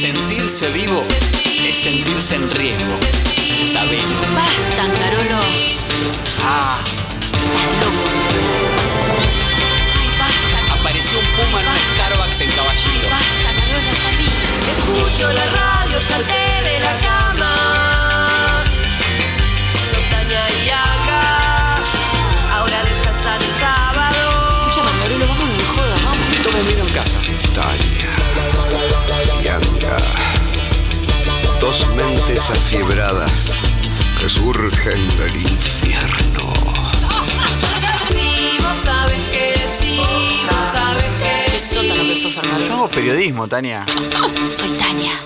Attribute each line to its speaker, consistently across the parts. Speaker 1: Sentirse vivo es sentirse en riesgo. Sabelo.
Speaker 2: Basta, Carolo.
Speaker 1: Ah,
Speaker 2: Estás loco. Ay, basta,
Speaker 1: apareció un puma en un Starbucks en Caballito.
Speaker 2: basta, Carola, salí.
Speaker 3: Escucho la radio, salté de la cama. Sotaña y Anga. Ahora descansar el sábado.
Speaker 2: Escucha, Mangarulo, vámonos de joda, vamos.
Speaker 1: Me tomo un vino en casa.
Speaker 4: Tania, Yanga, dos mentes afiebradas que surgen del infierno.
Speaker 3: Si vos sabes que sí, vos sabes que
Speaker 2: Qué
Speaker 3: sí.
Speaker 2: sótano que sos,
Speaker 5: Yo
Speaker 2: Mangarulo.
Speaker 5: hago periodismo, Tania.
Speaker 2: Soy Tania.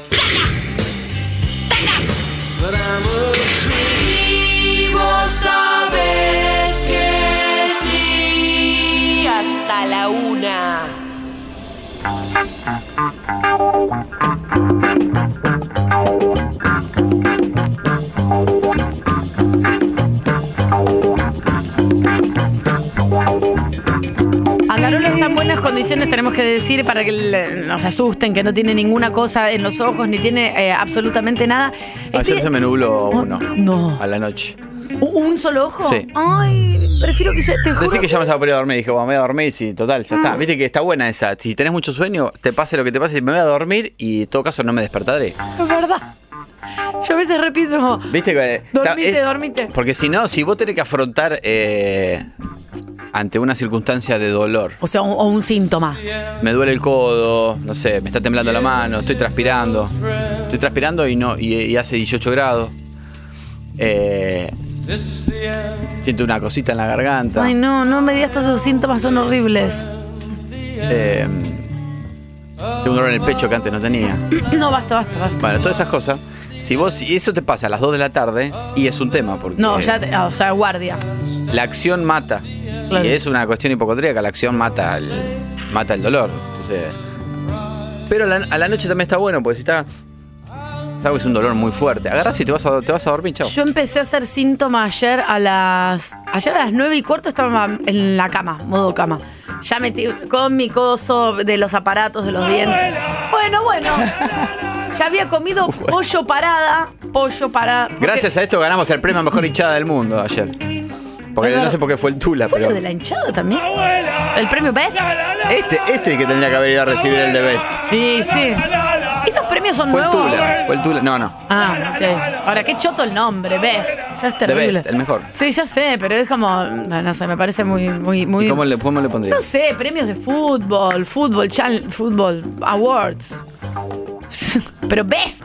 Speaker 3: Si vos sabes que sí. Hasta la una.
Speaker 6: A Carolo está en buenas condiciones, tenemos que decir, para que le- nos asusten, que no tiene ninguna cosa en los ojos, ni tiene eh, absolutamente nada.
Speaker 5: Ayer
Speaker 2: Este
Speaker 6: Estoy-
Speaker 5: se me nubló uno.
Speaker 6: No.
Speaker 5: A la noche.
Speaker 6: ¿Un solo ojo?
Speaker 5: Sí.
Speaker 6: Ay, prefiero que Mm. sea. Te juro
Speaker 5: Decí que ya me estaba por ir a dormir. Dije, bueno, me voy a dormir. Sí, total, ya está. Viste que está buena esa. Si tenés mucho sueño, te pase lo que te pase, me voy a dormir y en todo caso no me despertaré.
Speaker 6: Es verdad. Yo a veces repito como.
Speaker 5: Viste que. eh, ta-
Speaker 6: Dormite,
Speaker 5: es-
Speaker 6: dormite.
Speaker 5: Porque si no, si vos tenés que afrontar eh, ante una circunstancia de dolor,
Speaker 6: O sea, un, o un síntoma.
Speaker 5: me duele el codo, no sé, me está temblando la mano, estoy transpirando. Estoy transpirando y no y, y hace 18 grados. Eh, siento una cosita en la garganta.
Speaker 6: Ay, no, no me digas todos esos síntomas, son horribles.
Speaker 5: Eh, tengo un dolor en el pecho que antes no tenía.
Speaker 6: No, basta, basta, basta.
Speaker 5: Bueno, todas esas cosas. Si vos, y eso te pasa a las 2 de la tarde, y es un tema, porque
Speaker 6: No, ya, te- ah, o sea, guardia.
Speaker 5: la acción mata.
Speaker 6: Claro.
Speaker 5: Y es una cuestión hipocondríaca, la acción mata el, mata el dolor. Entonces, pero a la, a la noche también está bueno, porque si está. Sabes que es un dolor muy fuerte. Agarrás y te vas a, te vas a dormir, chao.
Speaker 6: Yo empecé a hacer síntoma ayer a las. Ayer a las 9 y cuarto estaba en la cama, modo cama. Ya metí con mi coso de los aparatos, de los dientes. Bueno, bueno. Ya había comido pollo parada. Pollo parada. porque-
Speaker 5: Gracias a esto ganamos el premio a mejor hinchada del mundo ayer. Porque
Speaker 6: Pero-
Speaker 5: no sé por qué fue el Tula,
Speaker 6: ¿Fue
Speaker 5: pero.
Speaker 6: lo de la hinchada también? ¿El premio Best?
Speaker 5: Este, este que tendría que haber ido a recibir el de Best.
Speaker 6: Sí, sí. ¿Esos premios son
Speaker 5: Fue el
Speaker 6: nuevos?
Speaker 5: Tula. Fue el Tula. No, no.
Speaker 6: Ah, ok. Ahora, qué choto el nombre, Best. Ya es terrible.
Speaker 5: Best, el mejor.
Speaker 6: Sí, ya sé, pero es como. No, no sé, me parece muy. muy, muy
Speaker 5: ¿Y cómo le, cómo le pondría?
Speaker 6: No sé, premios de fútbol, fútbol, chan- fútbol, awards. Pero best.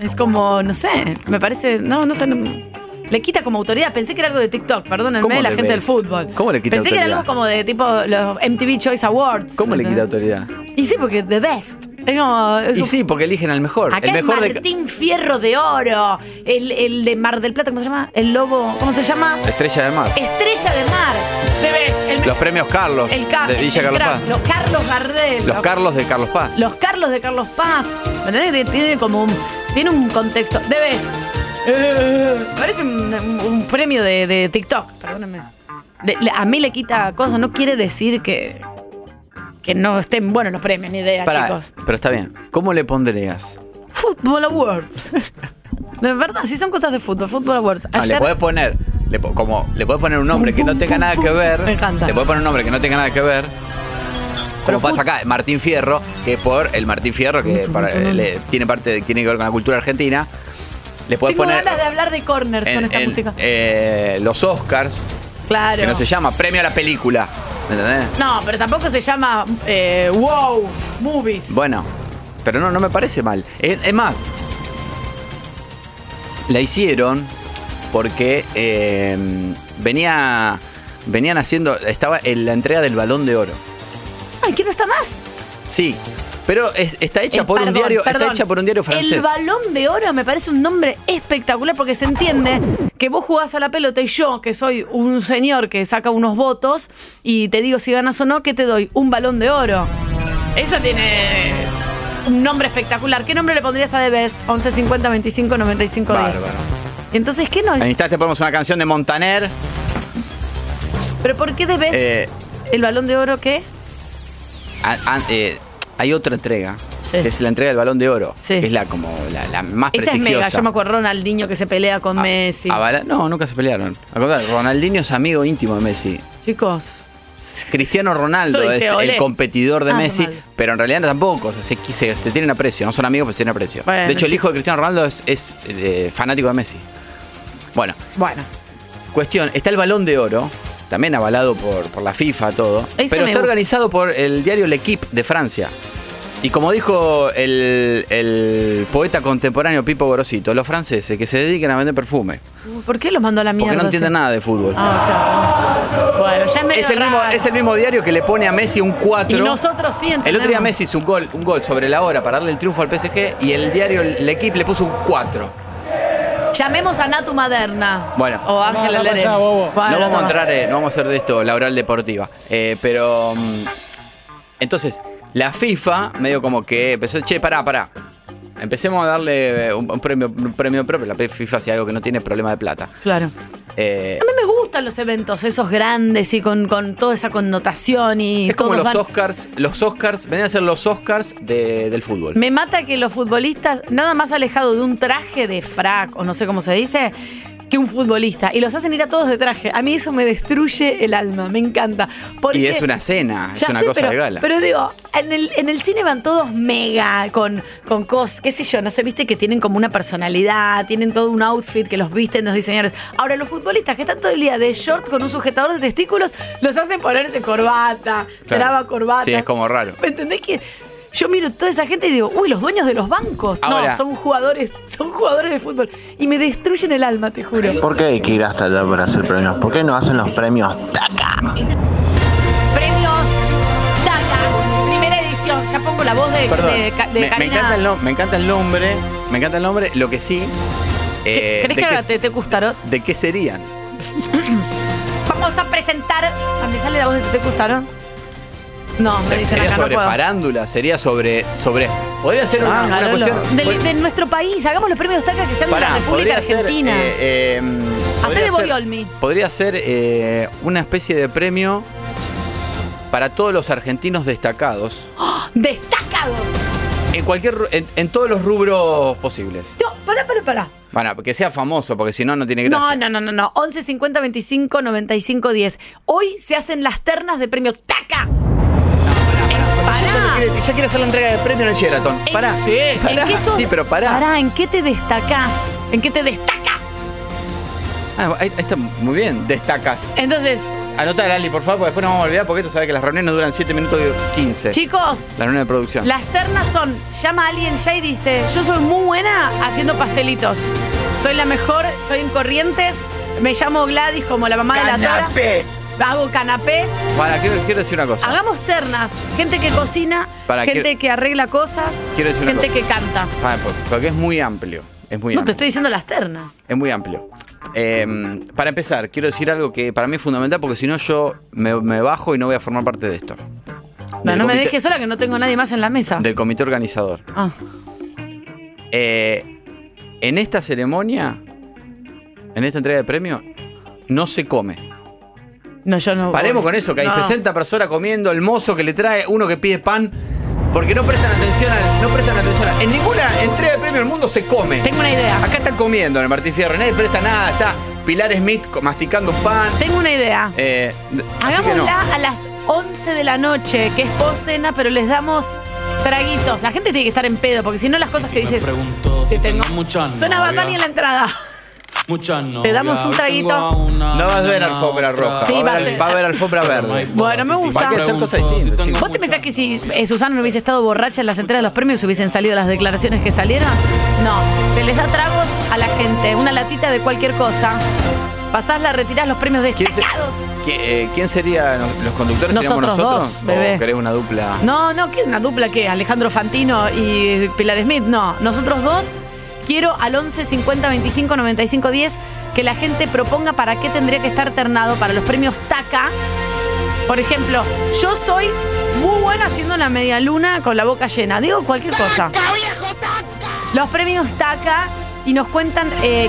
Speaker 6: Es como, no sé, me parece. No, no sé. no- le quita como autoridad. Pensé que era algo de TikTok,
Speaker 5: ¿Cómo
Speaker 6: perdónenme, la
Speaker 5: le
Speaker 6: gente del
Speaker 5: best?
Speaker 6: fútbol.
Speaker 5: ¿Cómo le quita
Speaker 6: Pensé que era
Speaker 5: autoridad?
Speaker 6: algo como de tipo los MTV Choice Awards.
Speaker 5: ¿Cómo le quita autoridad?
Speaker 6: Y sí, porque the best. Es como. es
Speaker 5: Y
Speaker 6: un-
Speaker 5: sí, porque eligen al mejor.
Speaker 6: Acá
Speaker 5: el mejor
Speaker 6: es
Speaker 5: de.
Speaker 6: Martín Fierro de Oro, el, el de Mar del Plata, ¿cómo se llama? El lobo, ¿cómo se llama?
Speaker 5: Estrella del mar.
Speaker 6: Estrella de Mar. The Best. El
Speaker 5: Los premios Carlos.
Speaker 6: El Car-
Speaker 5: de Villa
Speaker 6: el
Speaker 5: Carlos
Speaker 6: Cra-
Speaker 5: Paz.
Speaker 6: Los Carlos Gardel.
Speaker 5: Los Carlos de Carlos Paz.
Speaker 6: los Carlos de Carlos Paz. ¿Entendés? Que Tiene como un. Tiene un contexto. Debes. parece un, un premio de, de TikTok, perdóname. Le- le- a mí le quita cosas, no quiere decir que. Que no estén buenos los premios, ni idea,
Speaker 5: Pará,
Speaker 6: chicos.
Speaker 5: pero está bien. ¿Cómo le pondrías?
Speaker 6: Football Awards. De verdad, sí son cosas de fútbol, Football Awards.
Speaker 5: Ah, le puedes poner. le po- como le puedes poner un nombre
Speaker 6: Pum,
Speaker 5: que no
Speaker 6: pum,
Speaker 5: tenga
Speaker 6: pum,
Speaker 5: nada que
Speaker 6: pum.
Speaker 5: ver.
Speaker 6: Me encanta.
Speaker 5: Le puedes poner un nombre que no tenga nada que ver.
Speaker 6: Pero
Speaker 5: Como pasa
Speaker 6: fut-
Speaker 5: acá, Martín Fierro, que por el Martín Fierro, que para- le- tiene parte de- tiene que ver con la cultura argentina. Le puedes
Speaker 6: Tengo
Speaker 5: poner
Speaker 6: ganas de hablar de corners
Speaker 5: en-
Speaker 6: con esta
Speaker 5: en,
Speaker 6: música.
Speaker 5: eh, los Oscars,
Speaker 6: Claro.
Speaker 5: que no se llama Premio a la Película. ¿Entendés?
Speaker 6: No, pero tampoco se llama eh, Wow Movies.
Speaker 5: Bueno, pero no, no me parece mal. Es, es más, la hicieron porque eh, venía, venían haciendo, estaba en la entrega del balón de oro.
Speaker 6: Ay, ¿qué no está más?
Speaker 5: Sí, pero es- está hecha
Speaker 6: El-
Speaker 5: por
Speaker 6: perdón,
Speaker 5: un diario,
Speaker 6: perdón.
Speaker 5: está hecha por un diario francés.
Speaker 6: El balón de oro me parece un nombre espectacular porque se entiende que vos jugás a la pelota y yo, que soy un señor que saca unos votos y te digo si ganas o no, que te doy un balón de oro. Eso tiene un nombre espectacular. ¿Qué nombre le pondrías a The Best? 11 50 25 95 10.
Speaker 5: Bárbaro.
Speaker 6: Entonces, ¿qué no?
Speaker 5: En instante ponemos una canción de Montaner.
Speaker 6: ¿Pero por qué The Best?
Speaker 5: eh,
Speaker 6: ¿El balón de oro qué?
Speaker 5: a- a- eh, hay otra entrega
Speaker 6: Sí.
Speaker 5: que es la entrega del balón de oro,
Speaker 6: Sí.
Speaker 5: que es la como la, la más
Speaker 6: Esa es
Speaker 5: prestigiosa.
Speaker 6: mega,
Speaker 5: Ah,
Speaker 6: yo me acuerdo Ronaldinho que se pelea con
Speaker 5: A-
Speaker 6: Messi.
Speaker 5: a Bala- no, nunca se pelearon. Al contrario, Ronaldinho es amigo íntimo de Messi.
Speaker 6: Chicos,
Speaker 5: Cristiano Ronaldo
Speaker 6: Yo hice
Speaker 5: es
Speaker 6: olé.
Speaker 5: el competidor de
Speaker 6: Ah,
Speaker 5: Messi,
Speaker 6: Ronaldo.
Speaker 5: pero en realidad tampoco. o sea, se, se- se tienen aprecio, no son amigos, pero se tienen aprecio.
Speaker 6: Bueno,
Speaker 5: de hecho, el
Speaker 6: chico.
Speaker 5: hijo de Cristiano Ronaldo es, es, eh, fanático de Messi. Bueno,
Speaker 6: bueno.
Speaker 5: cuestión, está el balón de oro, también avalado por, por la FIFA, todo,
Speaker 6: Ese
Speaker 5: pero
Speaker 6: me gusta.
Speaker 5: está organizado por el diario L'Equipe de Francia. Y como dijo el, el poeta contemporáneo Pipo Gorosito, los franceses que se dedican a vender perfume,
Speaker 6: ¿Por qué los mandó a la mierda?
Speaker 5: porque no entienden
Speaker 6: sí?
Speaker 5: nada de fútbol.
Speaker 6: Ah, claro. Bueno, ya es medio
Speaker 5: Es el, mismo,
Speaker 6: raro.
Speaker 5: es el mismo diario que le pone a Messi un 4.
Speaker 6: Y nosotros sí entendemos.
Speaker 5: El otro día Messi hizo un gol, un gol sobre la hora para darle el triunfo al PSG y el diario L'Equipe le puso un 4.
Speaker 6: Llamemos a Natu Maderna.
Speaker 5: Bueno.
Speaker 6: O
Speaker 7: Anda
Speaker 6: Ángela
Speaker 7: para
Speaker 6: Lerén.
Speaker 7: allá, bobo.
Speaker 6: Bueno,
Speaker 5: no vamos
Speaker 6: toma.
Speaker 5: a entrar, eh, no vamos a hacer de esto la oral deportiva. Eh, pero. mm, Entonces, la FIFA, medio como que empezó, che, pará, pará. Empecemos a darle eh, un, un premio, un premio propio. La FIFA hace algo que no tiene problema de plata.
Speaker 6: Claro.
Speaker 5: Eh,
Speaker 6: A mí me gustan los eventos, esos grandes y con, con toda esa connotación y
Speaker 5: es como
Speaker 6: todos
Speaker 5: los
Speaker 6: van-
Speaker 5: Oscars. Los Oscars, venían a ser los Oscars de- del fútbol.
Speaker 6: Me mata que los futbolistas, nada más alejado de un traje de frac, o no sé cómo se dice, que un futbolista. Y los hacen ir a todos de traje. A mí eso me destruye el alma, me encanta. Porque-
Speaker 5: Y es una cena, Ah, es
Speaker 6: Ya
Speaker 5: una
Speaker 6: sé,
Speaker 5: cosa
Speaker 6: pero,
Speaker 5: de gala.
Speaker 6: Pero digo, en el, en el cine van todos mega, con, con cos, qué sé yo, no sé, viste que tienen como una personalidad, tienen todo un outfit que los visten los diseñadores. Ahora, los futbolistas que están todo el día de short con un sujetador de testículos, los hacen ponerse corbata,
Speaker 5: Claro.
Speaker 6: traba corbata.
Speaker 5: Sí, es como raro.
Speaker 6: ¿Me entendés que.? Yo miro toda esa gente y digo, uy, los dueños de los bancos.
Speaker 5: Ahora-
Speaker 6: no, son jugadores, son jugadores de fútbol. Y me destruyen el alma, te juro.
Speaker 8: ¿Por qué hay que ir hasta allá para hacer premios? ¿Por qué no hacen los premios TACA?
Speaker 6: Premios Daga, primera edición. Ya pongo la voz de,
Speaker 5: Perdón,
Speaker 6: de, Ca- de
Speaker 5: me, me
Speaker 6: Karina.
Speaker 5: encanta el nom- me encanta el nombre, me encanta el nombre, lo que sí... eh,
Speaker 6: ¿Crees
Speaker 5: de,
Speaker 6: que ahora
Speaker 5: qué,
Speaker 6: te, te gustaron?
Speaker 5: de qué serían?
Speaker 6: Vamos a presentar. ¿A mí sale la voz de te gustaron? No, me dicen
Speaker 5: Eh, sería
Speaker 6: acá, no
Speaker 5: sobre
Speaker 6: puedo.
Speaker 5: farándula, sería sobre... sobre podría ser una,
Speaker 6: Ah,
Speaker 5: una
Speaker 6: Manolo.
Speaker 5: cuestión...
Speaker 6: Del-
Speaker 5: pod-
Speaker 6: de, nuestro país, hagamos los premios Daga que sean de
Speaker 5: pará,
Speaker 6: la República
Speaker 5: podría ser,
Speaker 6: Argentina.
Speaker 5: eh, eh, mm,
Speaker 6: Hacé de
Speaker 5: podría ser-
Speaker 6: Boriolmi.
Speaker 5: Podría ser eh, una especie de premio para todos los argentinos destacados
Speaker 6: ¡Destacados!
Speaker 5: en cualquier ru- en, en todos los rubros posibles.
Speaker 6: No, pará, pará, pará.
Speaker 5: Bueno, que sea famoso, porque si no, no tiene gracia.
Speaker 6: No, no, no, no, no. 11 50 25 95 10. Hoy se hacen las ternas de premio Taca. Eh,
Speaker 5: Ya, ya
Speaker 6: Pará.
Speaker 5: me quiere, ya quiere hacer la entrega de premio en el Sheraton.
Speaker 6: En-
Speaker 5: Pará.
Speaker 6: Sí.
Speaker 5: Pará.
Speaker 6: ¿En qué sos-
Speaker 5: Sí, pero pará.
Speaker 6: Pará, ¿en qué te destacás? ¿En qué te destacas?
Speaker 5: Ah, ahí- ahí está muy bien. Destacas.
Speaker 6: Entonces,
Speaker 5: Anota, Ali, por favor, porque después nos vamos a olvidar porque tú sabes que las reuniones no duran 7 minutos y 15.
Speaker 6: chicos,
Speaker 5: La reunión de producción.
Speaker 6: las ternas son, llama a alguien ya y dice, yo soy muy buena haciendo pastelitos. Soy la mejor, estoy en Corrientes, me llamo Gladys como la mamá de la tora. Hago canapés.
Speaker 5: Para, quiero, quiero decir una cosa.
Speaker 6: Hagamos ternas. Gente que cocina,
Speaker 5: Pará,
Speaker 6: gente
Speaker 5: quiero-
Speaker 6: que arregla cosas,
Speaker 5: Quiero decir una
Speaker 6: gente
Speaker 5: cosa.
Speaker 6: que canta.
Speaker 5: Pará, por- porque es muy amplio. Es muy
Speaker 6: No te
Speaker 5: amplio.
Speaker 6: estoy diciendo las ternas.
Speaker 5: Es muy amplio. Eh, para empezar, quiero decir algo que para mí es fundamental porque si no yo me, me bajo y no voy a formar parte de esto.
Speaker 6: No,
Speaker 5: Del
Speaker 6: no me
Speaker 5: comité-
Speaker 6: dejes sola que no tengo nadie más en la mesa.
Speaker 5: Del comité organizador.
Speaker 6: Ah.
Speaker 5: Eh, en esta ceremonia, en esta entrega de premio, no se come.
Speaker 6: No, yo no.
Speaker 5: Paremos
Speaker 6: voy.
Speaker 5: con eso, que hay
Speaker 6: No.
Speaker 5: 60 personas comiendo, el mozo que le trae, uno que pide pan, porque no prestan atención al- No prestan atención a- en ninguna entrega de premio del mundo se come.
Speaker 6: Tengo una idea.
Speaker 5: Acá están comiendo en el Martín Fierro, nadie presta nada, está Pilar Smith co- masticando un pan.
Speaker 6: Tengo una idea.
Speaker 5: eh, d- así que no.
Speaker 6: Hagámosla a las 11 de la noche, que es post-cena, pero les damos traguitos. La gente tiene que estar en pedo, porque si no las cosas que
Speaker 1: Me
Speaker 6: dices...
Speaker 1: preguntó
Speaker 6: Sí, tengo.
Speaker 1: muchas
Speaker 6: Suena Bad Bunny en la
Speaker 1: novias,
Speaker 6: entrada.
Speaker 1: muchas
Speaker 6: Te damos un
Speaker 1: novias.
Speaker 6: traguito.
Speaker 1: Tengo a una,
Speaker 5: No vas a
Speaker 1: tengo
Speaker 5: ver
Speaker 1: a
Speaker 5: alfombra
Speaker 1: otra.
Speaker 5: roja,
Speaker 6: Sí,
Speaker 5: va,
Speaker 6: va
Speaker 5: a
Speaker 6: a
Speaker 5: haber,
Speaker 6: ser-
Speaker 5: va a haber alfombra verde.
Speaker 6: Bueno, me gusta.
Speaker 5: Hay que hacer cosas distintas, chicos.
Speaker 6: ¿Vos te pensás que si eh, Susana no hubiese estado borracha en las entregas de los premios hubiesen salido las declaraciones que salieron? No, se les da tragos a la gente, una latita de cualquier cosa. Pasás, la retirás los premios
Speaker 5: ¿Quién, se-
Speaker 6: destacados.
Speaker 5: qué- eh, quién sería nos- los conductores? ¿Seríamos
Speaker 6: Nosotros
Speaker 5: nosotros?
Speaker 6: dos,
Speaker 5: ¿O
Speaker 6: bebé.
Speaker 5: querés una dupla?
Speaker 6: No, no, que una dupla que Alejandro Fantino y Pilar Smith. No, nosotros dos quiero al 11 50 25 95 10 que la gente proponga para qué tendría que estar ternado para los premios TACA. Por ejemplo, yo soy muy buena haciendo la media luna con la boca llena. Digo cualquier cosa. Los premios TACA y nos cuentan eh,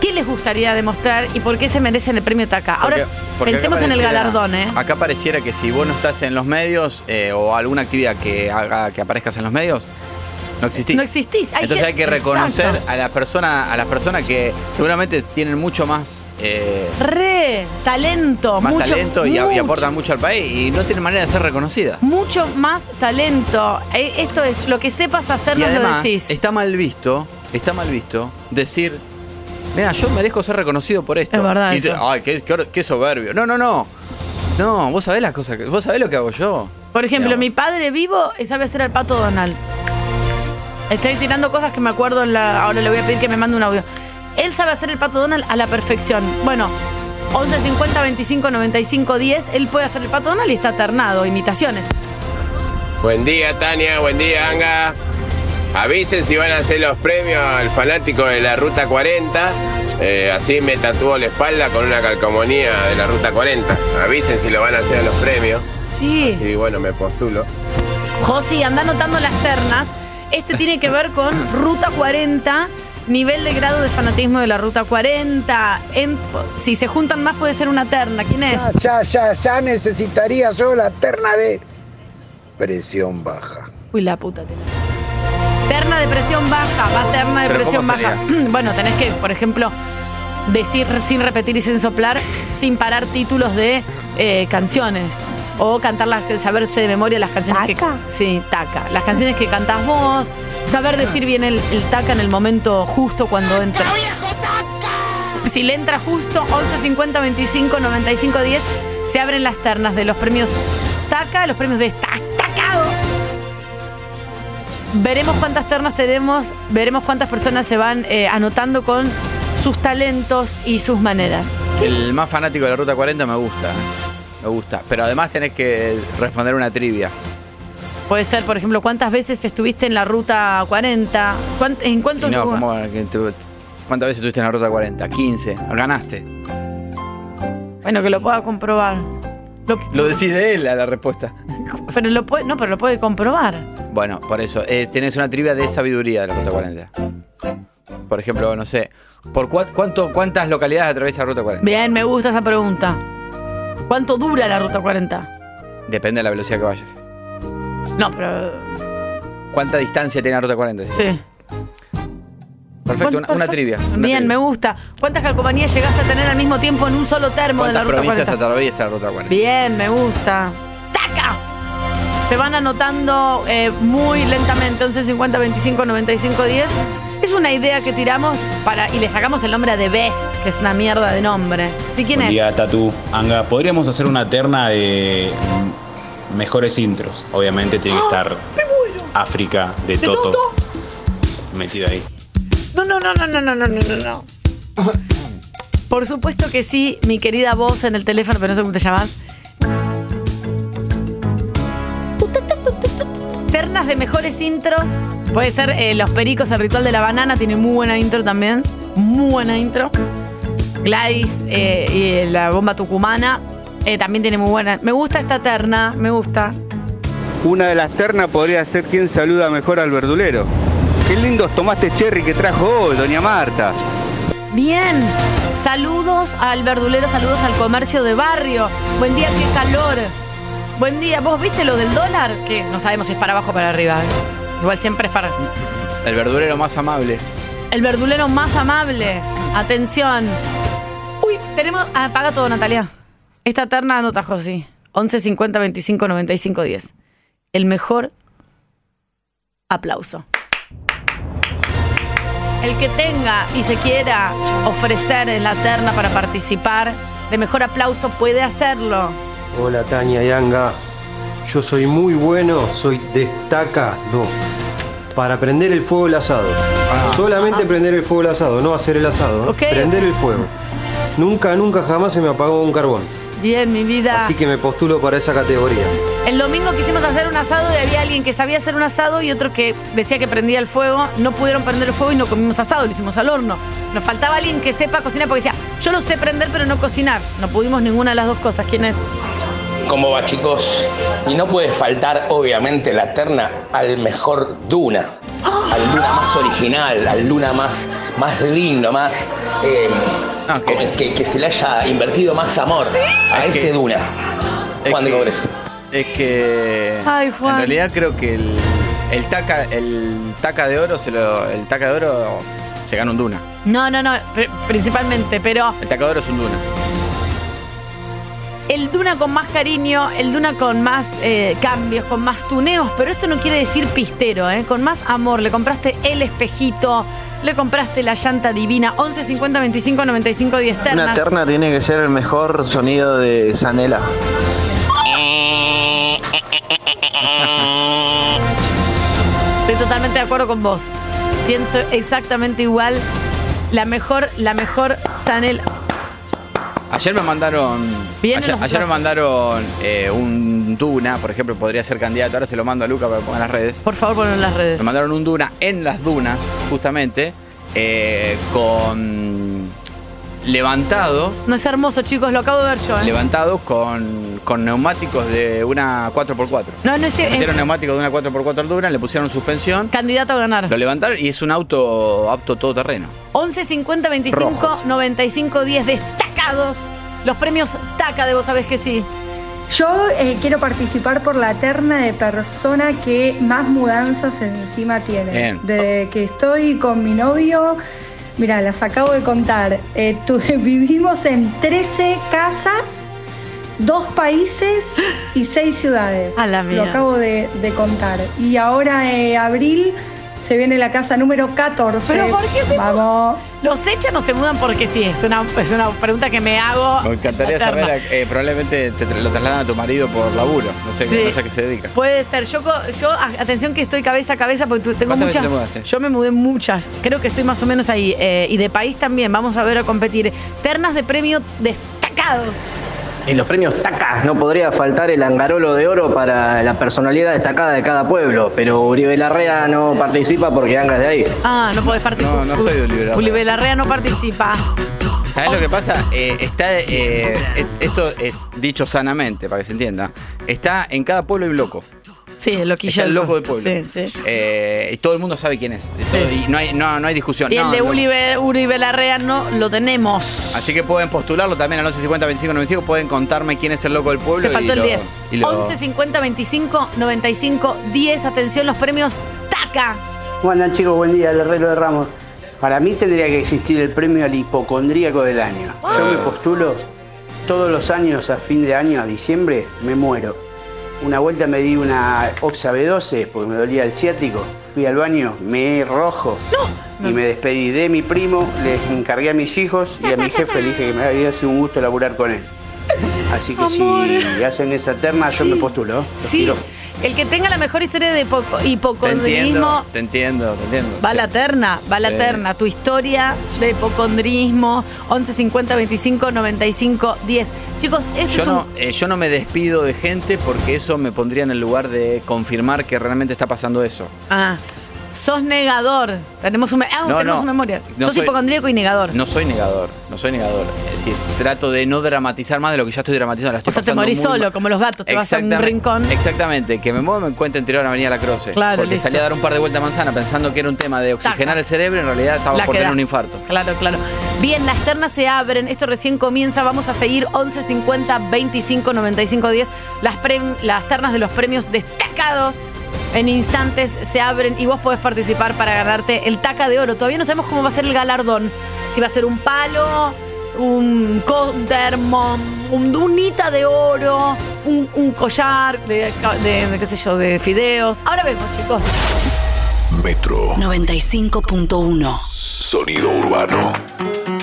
Speaker 6: qué les gustaría demostrar y por qué se merecen el premio TACA. Ahora
Speaker 5: Porque- porque acá
Speaker 6: pensemos en el
Speaker 5: pareciera-
Speaker 6: galardón, ¿eh?
Speaker 5: Acá pareciera que si vos no estás en los medios eh, o alguna actividad que haga que aparezcas en los medios, No existís.
Speaker 6: No existís. Hay
Speaker 5: Entonces hay
Speaker 6: gente-
Speaker 5: que reconocer
Speaker 6: Exacto.
Speaker 5: a las personas a las personas que seguramente tienen mucho más, eh,
Speaker 6: Re, talento,
Speaker 5: más
Speaker 6: mucho
Speaker 5: talento y, a- y
Speaker 6: mucho-
Speaker 5: aportan mucho al país y no tienen manera de ser reconocida.
Speaker 6: Mucho más talento. Eh, Esto es, lo que sepas hacer
Speaker 5: Y
Speaker 6: no lo
Speaker 5: además
Speaker 6: decís.
Speaker 5: está mal visto, está mal visto decir, mira, yo merezco ser reconocido por esto.
Speaker 6: Es verdad
Speaker 5: Y dice,
Speaker 6: eso.
Speaker 5: ay, qué, qué hor- qué soberbio. No, no, no. No, vos sabés las cosas que, vos sabés lo que hago yo.
Speaker 6: Por ejemplo,
Speaker 5: Digamos.
Speaker 6: mi padre vivo sabe hacer al pato Donald. Estoy tirando cosas que me acuerdo en la. Ahora le voy a pedir que me mande un audio. Él sabe hacer el pato Donald a la perfección. Bueno, 11 50 25 95 10. Él puede hacer el pato Donald y está alternado. Imitaciones.
Speaker 3: Buen día, Tania. Buen día, Anga. Avisen si van a hacer los premios al fanático de la Ruta 40. Eh, así me tatúo la espalda con una calcomanía de la Ruta 40. Avisen si lo van a hacer a los premios.
Speaker 5: Ah,
Speaker 6: Sí.
Speaker 3: Y bueno, me postulo.
Speaker 6: Josi, anda anotando las ternas. Este tiene que ver con Ruta 40, nivel de grado de fanatismo de la Ruta 40. En- si se juntan más puede ser una terna. ¿Quién es?
Speaker 4: Ya, ya, ya necesitaría yo la terna de presión baja.
Speaker 6: Uy, la puta te la- Terna de presión baja, va terna de
Speaker 5: Pero
Speaker 6: presión
Speaker 5: ¿cómo
Speaker 6: baja. Bueno, tenés que, por ejemplo, decir sin repetir y sin soplar, sin parar títulos de eh, canciones. O cantar las, saberse de memoria las canciones
Speaker 9: ¿Taca?
Speaker 6: que. Sí, taca. Las canciones que cantás vos. Saber decir bien el, el taca en el momento justo cuando entra. Si le entra justo, 11 50 25 95 10, se abren las ternas de los premios TACA, los premios de esta- Tacado. Veremos cuántas ternas tenemos, veremos cuántas personas se van eh, anotando con sus talentos y sus maneras.
Speaker 5: El más fanático de la Ruta 40 me gusta. ¿eh? Me gusta. Pero además tenés que responder una trivia.
Speaker 6: Puede ser, por ejemplo, cuántas veces estuviste en la ruta 40, ¿Cuán- en
Speaker 5: Y
Speaker 6: cuántos
Speaker 5: no,
Speaker 6: lugares?
Speaker 5: ¿cómo que tú- ¿Cuántas veces estuviste en la Ruta 40? 15. Ganaste.
Speaker 6: Bueno, que lo pueda comprobar. Lo-
Speaker 5: Lo decide él a la respuesta.
Speaker 6: pero lo puede, no, pero lo puede comprobar.
Speaker 5: Bueno, por eso. eh, tenés una trivia de sabiduría de la Ruta 40. Por ejemplo, no sé. ¿Por cua- cuánto, ¿Cuántas localidades atraviesa la Ruta 40?
Speaker 6: Bien, me gusta esa pregunta. ¿Cuánto dura la ruta 40?
Speaker 5: Depende de la velocidad que vayas.
Speaker 6: No, pero.
Speaker 5: ¿Cuánta distancia tiene la Ruta 40?
Speaker 6: Sí.
Speaker 5: Perfecto, una,
Speaker 6: Bueno,
Speaker 5: una
Speaker 6: perfecto.
Speaker 5: trivia. una
Speaker 6: Bien,
Speaker 5: trivia.
Speaker 6: me gusta. ¿Cuántas calcomanías llegaste a tener al mismo tiempo en un solo termo de la
Speaker 5: ¿Cuántas
Speaker 6: ruta
Speaker 5: provincias
Speaker 6: 40?
Speaker 5: atraviesa la Ruta 40?
Speaker 6: Bien, me gusta. ¡Taca! Se van anotando eh, muy lentamente, 11, 50, 25, 95, 10. Es una idea que tiramos para y le sacamos el nombre de Best, que es una mierda de nombre. ¿Sí quién
Speaker 10: Buen
Speaker 6: es?
Speaker 10: día, Tatu. Anga, podríamos hacer una terna de mm, mejores intros. Obviamente tiene que estar África ¡Ah! de, Toto, metido ahí.
Speaker 6: No, no, no, no, no, no, no, no, no, no. Por supuesto que sí, mi querida voz en el teléfono, pero no sé cómo te llamas. Ternas de mejores intros. Puede ser eh, Los Pericos, el ritual de la banana, tiene muy buena intro también. Muy buena intro. Gladys eh, y la bomba tucumana eh, también tiene muy buena. Me gusta esta terna, me gusta.
Speaker 8: Una de las ternas podría ser quien saluda mejor al verdulero. Qué lindos tomates cherry que trajo hoy, doña Marta.
Speaker 6: Bien. Saludos al verdulero, saludos al comercio de barrio. Buen día, qué calor. Buen día. ¿Vos viste lo del dólar? Que no sabemos si es para abajo o para arriba. ¿eh? Igual siempre es para.
Speaker 5: El verdurero más amable.
Speaker 6: El verdulero más amable. Atención. Uy, tenemos. ah, Apaga todo, Natalia. Esta terna anota, Josi. 11 50 25 95 10. El mejor aplauso. El que tenga y se quiera ofrecer en la terna para participar de mejor aplauso puede hacerlo.
Speaker 11: Hola Tania Yanga, yo soy muy bueno, soy destacado para prender el fuego el asado.
Speaker 8: Ah.
Speaker 11: Solamente prender el fuego el asado, no hacer el asado. ¿no?
Speaker 6: Ok.
Speaker 11: Prender el fuego. Nunca, nunca, jamás se me apagó un carbón.
Speaker 6: Bien, mi vida.
Speaker 11: Así que me postulo para esa categoría.
Speaker 6: El domingo quisimos hacer un asado y había alguien que sabía hacer un asado y otro que decía que prendía el fuego. No pudieron prender el fuego y no comimos asado, lo hicimos al horno. Nos faltaba alguien que sepa cocinar porque decía, yo lo sé prender pero no cocinar. No pudimos ninguna de las dos cosas. ¿Quién es?
Speaker 3: ¿Cómo va, chicos? Y no puede faltar, obviamente, la terna al mejor Duna. Al Duna más original, al Duna más, más lindo, más. eh,
Speaker 5: Ah, ok.
Speaker 3: con el que, que se le haya invertido más amor a
Speaker 5: Es
Speaker 3: ese
Speaker 5: que-
Speaker 3: Duna. Juan de
Speaker 5: que-
Speaker 3: Cobres.
Speaker 5: Es que.
Speaker 6: Ay, Juan.
Speaker 5: En realidad creo que el, El taca, el taca de oro se lo. El taca de oro se gana un duna.
Speaker 6: No, no, no, pr- principalmente, pero
Speaker 5: El taca de oro es un duna.
Speaker 6: el Duna con más cariño, el Duna con más eh, cambios, con más tuneos, pero esto no quiere decir pistero, ¿eh? con más amor. Le compraste el espejito, le compraste la llanta divina, 11 50 25 95 10
Speaker 8: Una
Speaker 6: ternas.
Speaker 8: terna tiene que ser el mejor sonido de Sanela.
Speaker 6: Estoy totalmente de acuerdo con vos. Pienso exactamente igual. La mejor, la mejor Sanel.
Speaker 5: Ayer me mandaron.
Speaker 6: Vienen
Speaker 5: Ayer,
Speaker 6: los
Speaker 5: ayer me
Speaker 6: plazos.
Speaker 5: mandaron eh, un Duna, por ejemplo, podría ser candidato. Ahora se lo mando a Luca para que ponga en las redes.
Speaker 6: Por favor, ponlo en las redes.
Speaker 5: Me mandaron un Duna en las dunas, justamente, eh, con. Levantado.
Speaker 6: No es hermoso, chicos, lo acabo de ver yo. ¿eh?
Speaker 5: Levantado con, con neumáticos de una 4x4.
Speaker 6: No, no es, es
Speaker 5: Metieron neumáticos de una 4x4 al Duna, le pusieron suspensión,
Speaker 6: candidato a ganar.
Speaker 5: lo levantaron y es un auto apto todoterreno.
Speaker 6: 11 50 25 95 10 destacados. Los premios TACA de vos sabés que sí.
Speaker 12: Yo eh, quiero participar por la terna de persona que más mudanzas encima tiene.
Speaker 5: Bien.
Speaker 12: Desde que estoy con mi novio, mira, las acabo de contar. Eh, tu- vivimos en 13 casas, dos países y seis ciudades.
Speaker 6: A la
Speaker 12: Lo
Speaker 6: mierda.
Speaker 12: acabo de, de contar. Y ahora, eh, abril, se viene la casa número 14.
Speaker 6: ¿Pero por qué se mu-
Speaker 12: Vamos.
Speaker 6: ¿Los echan o se mudan porque sí? Es una, es una pregunta que me hago.
Speaker 5: Me encantaría
Speaker 6: eterna.
Speaker 5: saber, eh, probablemente te tra- lo trasladan a tu marido por laburo, no sé,
Speaker 6: Sí.
Speaker 5: no sé a qué se dedica.
Speaker 6: Puede ser. Yo, co- yo, a- atención que estoy cabeza a cabeza porque tu- tengo
Speaker 5: ¿Cuántas veces
Speaker 6: muchas.
Speaker 5: te mudaste?
Speaker 6: Yo me mudé muchas. Creo que estoy más o menos ahí. eh, y de país también. Vamos a ver a competir. Ternas de premio destacados.
Speaker 13: En los premios TACA no podría faltar el angarolo de oro para la personalidad destacada de cada pueblo, pero Uribe Larrea no participa porque Anga es de ahí.
Speaker 6: Ah, no podés participar.
Speaker 5: No, no soy de Oliver Arreo.
Speaker 6: Ulibe Larrea no participa.
Speaker 5: ¿Sabes lo que pasa? Eh, está, eh, es- esto es dicho sanamente, para que se entienda. Está en cada pueblo hay un loco.
Speaker 6: Sí, el loquillo.
Speaker 5: Está el
Speaker 6: del
Speaker 5: loco del
Speaker 6: pueblo.
Speaker 5: pueblo.
Speaker 6: Sí, sí.
Speaker 5: Eh, y todo el mundo sabe quién es. Todo- y no, hay, no, no hay discusión.
Speaker 6: Y el
Speaker 5: No,
Speaker 6: de
Speaker 5: no.
Speaker 6: Uribe, Uribe Larrea no lo tenemos.
Speaker 5: Así que pueden postularlo también al 1150 25 95. Pueden contarme quién es el loco del pueblo.
Speaker 6: Te faltó
Speaker 5: y
Speaker 6: el
Speaker 5: lo-
Speaker 6: 10.
Speaker 5: y lo-
Speaker 6: 11 50 25 95 10. Atención, los premios TACA.
Speaker 14: ¿Cómo andan chicos? Buen día, el herrero de Ramos. Para mí tendría que existir el premio al hipocondríaco del año. Yo me postulo todos los años a fin de año, a diciembre, me muero. Una vuelta me di una Oxa B12 porque me dolía el ciático. Fui al baño, me rojo. Y me despedí de mi primo, le encargué a mis hijos y a mi jefe le dije que me había sido un gusto laburar con él. Así que si hacen esa terna, yo me postulo. ¿eh? Los
Speaker 6: Sí.
Speaker 14: tiro.
Speaker 6: El que tenga la mejor historia de hipoco-
Speaker 5: Te
Speaker 6: hipocondrismo
Speaker 5: entiendo, te entiendo, te entiendo.
Speaker 6: va a la terna, va a la
Speaker 5: Sí.
Speaker 6: terna. Tu historia de hipocondrismo, 11 50 25 95 10. Chicos, esto
Speaker 5: Yo
Speaker 6: es
Speaker 5: no,
Speaker 6: un.
Speaker 5: eh, yo no me despido de gente porque eso me pondría en el lugar de confirmar que realmente está pasando eso.
Speaker 6: Ah, sos negador. Tenemos, un, me- ah,
Speaker 5: No,
Speaker 6: tenemos
Speaker 5: no.
Speaker 6: un memoria.
Speaker 5: No
Speaker 6: sos
Speaker 5: soy-
Speaker 6: hipocondríaco y negador.
Speaker 5: No soy negador, no soy negador. Es decir, trato de no dramatizar más de lo que ya estoy dramatizando.
Speaker 6: o
Speaker 5: La estoy
Speaker 6: sea, te
Speaker 5: pasando
Speaker 6: morís
Speaker 5: muy
Speaker 6: solo,
Speaker 5: mal.
Speaker 6: como los gatos. Te vas a un
Speaker 5: Exactamente,
Speaker 6: rincón.
Speaker 5: Exactamente, que me muevo me encuentro interior a Avenida La Croce.
Speaker 6: Claro,
Speaker 5: porque
Speaker 6: listo.
Speaker 5: salí a dar un par de vueltas a manzana pensando que era un tema de oxigenar
Speaker 6: Taca.
Speaker 5: el cerebro, en realidad estaba
Speaker 6: La
Speaker 5: por tener
Speaker 6: quedaste.
Speaker 5: un infarto.
Speaker 6: Claro, claro. Bien, las ternas se abren. Esto recién comienza. Vamos a seguir 11 50 25 95 10. Las, prem- las ternas de los premios destacados en instantes se abren y vos podés participar para ganarte el taca de oro. Todavía no sabemos cómo va a ser el galardón. Si va a ser un palo, un, co- un termo, un dunita de oro, un, un collar de, ca- de- de qué sé yo, de fideos. Ahora vemos, chicos.
Speaker 15: Metro
Speaker 2: 95.1
Speaker 15: Sonido Urbano.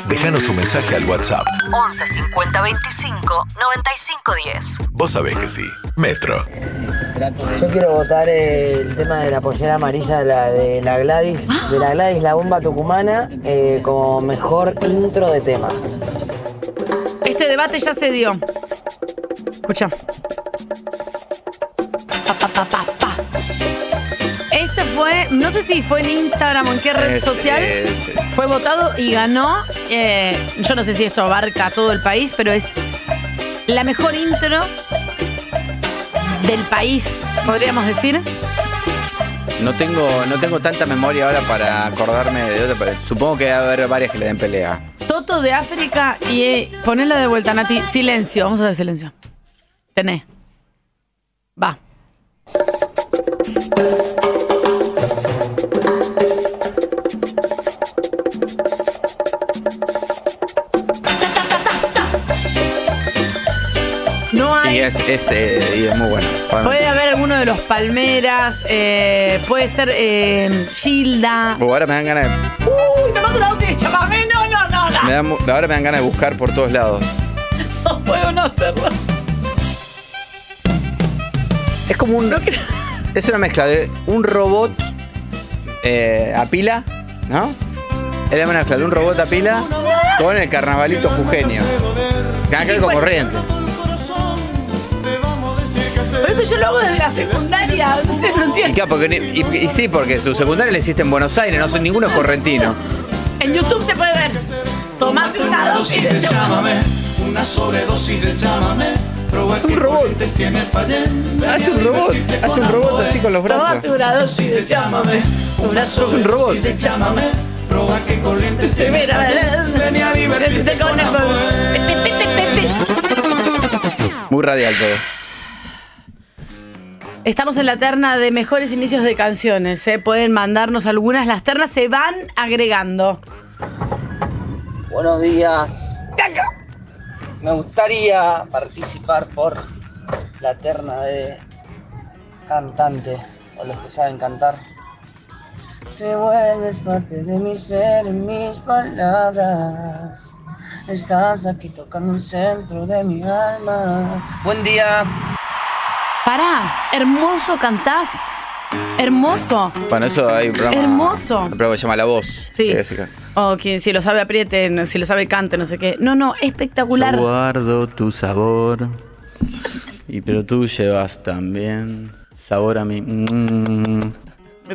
Speaker 15: Déjanos tu mensaje al WhatsApp.
Speaker 2: 11 50 25 95 10
Speaker 15: Vos sabés que sí. Metro.
Speaker 16: Yo quiero votar el tema de la pollera amarilla de la, de la Gladys, de la Gladys la bomba tucumana eh, como mejor intro de tema.
Speaker 6: Este debate ya se dio. Escucha. Pa, pa, pa, pa, pa. Este fue, no sé si fue en Instagram o en qué red
Speaker 5: Es-
Speaker 6: social.
Speaker 5: es-
Speaker 6: Fue votado y ganó. eh, yo no sé si esto abarca a todo el país, pero es la mejor intro del país, podríamos decir.
Speaker 5: No tengo, no tengo tanta memoria ahora para acordarme de otra, pero supongo que debe haber varias que le den pelea.
Speaker 6: Toto de África y eh, ponela de vuelta, Nati. Silencio, vamos a hacer silencio. Tené. Va.
Speaker 5: es, es, eh, y es muy bueno.
Speaker 6: Puede haber alguno de los Palmeras, eh, puede ser eh, Gilda.
Speaker 5: Uh, ahora me dan ganas de,
Speaker 6: Uy, tomás una dosis de chamamé. No, no, no, no.
Speaker 5: me dan mu- ahora me dan ganas de buscar por todos lados.
Speaker 6: No puedo no hacerlo.
Speaker 5: Es como un. Es una mezcla de un robot eh, a pila, ¿no? Es una mezcla de un robot a pila con el carnavalito jujeño. Que van a quedar con
Speaker 6: pues.
Speaker 5: corriente.
Speaker 6: Por eso yo lo hago desde la secundaria. Ustedes no
Speaker 5: Y,
Speaker 6: entienden.
Speaker 5: claro, porque ni- y- y sí, porque su secundaria le hiciste en Buenos Aires, no son ninguno es correntino.
Speaker 6: En YouTube se puede ver. Tomate una dosis de chamamé.
Speaker 1: Una sobredosis de chamamé.
Speaker 5: Un robot.
Speaker 1: Hace un robot. Hace un
Speaker 5: robot así con los brazos.
Speaker 6: Tomate una dosis de chamamé. Una
Speaker 5: un robot.
Speaker 6: sobredosis de chamamé. Proba que corrientes te mira. Ven a divertirte con
Speaker 5: Muy radial todo.
Speaker 6: Estamos en la terna de mejores inicios de canciones. ¿eh? Pueden mandarnos algunas. Las ternas se van agregando.
Speaker 17: Buenos días. ¡Taca! Me gustaría participar por la terna de cantante o los que saben cantar. Te vuelves parte de mi ser y mis palabras. Estás aquí tocando el centro de mi alma. Buen día.
Speaker 6: Pará, hermoso cantás. Hermoso.
Speaker 5: Bueno, eso hay un programa.
Speaker 6: Hermoso.
Speaker 5: Un programa que se llama La Voz.
Speaker 6: Sí.
Speaker 5: que es acá.
Speaker 6: O quien si lo sabe apriete, no, si lo sabe cante, no sé qué. No, no, espectacular.
Speaker 5: Yo guardo tu sabor. Y pero tú llevas también sabor a mí. Mm.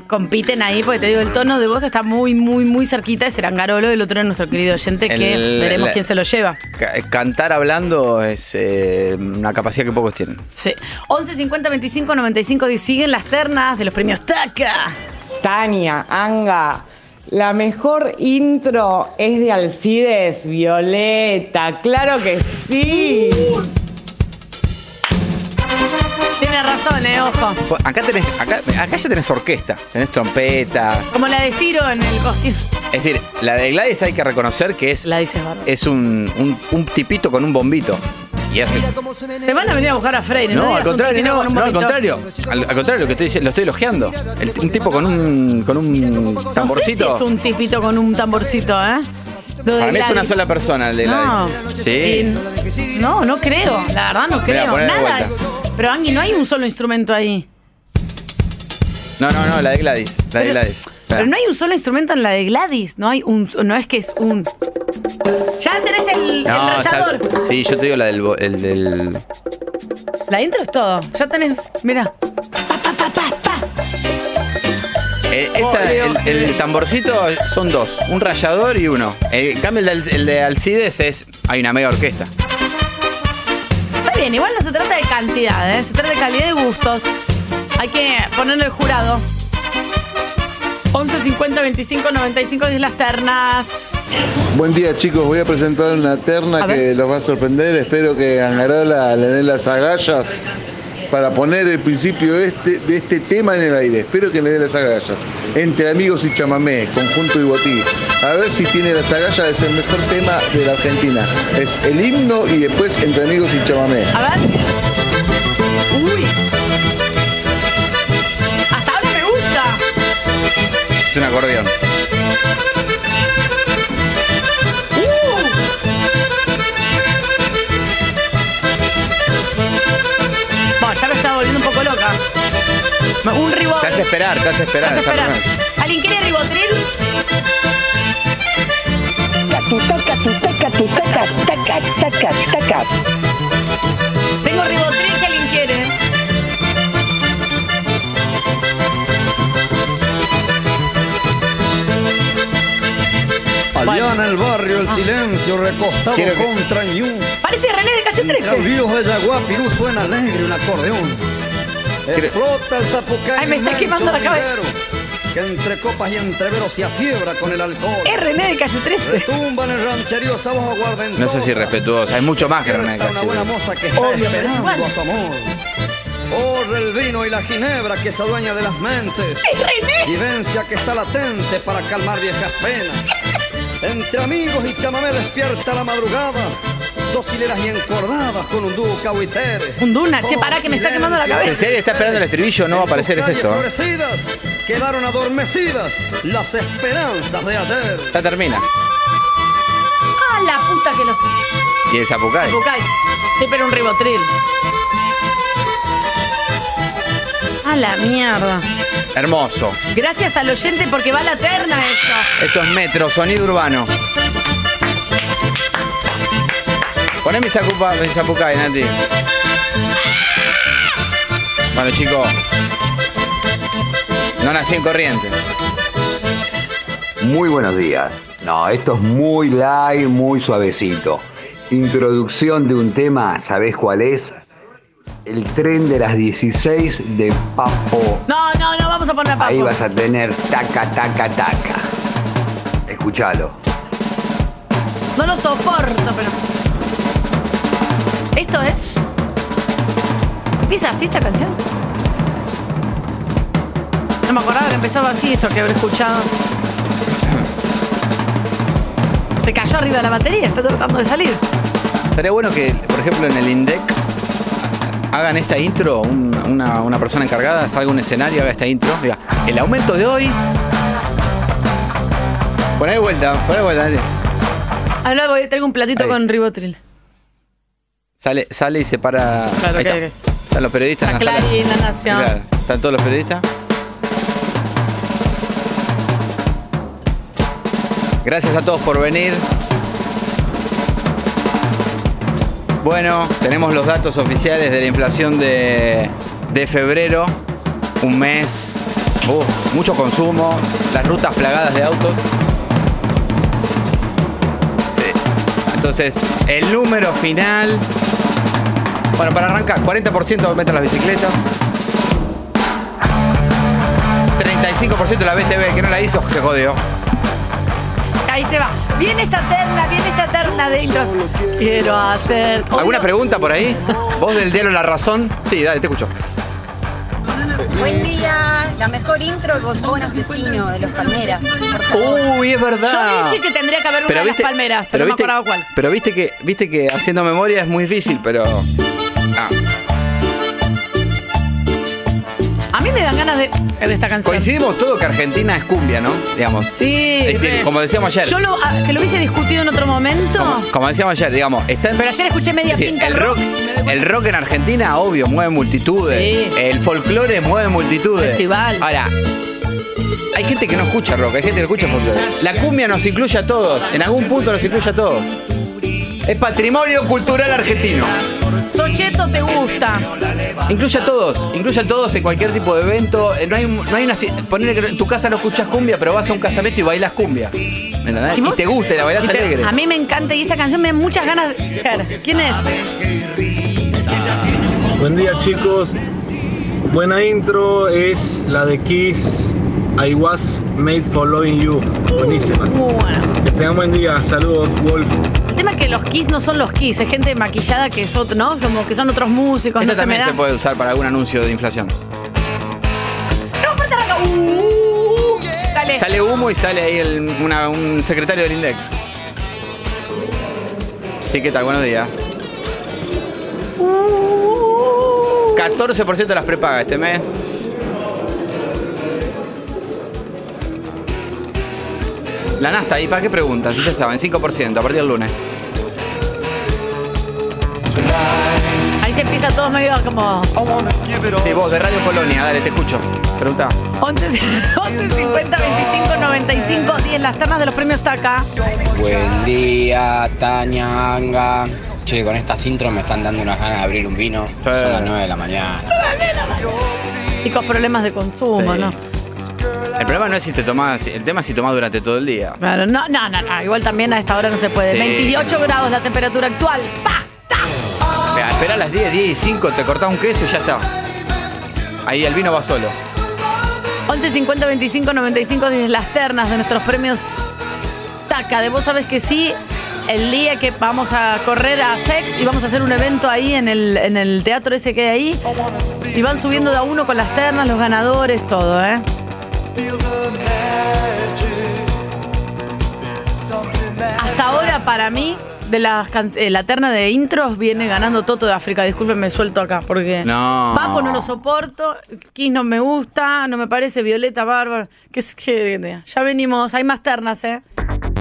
Speaker 6: Compiten ahí porque te digo, el tono de voz está muy, muy, muy cerquita de Serangarolo. El otro es nuestro querido oyente que
Speaker 5: El-
Speaker 6: veremos
Speaker 5: la-
Speaker 6: quién se lo lleva.
Speaker 5: Ca- Cantar hablando es eh, una capacidad que pocos tienen.
Speaker 6: Sí. 11 50 25 95 10. Siguen las ternas de los premios TACA.
Speaker 18: Tania, Anga, la mejor intro es de Alcides Violeta, claro que sí.
Speaker 6: Tiene razón, eh, ojo.
Speaker 5: Acá, tenés, acá, acá ya tenés orquesta, tenés trompeta.
Speaker 6: Como la de Ciro en el cojín.
Speaker 5: Es decir, la de Gladys hay que reconocer que es,
Speaker 6: Gladys es,
Speaker 5: un, un- un tipito con un bombito. Y haces.
Speaker 6: Te van a venir a buscar a Freire.
Speaker 5: No,
Speaker 6: digas
Speaker 5: al
Speaker 6: un
Speaker 5: contrario,
Speaker 6: tipito
Speaker 5: no,
Speaker 6: con un
Speaker 5: no, al
Speaker 6: bombito.
Speaker 5: contrario. Al, al contrario, lo que estoy, dic- lo estoy elogiando. El- un tipo con un, con un
Speaker 6: No sé si
Speaker 5: tamborcito.
Speaker 6: es un tipito con un tamborcito, ¿eh? Lo de
Speaker 5: Para mí es una
Speaker 6: Gladys.
Speaker 5: sola persona el de
Speaker 6: No.
Speaker 5: Gladys. Sí.
Speaker 6: Y- No, no creo. La verdad no
Speaker 5: Mira,
Speaker 6: creo.
Speaker 5: ponele de
Speaker 6: Nada
Speaker 5: vuelta.
Speaker 6: es. Pero Angie, no hay un solo instrumento ahí.
Speaker 5: No, no, no, la de Gladys. La de Gladys.
Speaker 6: Pero no hay un solo instrumento en la de Gladys. No hay un. No es que es un. Ya tenés el, el
Speaker 5: No, está-
Speaker 6: rallador.
Speaker 5: sí, yo te digo la del, bo- el del.
Speaker 6: La intro es todo. Ya tenés. Mira.
Speaker 5: Eh, esa- el, el tamborcito son dos, un rayador y uno. El, en cambio, el de, Al- el de Alcides es. Hay una mega orquesta.
Speaker 6: Está bien, igual no se trata de cantidad, ¿eh? se trata de calidad y gustos. Hay que ponerle el jurado. 11 50 25 95 10 las ternas.
Speaker 19: Buen día chicos, voy a presentar una terna que los va a sorprender, espero que Angarola le den las agallas para poner el principio este, de este tema en el aire, espero que le den las agallas, entre amigos y chamamé, conjunto y botí, a ver si tiene las agallas, es el mejor tema de la Argentina, es el himno y después entre amigos y chamamé.
Speaker 6: Uy. Hasta ahora me gusta.
Speaker 5: Es un acordeón.
Speaker 6: Bueno, ya me estaba volviendo un poco loca. Me- Un ribot.
Speaker 5: Te hace esperar, te hace esperar.
Speaker 6: Te hace
Speaker 5: está
Speaker 6: esperar.
Speaker 5: perfecto.
Speaker 6: ¿Alguien quiere ribotril? Tengo ribotril si alguien quiere.
Speaker 20: Allá en el barrio
Speaker 6: Ah.
Speaker 20: el silencio recostado
Speaker 6: Quiero que-
Speaker 20: contra el yun.
Speaker 6: Parece René de Calle
Speaker 20: Entre
Speaker 6: 13.
Speaker 20: aullidos de yaguá, pirú suena alegre un acordeón. Explota el zapucay.
Speaker 6: Ay, me está quemando la cabeza.
Speaker 20: Que entre copas y entreveros se afiebra con el alcohol.
Speaker 6: Es René de Calle 13.
Speaker 20: Retumba en el rancherío sabos aguardentosa.
Speaker 5: No sé si respetuosa, es mucho más que René
Speaker 20: Está una
Speaker 5: Calle.
Speaker 20: buena moza que está
Speaker 5: Obvio, pero es
Speaker 20: esperando a su amor. Corre el vino y la ginebra que se adueña de las mentes. Vivencia que está latente para calmar viejas penas. Entre amigos y chamamé despierta la madrugada. Dos hileras y encordadas con un dúo cahuitere.
Speaker 6: Duna, che, pará que me está quemando la
Speaker 5: En
Speaker 6: cabeza.
Speaker 5: serio, está esperando el estribillo, no va a aparecer, es esto. ¿eh?
Speaker 20: Florecidas, quedaron adormecidas las esperanzas de ayer.
Speaker 5: Ya termina.
Speaker 6: ¡Ah, la puta que lo.
Speaker 5: Y el Zapucay.
Speaker 6: Bucay. Sí, pero un ribotril. ¡A la mierda!
Speaker 5: Hermoso.
Speaker 6: Gracias al oyente porque va a la terna esto.
Speaker 5: Esto es Metro, sonido urbano. Poneme esa cupa, esa pucay, Nati. Bueno, chicos. No nací en corriente.
Speaker 4: Muy buenos días. No, esto es muy light, muy suavecito. Introducción de un tema, ¿sabés cuál es? El tren de las 16 de Papo.
Speaker 6: No, no, no vamos a poner a Papo.
Speaker 4: Ahí vas a tener taca, taca, taca. Escuchalo.
Speaker 6: No lo soporto, pero. ¿Esto es? ¿Empieza así esta canción? No me acordaba que empezaba así, eso que habré escuchado. Se cayó arriba de la batería, está tratando de salir.
Speaker 5: Estaría bueno que, por ejemplo, en el INDEC hagan esta intro, un- una, una persona encargada salga a un escenario, haga esta intro, diga, el aumento de hoy. Poné de vuelta, poné de vuelta. Nati.
Speaker 6: Ahora voy, traigo un platito con ribotril.
Speaker 5: Sale, sale y se para.
Speaker 6: Claro,
Speaker 5: Ahí
Speaker 6: ok,
Speaker 5: está. Están los periodistas
Speaker 6: La
Speaker 5: en la sala.
Speaker 6: Clarín, la Nación.
Speaker 5: Claro, ¿Están todos los periodistas? Gracias a todos por venir. Bueno, tenemos los datos oficiales de la inflación de, de febrero. Un mes. Uf, mucho consumo. Las rutas plagadas de autos. Sí. Entonces, el número final. Bueno, para arrancar, 40% aumenta las bicicletas. 35% de la BTV, el que no la hizo, se jodió.
Speaker 6: Ahí se va. Viene esta terna, viene esta terna de intros. Quiero hacer.
Speaker 5: ¿Alguna pregunta por ahí? ¿Vos del diario La Razón? Sí, dale, te escucho.
Speaker 21: Buen día, la mejor intro, el bombón asesino de los Palmeras.
Speaker 5: Uy, es verdad.
Speaker 6: Yo dije que tendría que haber una de las palmeras, pero, no me
Speaker 5: viste,
Speaker 6: acordaba cuál.
Speaker 5: pero viste que viste que haciendo memoria es muy difícil, pero. Ah,
Speaker 6: A mí me dan ganas de, de esta canción.
Speaker 5: coincidimos todo que Argentina es cumbia, ¿no? Digamos.
Speaker 6: Sí.
Speaker 5: Es decir,
Speaker 6: re.
Speaker 5: como decíamos ayer.
Speaker 6: Yo lo, ah, que lo hubiese discutido en otro momento.
Speaker 5: Como decíamos ayer, digamos, está en-
Speaker 6: Pero ayer escuché media
Speaker 5: Es decir,
Speaker 6: pinta
Speaker 5: el rock, el rock en Argentina, obvio, mueve multitudes.
Speaker 6: Sí.
Speaker 5: El folclore mueve multitudes.
Speaker 6: Festival.
Speaker 5: Ahora, hay gente que no escucha rock, hay gente que escucha folclore. La cumbia nos incluye a todos, en algún punto nos incluye a todos. Es patrimonio cultural argentino.
Speaker 6: Socheto te gusta.
Speaker 5: Incluye a todos, incluye a todos en cualquier tipo de evento. Eh, No hay, no hay una. si- ponele que en tu casa no escuchas cumbia, pero vas a un casamiento y bailas cumbia. ¿Me entendés?
Speaker 6: ¿Y
Speaker 5: Y,
Speaker 6: vos?
Speaker 5: te gusta, y la bailás
Speaker 6: Y te-
Speaker 5: alegre.
Speaker 6: A mí me encanta y esta canción me da muchas ganas de Ger, ¿Quién es?
Speaker 22: Buen día chicos. Buena intro es la de Kiss. I was made for loving you. Buenísima. Que tengan buen día. Saludos, Wolf.
Speaker 6: El tema es que los Kiss no son los Kiss, es gente maquillada que es otro, ¿no? Como que son otros músicos,
Speaker 5: Esto
Speaker 6: no se me
Speaker 5: también
Speaker 6: da.
Speaker 5: se puede usar para algún anuncio de inflación.
Speaker 6: No, aparte arranca. Uh, dale.
Speaker 5: Sale humo y sale ahí el- una- un secretario del INDEC. Sí, ¿qué tal? Buenos días. 14% de las prepagas este mes. La Nasta, ¿y para qué preguntan? Si ya saben, 5% a partir del lunes.
Speaker 6: Ahí se empieza todo medio como.
Speaker 5: Sí, vos, de Radio Polonia, dale, te escucho. Pregunta.
Speaker 6: 11, 11 50 25 95 10. Las ternas de los premios está acá.
Speaker 23: Buen día, Tania Anga. Che, con estas intros me están dando unas ganas de abrir un vino. Son las 9 de la mañana.
Speaker 6: Y con problemas de consumo,
Speaker 5: Sí.
Speaker 6: ¿no?
Speaker 5: El problema no es si te tomás, el tema es si tomás durante todo el día.
Speaker 6: Claro, no, no, no, no. Igual también a esta hora no se puede.
Speaker 5: Sí.
Speaker 6: 28 grados la temperatura actual. ¡Pa!
Speaker 5: Espera, a las 10, 10 y 5, te cortás un queso y ya está. Ahí el vino va solo.
Speaker 6: 11 50 25 95 10. Las ternas de nuestros premios TACA. De vos sabes que sí. El día que vamos a correr a Sex y vamos a hacer un evento ahí en el, en el teatro ese que hay ahí. Y van subiendo de a uno con las ternas, los ganadores, todo, ¿eh? Hasta ahora para mí, de las can- eh, la terna de intros, viene ganando Toto de África. Disculpen, me suelto acá porque.
Speaker 5: No.
Speaker 6: Papo no lo soporto, Kiss no me gusta, no me parece, Violeta Bárbaro. ¿Qué es que Ya venimos, hay más ternas, ¿eh?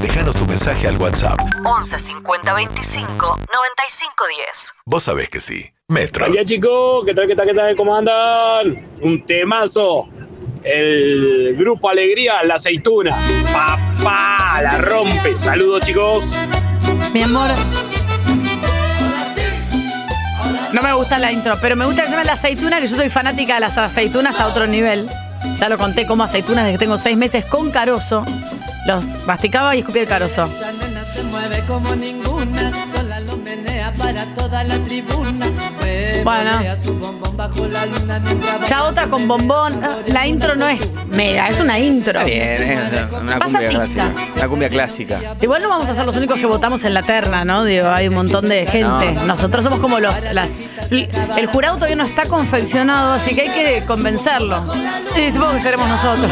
Speaker 15: Déjanos tu mensaje al WhatsApp.
Speaker 2: 11 50 25 95 10.
Speaker 15: Vos sabés que sí. Metro.
Speaker 3: Hola chicos, ¿qué tal, qué tal, qué tal? ¿Cómo andan? Un temazo. El grupo Alegría, la aceituna. Papá, la rompe. Saludos chicos.
Speaker 6: Mi amor. No me gusta la intro, pero me gusta que se llama la aceituna, que yo soy fanática de las aceitunas a otro nivel. Ya lo conté como aceitunas desde que tengo seis meses con carozo. Los masticaba y escupía el carozo.
Speaker 24: Nana se mueve como ninguna, sola lo menea para toda la tribuna.
Speaker 6: Bueno.
Speaker 24: Revolea su bombón bajo la luna mientras
Speaker 6: Ya otra con bombón. La intro no es mega, es una intro.
Speaker 5: Está bien, es una cumbia
Speaker 6: Pasatista.
Speaker 5: clásica. Una cumbia clásica.
Speaker 6: Igual no vamos a ser los únicos que votamos en la terna, ¿no? Digo, hay un montón de gente.
Speaker 5: No.
Speaker 6: Nosotros somos como los. las l- El jurado todavía no está confeccionado, así que hay que convencerlo. Y supongo que seremos nosotros.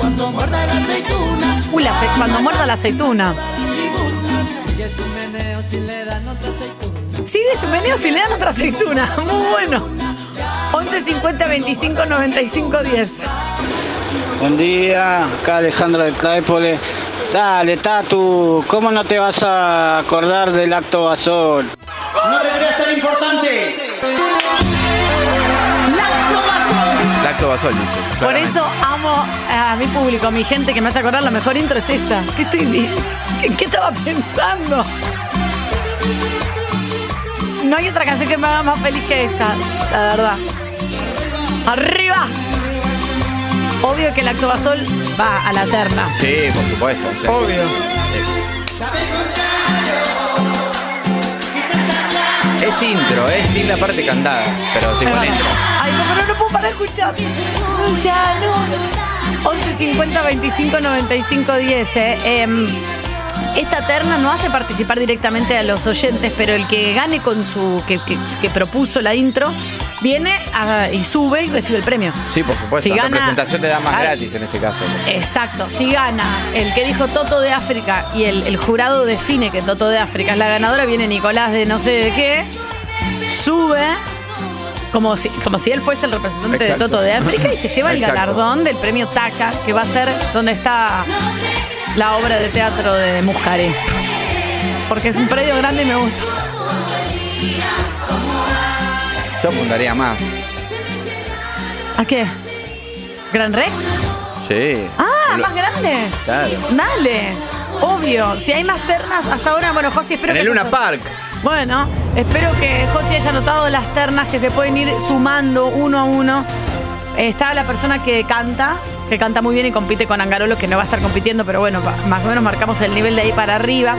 Speaker 24: Cuando muerda la aceituna,
Speaker 6: Uy, la ace- cuando muerda la aceituna.
Speaker 24: sigue su meneo si le dan otra aceituna.
Speaker 6: Sigue su meneo si le dan otra aceituna. Muy bueno. 11 50 25 95 10.
Speaker 25: Buen día, acá Alejandro de Claypole. Dale, Tatu, ¿cómo no te vas a acordar del acto basol?
Speaker 24: No debería estar importante.
Speaker 5: Lacto basol, dice.
Speaker 6: Por
Speaker 5: claramente.
Speaker 6: eso amo a mi público, a mi gente que me hace acordar la mejor intro es esta. ¿Qué, estoy, di- ¿En qué estaba pensando? No hay otra canción que me haga más feliz que esta, la verdad. ¡Arriba! Obvio que el Actobasol va a la terna.
Speaker 5: Sí, por supuesto. sí.
Speaker 6: Obvio.
Speaker 5: Es intro, es sin la parte cantada, pero sí con intro.
Speaker 6: Ay, no, pero no puedo parar de escuchar. Ya no. 11 50 25 95 10. eh. Em, esta terna no hace participar directamente a los oyentes, pero el que gane con su. que, que- que propuso la intro, viene a- y sube y recibe el premio.
Speaker 5: Sí, por supuesto.
Speaker 6: Si
Speaker 5: la
Speaker 6: gana-
Speaker 5: representación te da más
Speaker 6: Ay.
Speaker 5: gratis en este caso.
Speaker 6: Exacto, si gana el que dijo Toto de África y el, el jurado define que Toto de África es la ganadora, viene Nicolás de no sé de qué, sube como si, como si él fuese el representante
Speaker 5: Exacto.
Speaker 6: de Toto de África y se lleva el
Speaker 5: Exacto.
Speaker 6: galardón del premio TACA, que va a ser donde está la obra de teatro de Muscaré. Porque es un predio grande y me gusta.
Speaker 5: Yo apuntaría más.
Speaker 6: ¿A qué? ¿Gran Rex?
Speaker 5: Sí.
Speaker 6: Ah,
Speaker 5: Lo-
Speaker 6: más grande.
Speaker 5: Claro.
Speaker 6: Dale, obvio. Si hay más ternas, hasta ahora, bueno, José, espero
Speaker 5: En
Speaker 6: que.
Speaker 5: el
Speaker 6: hayas-
Speaker 5: Luna Park.
Speaker 6: Bueno, espero que José haya notado las ternas que se pueden ir sumando uno a uno. Está la persona que canta, que canta muy bien y compite con Angarolo, que no va a estar compitiendo, pero bueno, pa- más o menos marcamos el nivel de ahí para arriba.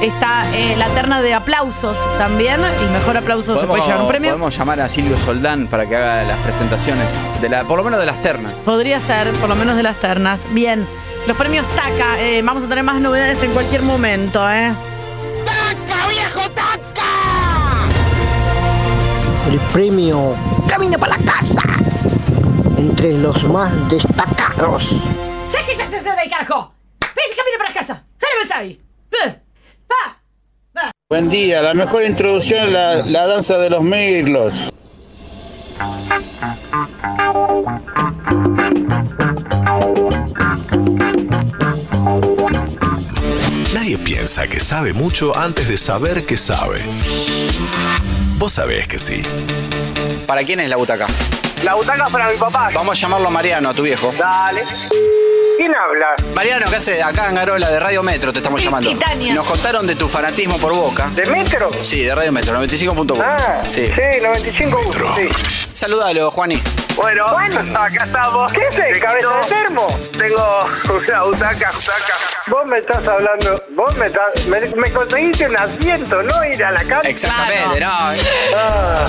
Speaker 6: Está eh, la terna de aplausos también. El mejor aplauso se puede llevar un premio.
Speaker 5: podemos llamar a Silvio Soldán para que haga las presentaciones, de la, por lo menos de las ternas.
Speaker 6: Podría ser, por lo menos de las ternas. Bien, los premios TACA. eh, vamos a tener más novedades en cualquier momento, ¿eh?
Speaker 26: El premio Camino para la casa. Entre los más destacados.
Speaker 6: ¡Sé que te de carajo! ¡Ves y camina para casa! ¡Dale, Eh. ahí!
Speaker 27: Buen día, la mejor introducción es la, la danza de los mirlos.
Speaker 15: Nadie piensa que sabe mucho antes de saber que sabe. Vos sabés que sí.
Speaker 5: ¿Para quién es la butaca? La butaca para mi papá. Vamos a llamarlo a Mariano, a tu viejo. Dale.
Speaker 11: ¿Quién habla?
Speaker 5: Mariano, ¿qué haces? Acá en Garola, de Radio Metro, te estamos llamando.
Speaker 11: Titania.
Speaker 5: Nos contaron de tu fanatismo por boca. ¿De Metro? Sí, de Radio Metro, 95.1.
Speaker 11: Ah, sí, 95 gustos, sí.
Speaker 5: Saludalo, Juani.
Speaker 11: Bueno, acá estamos. ¿Qué es el cabeza de termo? Tengo una butaca, butaca. Vos me estás hablando, vos me estás, me, me conseguiste un asiento, no ir a la casa.
Speaker 5: Exactamente, Claro. no. eh.
Speaker 11: Ah,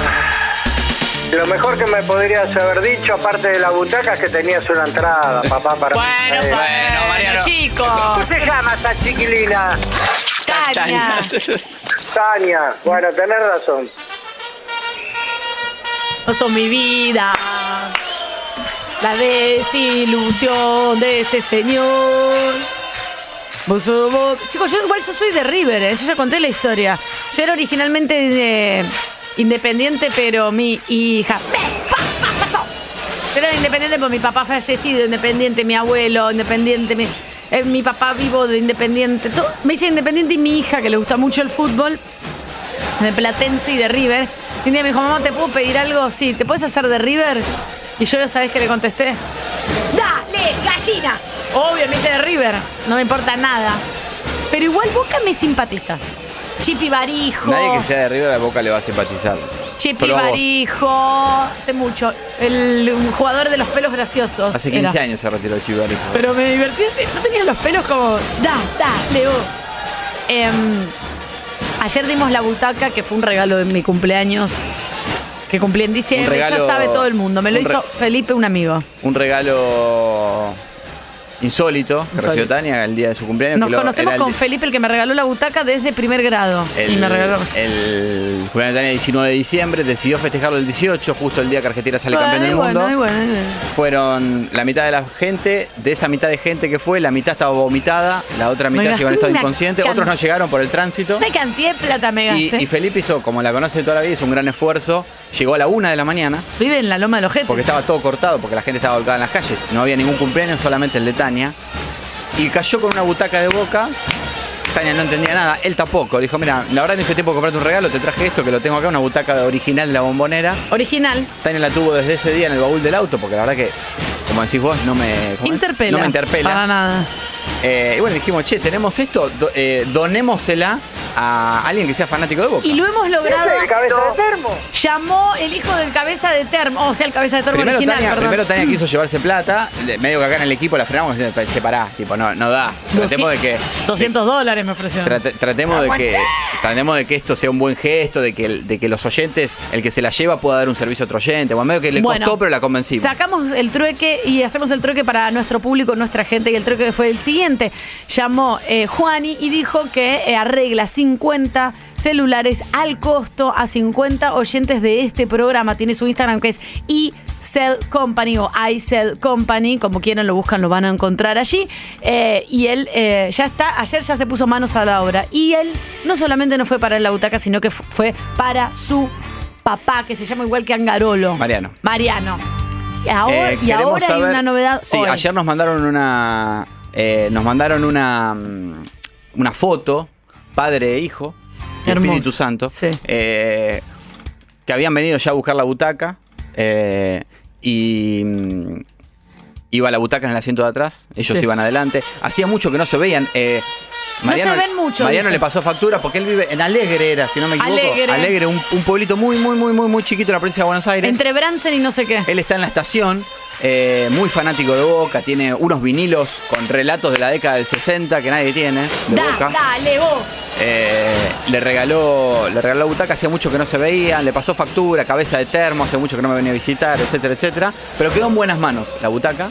Speaker 11: lo mejor que me podrías haber dicho, aparte de la butaca, es que tenías una entrada, papá, para Bueno, bueno,
Speaker 6: Mariano. chicos.
Speaker 11: ¿Cómo se llama esta chiquilina?
Speaker 6: Tania.
Speaker 11: Tania, bueno, tenés razón.
Speaker 6: No son mi vida. La desilusión de este señor. Vos sos- vos- Chicos, yo igual yo soy de River, eh, yo ya conté la historia. Yo era originalmente de independiente, pero mi hija. ¡Me pa- pasó! Yo era de independiente porque mi papá fallecido, independiente, mi abuelo, independiente, mi, eh, mi papá vivo de independiente. todo. Me hice independiente y mi hija, que le gusta mucho el fútbol, de Platense y de River. Y un día me dijo, mamá, ¿te puedo pedir algo? Sí, ¿te puedes hacer de River? Y yo, ¿sabés que le contesté? ¡Dale, gallina! Obvio, me hice de River. No me importa nada. Pero igual Boca me simpatiza. Chipi Barijo.
Speaker 5: Nadie que sea de River a Boca le va a simpatizar.
Speaker 6: Chipi
Speaker 5: Solo a vos.
Speaker 6: Barijo. Hace mucho. El un jugador de los pelos graciosos.
Speaker 5: Hace 15
Speaker 6: era.
Speaker 5: años se retiró Chico Barijo.
Speaker 6: Pero me divertí. No tenía los pelos como. Da, da, Leo. Em, ayer dimos la butaca, que fue un regalo de mi cumpleaños. Que cumplí en diciembre.
Speaker 5: Un regalo-
Speaker 6: ya sabe todo el mundo. Me lo
Speaker 5: un re-
Speaker 6: hizo Felipe, un amigo.
Speaker 5: Un regalo insólito que recibió
Speaker 6: Insólito.
Speaker 5: Tania el día de su cumpleaños.
Speaker 6: Nos
Speaker 5: que lo-
Speaker 6: conocemos
Speaker 5: era el-
Speaker 6: con Felipe, el que me regaló la butaca desde primer grado.
Speaker 5: El,
Speaker 6: y me regaló.
Speaker 5: el cumpleaños de Tania el 19 de diciembre, decidió festejarlo el 18, justo el día que Argentina sale campeón
Speaker 6: Ay,
Speaker 5: del
Speaker 6: bueno,
Speaker 5: mundo.
Speaker 6: ay, bueno, ay, bueno.
Speaker 5: Fueron la mitad de la gente, de esa mitad de gente que fue, la mitad estaba vomitada, la otra
Speaker 6: Me
Speaker 5: mitad
Speaker 6: gasté
Speaker 5: llegó en estado
Speaker 6: una
Speaker 5: inconsciente,
Speaker 6: can-
Speaker 5: otros no llegaron por el tránsito.
Speaker 6: Una cantidad de plata me
Speaker 5: Y,
Speaker 6: gasté.
Speaker 5: y Felipe hizo, como la conoce toda la vida, hizo un gran esfuerzo, llegó a la una de la mañana,
Speaker 6: Vive en la loma de los
Speaker 5: porque estaba todo cortado, porque la gente estaba volcada en las calles, no había ningún cumpleaños, solamente el de Tania, y cayó con una butaca de boca. Tania no entendía nada, él tampoco. Le dijo, mira, la verdad no hice tiempo de comprarte un regalo, te traje esto, que lo tengo acá, una butaca original de la bombonera.
Speaker 6: Original.
Speaker 5: Tania la tuvo desde ese día en el baúl del auto, porque la verdad que, como decís vos, no me... ¿cómo es?
Speaker 6: Interpela.
Speaker 5: No me interpela.
Speaker 6: Para nada.
Speaker 5: Eh, y bueno, dijimos, che, tenemos esto, do- eh, donémosela a alguien que sea fanático de Boca.
Speaker 6: Y lo hemos logrado.
Speaker 5: Ese es el cabeza de
Speaker 6: termo. Llamó el hijo del cabeza de termo. O sea, el cabeza de termo
Speaker 5: Primero,
Speaker 6: original,
Speaker 5: Tania,
Speaker 6: perdón.
Speaker 5: primero Tania quiso llevarse plata, le- medio que acá en el equipo la frenamos diciendo, che, pará, tipo, no, no da. Tratemos de que,
Speaker 6: 200 dólares me ofrecieron.
Speaker 5: trate- tratemos de que tratemos de que esto sea un buen gesto, de que, el- de que los oyentes, el que se la lleva pueda dar un servicio a otro oyente. Bueno, medio que le
Speaker 6: Bueno,
Speaker 5: costó, pero la convencimos.
Speaker 6: Sacamos el trueque y hacemos el trueque para nuestro público, nuestra gente. Y el trueque fue el siguiente. Llamó eh, Juani y dijo que eh, arregla 50 celulares al costo a 50 oyentes de este programa. Tiene su Instagram que es iCell Company o iCell Company. Como quieran lo buscan, lo van a encontrar allí. Eh, y él eh, ya está, ayer ya se puso manos a la obra. Y él no solamente no fue para la butaca, sino que fu- fue para su papá, que se llama igual que Angarolo.
Speaker 5: Mariano.
Speaker 6: Mariano. Y ahora,
Speaker 5: Eh,
Speaker 6: y
Speaker 5: queremos
Speaker 6: ahora hay
Speaker 5: saber-
Speaker 6: una novedad.
Speaker 5: Sí,
Speaker 6: hoy.
Speaker 5: ayer nos mandaron una. eh, nos mandaron una. mm, Una foto, padre e hijo, del
Speaker 6: Hermoso.
Speaker 5: Espíritu Santo. eh, que habían venido ya a buscar la butaca. eh, y. mm, Iba la butaca en el asiento de atrás, ellos
Speaker 6: Sí.
Speaker 5: iban adelante. Hacía mucho que no se veían. eh,
Speaker 6: No se ven mucho,
Speaker 5: Mariano
Speaker 6: dice.
Speaker 5: le pasó factura porque él vive en Alegre, era, si no me equivoco.
Speaker 6: Alegre.
Speaker 5: Alegre, un, un pueblito muy, muy, muy, muy, muy chiquito de la provincia de Buenos Aires.
Speaker 6: Entre Bransen y no sé qué.
Speaker 5: Él está en la estación, eh, muy fanático de Boca, tiene unos vinilos con relatos de la década del 60 que nadie tiene, de
Speaker 6: Da,
Speaker 5: Boca.
Speaker 6: dale, vos.
Speaker 5: Eh, le regaló le regaló la butaca, hacía mucho que no se veían, le pasó factura, cabeza de termo, hace mucho que no me venía a visitar, etcétera, etcétera. Pero quedó en buenas manos la butaca.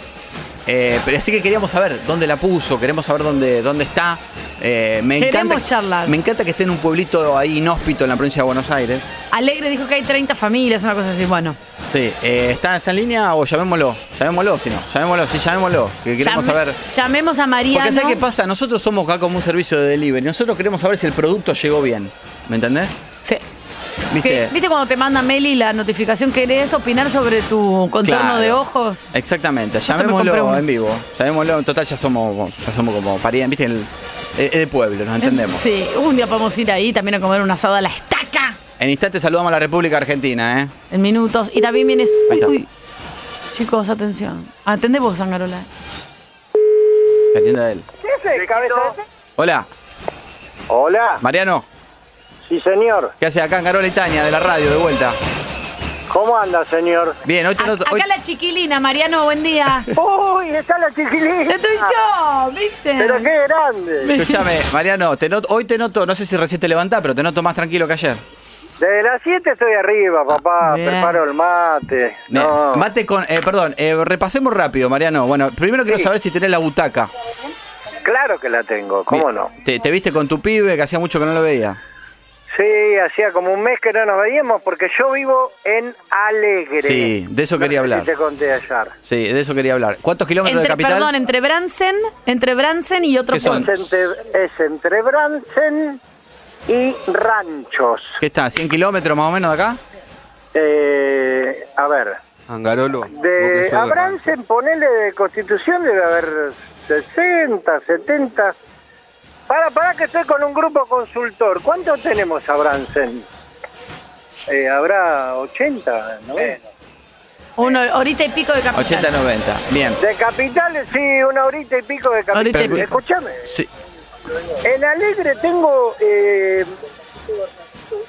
Speaker 5: Eh, pero así que queríamos saber dónde la puso, queremos saber dónde, dónde está. Eh, me
Speaker 6: Queremos
Speaker 5: encanta,
Speaker 6: charlar.
Speaker 5: Me encanta que esté en un pueblito ahí inhóspito en la provincia de Buenos Aires.
Speaker 6: Alegre dijo que hay 30 familias, una cosa así. Bueno,
Speaker 5: Sí, eh, ¿está, ¿está en línea o llamémoslo? Llamémoslo, si no. Llamémoslo, sí, llamémoslo. Que queremos
Speaker 6: llame-
Speaker 5: saber.
Speaker 6: llamemos a Mariano.
Speaker 5: Porque ¿sabes qué pasa? Nosotros somos acá como un servicio de delivery. Nosotros queremos saber si el producto llegó bien. ¿Me entendés?
Speaker 6: Sí.
Speaker 5: ¿Viste?
Speaker 6: Que- ¿Viste cuando te manda Meli la notificación? ¿Querés opinar sobre tu contorno
Speaker 5: Claro.
Speaker 6: de ojos?
Speaker 5: Exactamente,
Speaker 6: me compré
Speaker 5: llamémoslo
Speaker 6: uno.
Speaker 5: en vivo. Llamémoslo, en total ya somos, ya somos como parientes, ¿viste? El- es es de pueblo, nos entendemos.
Speaker 6: Em, Sí, un día podemos ir ahí también a comer un asado a la estaca
Speaker 5: En instante saludamos a la República Argentina, ¿eh?
Speaker 6: en minutos. Y también vienes. Uy,
Speaker 5: Ahí está.
Speaker 6: uy. Chicos, atención. Atendé vos, Angarola.
Speaker 5: Que atienda él.
Speaker 11: ¿Qué es el cabeza de
Speaker 5: Hola,
Speaker 11: Hola,
Speaker 5: Mariano,
Speaker 11: sí señor.
Speaker 5: ¿qué haces acá en Carola y Tania de la radio de vuelta?
Speaker 11: ¿Cómo anda señor?
Speaker 5: Bien, hoy te noto- hoy-
Speaker 6: Acá la chiquilina, Mariano, buen día.
Speaker 11: Uy, está la chiquilina.
Speaker 6: Estoy yo, ¿viste?
Speaker 11: Pero qué grande.
Speaker 5: Escúchame, Mariano, te noto- hoy te noto, no sé si recién te levantás, pero te noto más tranquilo que ayer.
Speaker 11: Desde las 7 estoy arriba, papá. Ah, Preparo el mate.
Speaker 5: Bien.
Speaker 11: No.
Speaker 5: Mate con, eh, perdón, eh, repasemos rápido, Mariano. Bueno, primero quiero saber si tenés la butaca.
Speaker 11: Claro que la tengo, ¿cómo
Speaker 5: Bien.
Speaker 11: no?
Speaker 5: ¿Te, te viste con tu pibe que hacía mucho que no lo veía?
Speaker 11: Sí, hacía como un mes que no nos veíamos porque yo vivo en Alegre.
Speaker 5: Sí, de eso
Speaker 11: No
Speaker 5: quería
Speaker 11: sé si
Speaker 5: hablar.
Speaker 11: te conté ayer.
Speaker 5: Sí, de eso quería hablar. ¿Cuántos kilómetros
Speaker 6: Entre,
Speaker 5: de capital?
Speaker 6: perdón, entre Bransen, entre Bransen y otro
Speaker 5: ¿Qué son?
Speaker 6: pueblo.
Speaker 11: Es entre, es entre Bransen y Ranchos.
Speaker 5: ¿Qué está? ¿100 kilómetros más o menos de acá?
Speaker 11: Eh, a ver,
Speaker 7: Angarolo.
Speaker 11: de a Bransen, ponele de Constitución, debe haber 60, 70. Para, para que estoy con un grupo consultor. ¿Cuánto tenemos a Bransen? Eh, habrá 80, 90.
Speaker 6: Uno, horita y pico de capital.
Speaker 5: 80-90. Bien.
Speaker 11: De capitales, sí, una horita y pico de
Speaker 5: Horita y
Speaker 11: capitales.
Speaker 5: pico.
Speaker 11: Escúchame,
Speaker 5: Sí.
Speaker 11: en Alegre tengo eh,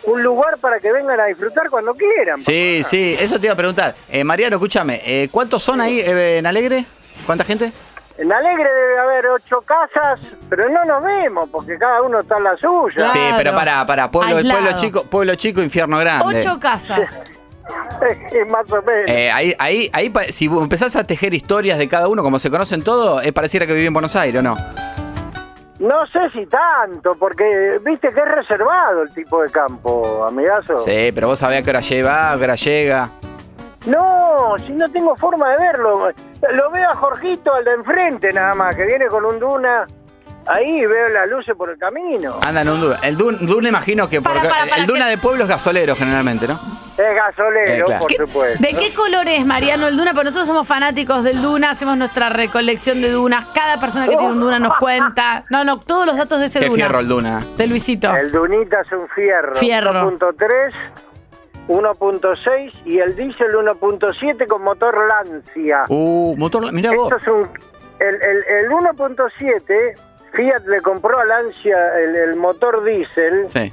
Speaker 11: un lugar para que vengan a disfrutar cuando quieran.
Speaker 5: Sí, sí, eso te iba a preguntar. Eh, Mariano, escúchame, eh, ¿cuántos son ahí eh, en Alegre? ¿Cuánta gente?
Speaker 11: En Alegre debe haber ocho casas, pero no nos vemos porque cada uno está en la suya.
Speaker 5: Sí, pero pará, pará. Pueblo,
Speaker 11: Aislado.
Speaker 5: pueblo chico, pueblo chico, infierno grande.
Speaker 6: Ocho casas.
Speaker 11: más o menos.
Speaker 5: Eh, ahí, ahí, ahí, pa- si vos empezás a tejer historias de cada uno, como se conocen todos, es pareciera que viví en Buenos Aires, ¿o no?
Speaker 11: No sé si tanto, porque viste que es reservado el tipo de campo, amigazo.
Speaker 5: Sí, pero vos sabés a qué hora lleva, a qué hora llega.
Speaker 11: No, si no tengo forma de verlo. Lo veo a Jorgito, al de enfrente nada más, que viene con un duna. Ahí veo las luces por el camino.
Speaker 5: Anda en un Duna. El Duna, Duna imagino que porque el Duna de pueblo es gasolero generalmente, ¿no?
Speaker 11: Es gasolero,
Speaker 5: Eh, claro.
Speaker 11: por
Speaker 5: ¿Qué-
Speaker 11: supuesto.
Speaker 6: ¿De qué color es Mariano el Duna? Pero nosotros somos fanáticos del Duna, hacemos nuestra recolección de dunas. Cada persona que tiene un Duna nos cuenta. No, no, todos los datos de ese
Speaker 5: Qué
Speaker 6: Duna.
Speaker 5: fierro el Duna.
Speaker 6: De Luisito.
Speaker 11: El Dunita es un fierro.
Speaker 6: Fierro.
Speaker 11: 1.3, 1.6 y el diésel 1.7 con motor Lancia.
Speaker 5: Uh, motor, mirá vos.
Speaker 11: Esto es un- el, el- el 1.7, Fiat le compró a Lancia el, el motor diésel
Speaker 5: Sí.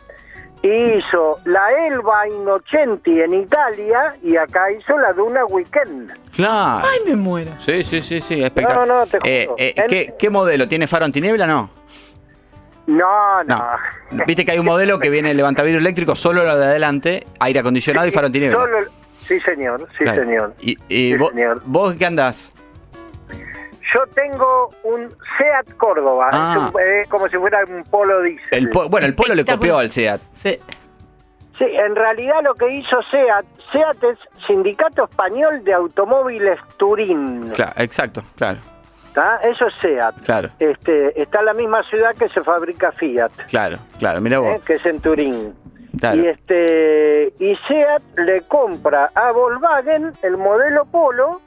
Speaker 11: y hizo la Elba Innocenti en Italia y acá hizo la Duna Weekend.
Speaker 5: Claro.
Speaker 6: Ay, me muero.
Speaker 5: Sí, sí, sí, sí, espectacular.
Speaker 11: No, no, te juro.
Speaker 5: Eh, eh, ¿qué, qué modelo? ¿Tiene faro antiniebla no?
Speaker 11: No,
Speaker 5: no. Viste que hay un modelo que viene levantavidrio eléctrico, solo lo de adelante, aire acondicionado y faro antiniebla.
Speaker 11: Solo el- sí, señor, sí,
Speaker 5: Claro.
Speaker 11: señor.
Speaker 5: ¿Y, y vos, vos qué andás?
Speaker 11: Yo tengo un Seat Córdoba,
Speaker 5: Ah.
Speaker 11: es, un- es como si fuera un Polo diésel.
Speaker 5: El po- bueno, el Polo le copió al SEAT.
Speaker 6: Sí.
Speaker 11: en realidad lo que hizo SEAT, SEAT es Sindicato Español de Automóviles Turín.
Speaker 5: Claro, exacto, claro,
Speaker 11: ¿tá? Eso es SEAT.
Speaker 5: claro,
Speaker 11: Este, está en la misma ciudad que se fabrica Fiat,
Speaker 5: claro, claro. Mirá vos.
Speaker 11: ¿eh? que es en Turín.
Speaker 5: Oh. Claro.
Speaker 11: Y este y Seat le compra a Volkswagen el modelo Polo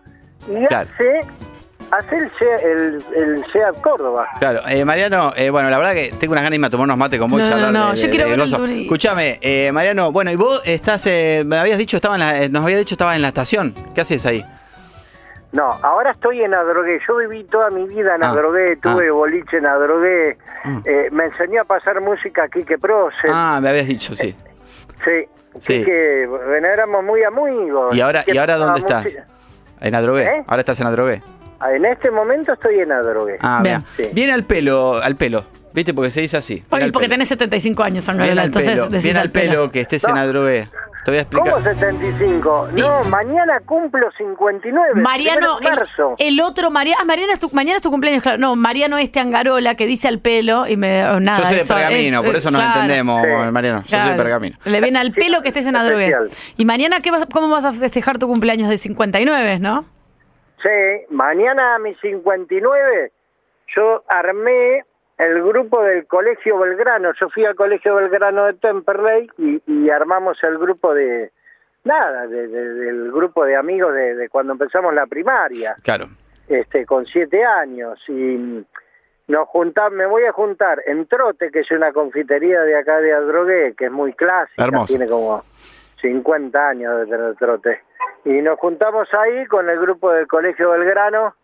Speaker 11: y
Speaker 5: Claro.
Speaker 11: hace, hace el, Seat, el, el Seat Córdoba.
Speaker 5: Claro, eh, Mariano, eh, bueno, la verdad que tengo unas ganas de irme a tomar unos mates con vos.
Speaker 11: No,
Speaker 5: y charlar
Speaker 11: no, no,
Speaker 5: de-
Speaker 11: yo
Speaker 5: de-
Speaker 11: quiero
Speaker 5: de
Speaker 11: ver el
Speaker 5: gozo.
Speaker 11: turismo.
Speaker 5: Escuchame, eh, Mariano, bueno, y vos estás, eh, me habías dicho, estaba en la- eh, nos había dicho estaba en la estación. ¿Qué haces ahí?
Speaker 11: No, ahora estoy en Adrogué. Yo viví toda mi vida
Speaker 5: Ah,
Speaker 11: en Adrogué, tuve boliche en Adrogué. Eh, me enseñó a pasar música a Quique Proce.
Speaker 5: Mm. Ah, me habías dicho,
Speaker 11: Eh,
Speaker 5: sí.
Speaker 11: Sí,
Speaker 5: Sí.
Speaker 11: Quique, bueno, éramos muy amigos.
Speaker 5: ¿Y ahora,
Speaker 11: Quique
Speaker 5: ¿y ahora dónde
Speaker 11: pasaba
Speaker 5: estás?
Speaker 11: música-
Speaker 5: En Adrogué.
Speaker 11: ¿Eh?
Speaker 5: Ahora estás en Adrogué.
Speaker 11: Ah, En este momento estoy en Adrogué.
Speaker 5: Ah, mira.
Speaker 11: Sí.
Speaker 5: Viene al pelo, al pelo. ¿Viste? Porque se dice así.
Speaker 6: Porque,
Speaker 5: Viene al
Speaker 6: porque
Speaker 5: pelo.
Speaker 6: tenés 75 años,
Speaker 5: Viene
Speaker 6: Angarola.
Speaker 5: al
Speaker 6: Entonces,
Speaker 5: pelo,
Speaker 6: decís
Speaker 5: viene al pelo, que estés en Adrogué. Te voy a explicar.
Speaker 11: ¿Cómo 75? No, mañana cumplo 59.
Speaker 6: Mariano,
Speaker 11: primero de
Speaker 6: el,
Speaker 11: marzo.
Speaker 6: el otro Mariano, ah, Mariano es tu, mañana es tu cumpleaños, claro. No, Mariano este Angarola que dice al pelo y me oh, nada.
Speaker 5: Yo soy de
Speaker 6: eso,
Speaker 5: pergamino,
Speaker 6: eh,
Speaker 5: por eso nos
Speaker 6: claro.
Speaker 5: entendemos, Mariano. Yo soy de
Speaker 6: Claro.
Speaker 5: pergamino.
Speaker 6: Le viene al pelo que estés en Adrogué.
Speaker 11: especial.
Speaker 6: Y mañana, ¿qué vas, ¿cómo vas a festejar tu cumpleaños de 59, no?
Speaker 11: Sí, mañana a mis 59 yo armé el grupo del Colegio Belgrano. Yo fui al Colegio Belgrano de Temperley y, y armamos el grupo de... Nada, de- de- del grupo de amigos de, de cuando empezamos la primaria,
Speaker 5: Claro.
Speaker 11: este, con siete años. Y nos juntamos, me voy a juntar en Trote, que es una confitería de acá de Adrogué, que es muy clásica,
Speaker 5: Hermoso.
Speaker 11: tiene como 50 años de tener trote. Y nos juntamos ahí con el grupo del Colegio Belgrano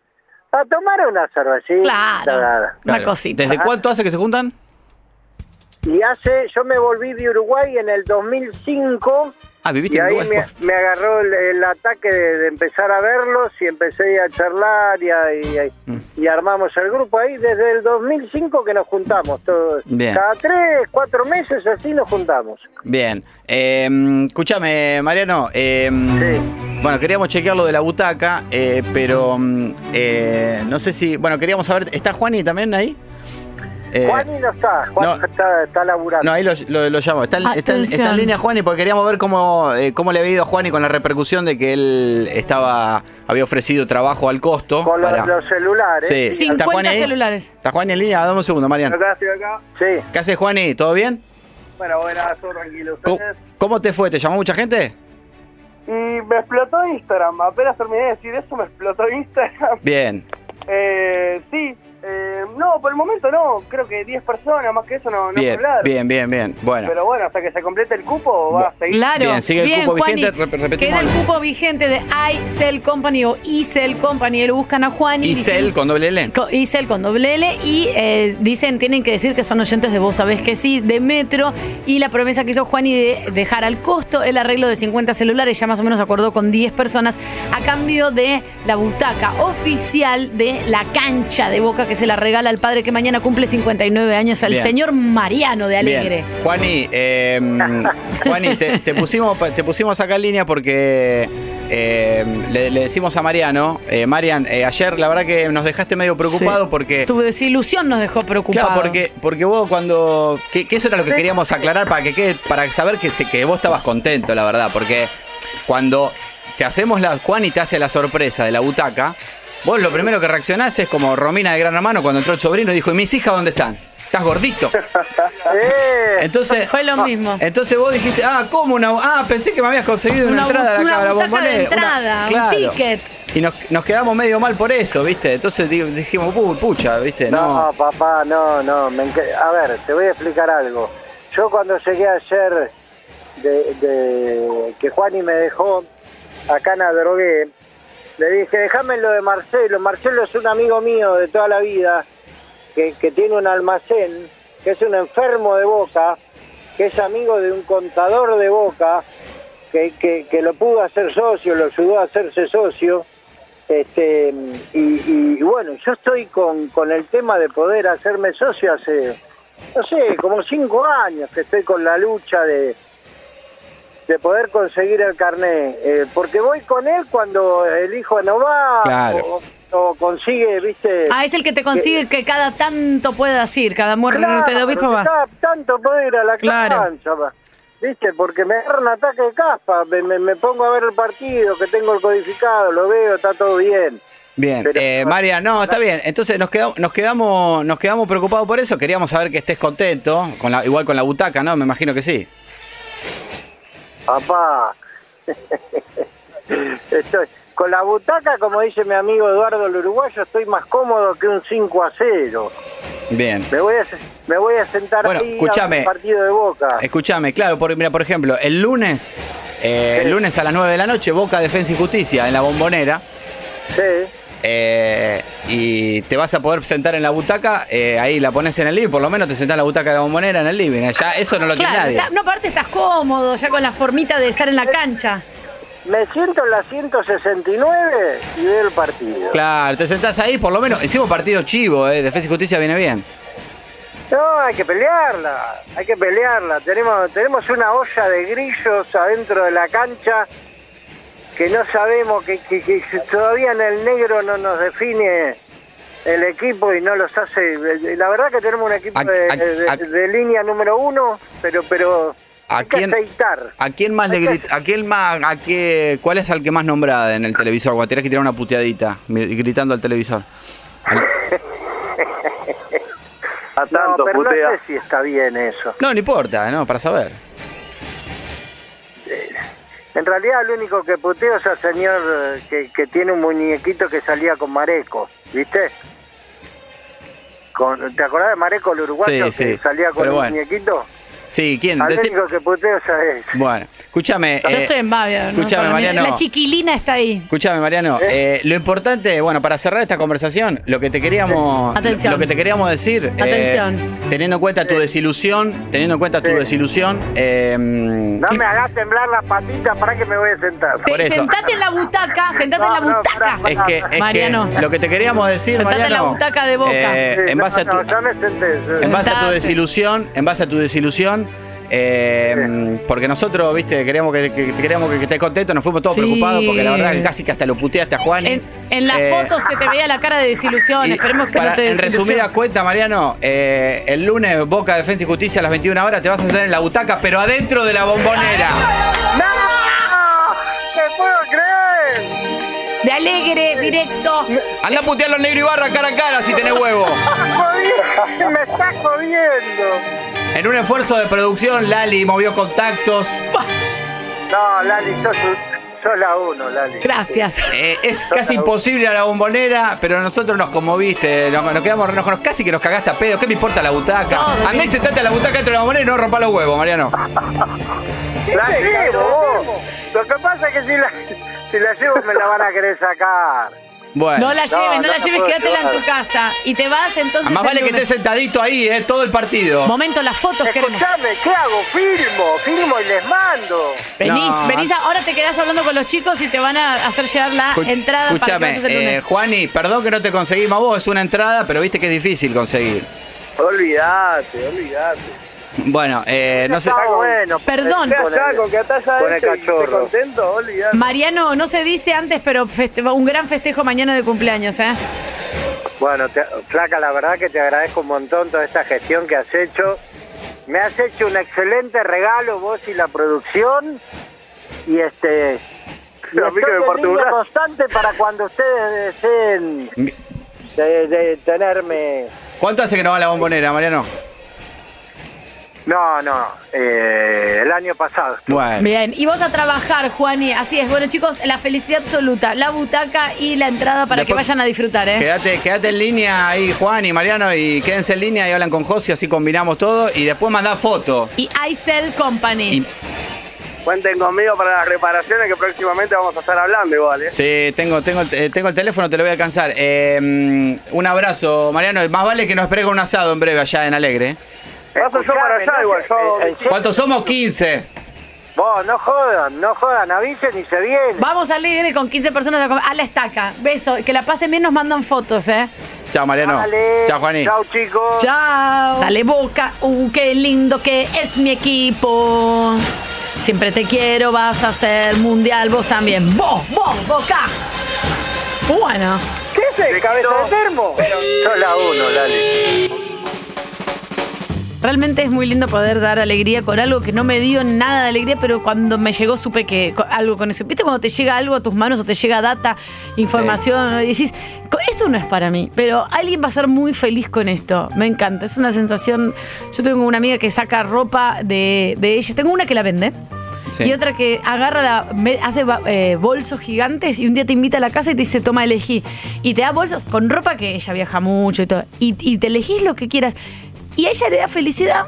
Speaker 11: a tomar una cervecita.
Speaker 5: Claro. ¿Desde cuánto hace que se juntan?
Speaker 11: Y hace, yo me volví de Uruguay en el 2005.
Speaker 5: Ah, viviste
Speaker 11: y
Speaker 5: en
Speaker 11: ahí
Speaker 5: Uruguay.
Speaker 11: me, me agarró el, el ataque de, de empezar a verlos y empecé a charlar y, a- y a- y armamos el grupo ahí desde el 2005 que nos juntamos todos.
Speaker 5: Bien.
Speaker 11: Cada tres, cuatro meses así nos juntamos.
Speaker 5: Bien. Eh, escúchame, Mariano. eh, Bueno, queríamos chequear lo de la butaca, eh, pero mm, eh, no sé si. Bueno, queríamos saber. ¿Está Juani también ahí? Eh,
Speaker 11: Juan no está, Juan está, está laburando.
Speaker 5: No, ahí lo, lo- lo llamo. Está, en- está en- está en
Speaker 11: Atención.
Speaker 5: línea Juani porque queríamos ver cómo, eh, cómo le había ido a Juani con la repercusión de que él estaba había ofrecido trabajo al costo.
Speaker 11: Con los,
Speaker 5: para-
Speaker 11: los celulares.
Speaker 5: Sí. ¿Está Juani ahí? ¿Está Juani en línea? Dame un segundo, Marian.
Speaker 11: Acá estoy acá. Sí.
Speaker 5: ¿Qué haces, Juani? ¿Todo bien?
Speaker 11: Bueno, buenas, todo tranquilo.
Speaker 5: ¿Cómo,
Speaker 11: ¿Ustedes?
Speaker 5: cómo te fue? ¿Te llamó mucha gente?
Speaker 11: Y me explotó Instagram. Apenas terminé de decir eso, me explotó Instagram.
Speaker 5: Bien.
Speaker 11: Eh, sí. Eh, no, por el momento no. Creo que 10 personas, más que eso no, no me
Speaker 5: Bien,
Speaker 11: hablaron.
Speaker 5: bien, bien, bien. Bueno.
Speaker 11: Pero bueno, hasta que se complete el cupo va a seguir.
Speaker 6: Claro.
Speaker 5: Bien, sigue el cupo
Speaker 6: Juani.
Speaker 5: vigente, rep- repetimos
Speaker 6: Queda el
Speaker 5: algo.
Speaker 6: cupo vigente de iCell Company o iCell Company. Lo buscan a Juan
Speaker 5: ¿Y Cel con doble L?
Speaker 6: Co- Isel con doble L y eh, dicen, tienen que decir que son oyentes de Vos Sabés que sí, de Metro y la promesa que hizo Juani de dejar al costo el arreglo de 50 celulares, ya más o menos acordó con 10 personas a cambio de la butaca oficial de la cancha de Boca que se la regala al padre que mañana cumple 59 años, al
Speaker 5: Bien.
Speaker 6: señor Mariano de Alegre.
Speaker 5: Bien. Juani, eh, Juani, te, te pusimos, pa- te pusimos acá en línea porque eh, le, le decimos a Mariano, eh, Marian, eh, ayer la verdad que nos dejaste medio preocupado
Speaker 6: Sí.
Speaker 5: porque...
Speaker 6: Tu desilusión nos dejó preocupados.
Speaker 5: Eh, Claro, porque, porque vos cuando... Que, que eso era lo que queríamos aclarar para que quede- para saber que, se- que vos estabas contento, la verdad, porque cuando te hacemos la... Juani te hace la sorpresa de la butaca, vos lo primero que reaccionás es como Romina de Gran Hermano cuando entró el sobrino y dijo, ¿y mis hijas dónde están? Estás gordito.
Speaker 11: Eh,
Speaker 5: Entonces, ah,
Speaker 6: Fue lo mismo.
Speaker 5: Entonces vos dijiste, ah, ¿cómo una? Ah, pensé que me habías conseguido
Speaker 6: Una
Speaker 5: una,
Speaker 6: bu-
Speaker 5: entrada
Speaker 6: una
Speaker 5: acá a la
Speaker 6: butaca de
Speaker 5: bombonera.
Speaker 6: entrada, un ticket.
Speaker 5: Y nos, nos quedamos medio mal por eso, ¿viste? Entonces di- dijimos, "Pu- pucha, ¿viste? No.
Speaker 11: No, papá, no, no. me enc- a ver, te voy a explicar algo. Yo cuando llegué ayer de, de- que Juani me dejó acá en Adrogué, le dije, déjame lo de Marcelo. Marcelo es un amigo mío de toda la vida que, que tiene un almacén, que es un enfermo de boca, que es amigo de un contador de boca, que, que- que lo pudo hacer socio, lo ayudó a hacerse socio. Este, y, y bueno, yo estoy con, con el tema de poder hacerme socio hace, no sé, como cinco años que estoy con la lucha de, de poder conseguir el carnet. Eh, porque voy con él cuando el hijo no va
Speaker 5: Claro.
Speaker 11: o, o consigue, viste...
Speaker 6: Ah, es el que te consigue que cada tanto puedas ir, cada muerte de obispo va.
Speaker 11: Cada tanto puedo ir a la
Speaker 6: Claro.
Speaker 11: cancha, va. ¿viste? Porque me agarra un ataque de caspa, me, me- me pongo a ver el partido, que tengo el codificado, lo veo, está todo bien.
Speaker 5: Bien, eh, María, no, está bien. Entonces nos quedamos, nos quedamos, nos quedamos preocupados por eso. Queríamos saber que estés contento, con la, igual con la butaca, ¿no? Me imagino que sí.
Speaker 11: Papá, estoy con la butaca, como dice mi amigo Eduardo el Uruguayo, estoy más cómodo que un 5 a 0.
Speaker 5: Bien.
Speaker 11: Me voy a, se- me voy a sentar
Speaker 5: Bueno,
Speaker 11: ahí a ver
Speaker 5: escúchame.
Speaker 11: el partido de Boca.
Speaker 5: Escúchame, claro, porque mira, por ejemplo, el lunes, eh, el lunes a las 9 de la noche, Boca Defensa y Justicia en la bombonera.
Speaker 11: Sí.
Speaker 5: Eh, y te vas a poder sentar en la butaca, eh, ahí la pones en el living, por lo menos te sentás en la butaca de la bombonera en el living. Ya eso no lo tiene
Speaker 6: Claro,
Speaker 5: nadie.
Speaker 6: está- no, aparte estás cómodo, ya con la formita de estar en la cancha.
Speaker 11: Me siento en la 169 y veo el partido.
Speaker 5: Claro, te sentás ahí, por lo menos, hicimos partido chivo, eh, Defensa y Justicia viene bien.
Speaker 11: No, hay que pelearla, hay que pelearla. Tenemos, tenemos una olla de grillos adentro de la cancha que no sabemos, que, que- que todavía en el negro no nos define el equipo y no los hace. La verdad que tenemos un equipo de, de- de línea número uno, pero pero
Speaker 5: ¿A
Speaker 11: hay que
Speaker 5: quién-
Speaker 11: aceitar.
Speaker 5: ¿A quién más le grita? ¿A quién más? A qué, ¿Cuál es al que más nombrada en el televisor? Cuando tenés que tirar una puteadita, mi- gritando al televisor.
Speaker 11: A tanto, no, pero no sé si está bien eso.
Speaker 5: No, no importa, no, para saber.
Speaker 11: En realidad el único que puteo es el señor eh, que, que tiene un muñequito que salía con Mareco, ¿viste? Con- ¿Te acordás de Mareco, el uruguayo,
Speaker 5: Sí,
Speaker 11: que
Speaker 5: sí,
Speaker 11: salía con
Speaker 5: pero
Speaker 11: un
Speaker 5: bueno.
Speaker 11: muñequito?
Speaker 5: Sí, ¿quién?
Speaker 11: Al
Speaker 5: Decí-
Speaker 11: único que puteo es a él.
Speaker 5: Bueno, escúchame.
Speaker 6: Yo
Speaker 5: eh,
Speaker 6: estoy en Babia. ¿no?
Speaker 5: escúchame,
Speaker 6: Para mí,
Speaker 5: Mariano.
Speaker 6: La chiquilina está ahí.
Speaker 5: Escúchame, Mariano, eh, lo importante, bueno, para cerrar esta conversación, lo que te queríamos,
Speaker 6: Atención.
Speaker 5: lo que te queríamos decir, eh,
Speaker 6: Atención.
Speaker 5: teniendo en cuenta tu desilusión, teniendo en cuenta tu desilusión, eh,
Speaker 11: No me hagas temblar las patitas para que me voy a sentar.
Speaker 5: Por eso.
Speaker 6: Sentate en la butaca, sentate en la butaca.
Speaker 5: es que, es que
Speaker 6: Mariano.
Speaker 5: lo que te queríamos decir,
Speaker 6: Sentate en la
Speaker 5: Mariano,
Speaker 6: butaca de Boca.
Speaker 5: eh,
Speaker 11: Sí,
Speaker 5: en base a
Speaker 11: no,
Speaker 5: tu,
Speaker 11: no, ya me senté, sí.
Speaker 5: en base a tu desilusión, en base a tu desilusión, Eh, porque nosotros, viste, queríamos que, que- queríamos que, que estés contento, nos fuimos todos
Speaker 6: Sí.
Speaker 5: preocupados porque la verdad que casi que hasta lo puteaste a Juan.
Speaker 6: En, en la
Speaker 5: Eh,
Speaker 6: foto se te veía la cara de desilusión.
Speaker 5: y
Speaker 6: Esperemos que
Speaker 5: para-
Speaker 6: no te
Speaker 5: en resumidas cuentas, Mariano, eh, el lunes Boca Defensa y Justicia a las 21 horas te vas a hacer en la butaca, pero adentro de la bombonera.
Speaker 6: ¡Te puedo creer! De alegre, directo.
Speaker 5: Anda a putear los negros y barra cara a cara si tenés huevo.
Speaker 11: Me está jodiendo.
Speaker 5: En un esfuerzo de producción, Lali movió contactos.
Speaker 11: No, Lali, sos, un- sos la uno, Lali.
Speaker 5: Eh, es casi imposible a la bombonera, pero nosotros nos conmoviste, nos, nos quedamos, nos, nos- casi que nos cagaste a pedo. ¿Qué me importa la butaca? Andá y sentate a la butaca dentro de la bombonera y no rompa los huevos, Mariano.
Speaker 11: La llevo, vos. Lo que pasa es que si la, si la llevo me la van a querer sacar.
Speaker 5: Bueno.
Speaker 6: No la lleves, no, la lleves, quédatela en tu casa. Y te vas entonces.
Speaker 5: Más
Speaker 6: el
Speaker 5: vale que
Speaker 6: lunes.
Speaker 5: estés sentadito ahí, eh, todo el partido.
Speaker 6: Momento, las fotos queremos.
Speaker 11: Escuchame, ¿qué hago? Filmo, filmo y les mando.
Speaker 6: Venís,
Speaker 5: No.
Speaker 6: venís, a- ahora te quedás hablando con los chicos y te van a hacer llegar la
Speaker 5: Escu-
Speaker 6: Ah, entrada para que
Speaker 5: Escúchame,
Speaker 6: vayas el lunes.
Speaker 5: eh, Juani, perdón que no te conseguimos a vos, es una entrada, pero viste que es difícil conseguir.
Speaker 11: Olvídate, olvídate.
Speaker 5: Bueno, eh, no sé.
Speaker 11: Está bueno.
Speaker 6: Perdón.
Speaker 11: Con el-
Speaker 6: Con
Speaker 11: con el cachorro. contento, olvídate.
Speaker 6: Mariano, no se dice antes, pero feste- un gran festejo mañana de cumpleaños, ¿eh?
Speaker 11: Bueno, te- Flaca, la verdad que te agradezco un montón toda esta gestión que has hecho. Me has hecho un excelente regalo vos y la producción. Y este. y
Speaker 7: A mí que me
Speaker 11: estoy
Speaker 7: parte
Speaker 11: en
Speaker 7: un
Speaker 11: línea
Speaker 7: brazo.
Speaker 11: constante para cuando ustedes deseen de- de tenerme.
Speaker 5: ¿Cuánto hace que no va a la bombonera, Mariano?
Speaker 11: No, no, eh, el año pasado.
Speaker 5: Bueno.
Speaker 6: Bien, y vos a trabajar, Juani. Así es. Bueno, chicos, la felicidad absoluta, la butaca y la entrada para que
Speaker 5: Después-
Speaker 6: vayan a disfrutar, ¿eh?
Speaker 5: Quédate, quédate en línea ahí, Juan y Mariano, y quédense en línea y hablan con José, así combinamos todo. Y después mandá foto.
Speaker 6: Y Aisel Company.
Speaker 7: Cuenten conmigo para las reparaciones que próximamente vamos a estar hablando igual, ¿eh?
Speaker 5: Sí, tengo, tengo, el- eh, tengo el teléfono, te lo voy a alcanzar. Eh, mm, un abrazo, Mariano. Más vale que nos espere con un asado en breve allá en Alegre. ¿eh?
Speaker 7: Paso yo para allá igual, yo...
Speaker 5: ¿Cuántos somos? 15.
Speaker 11: Vos, no jodan, no jodan, avisen y se vienen.
Speaker 6: Vamos al líder con 15 personas a comer- a la estaca. Beso, que la pasen bien, nos mandan fotos, ¿eh?
Speaker 5: Chao, Mariano.
Speaker 6: Dale.
Speaker 5: Chao, Juaní.
Speaker 11: chicos.
Speaker 6: Chao. Dale boca. Uh, qué lindo que es mi equipo. Siempre te quiero, vas a ser mundial, vos también. Vos, vos, boca. Bueno.
Speaker 11: ¿Qué es el cabeza de termo? Yo la uno, Lali.
Speaker 6: Realmente es muy lindo poder dar alegría con algo que no me dio nada de alegría, pero cuando me llegó supe que co- algo con eso. ¿Viste cuando te llega algo a tus manos o te llega data, información? ¿no? Y decís, "Co- esto no es para mí, pero alguien va a ser muy feliz con esto. Me encanta, es una sensación. Yo tengo una amiga que saca ropa de, de ellas. Tengo una que la vende.
Speaker 5: Sí.
Speaker 6: Y otra que agarra, la, me- hace ba- eh, bolsos gigantes y un día te invita a la casa y te dice, toma, elegí. Y te da bolsos con ropa que ella viaja mucho y todo. Y, y te elegís lo que quieras. Y a ella le da felicidad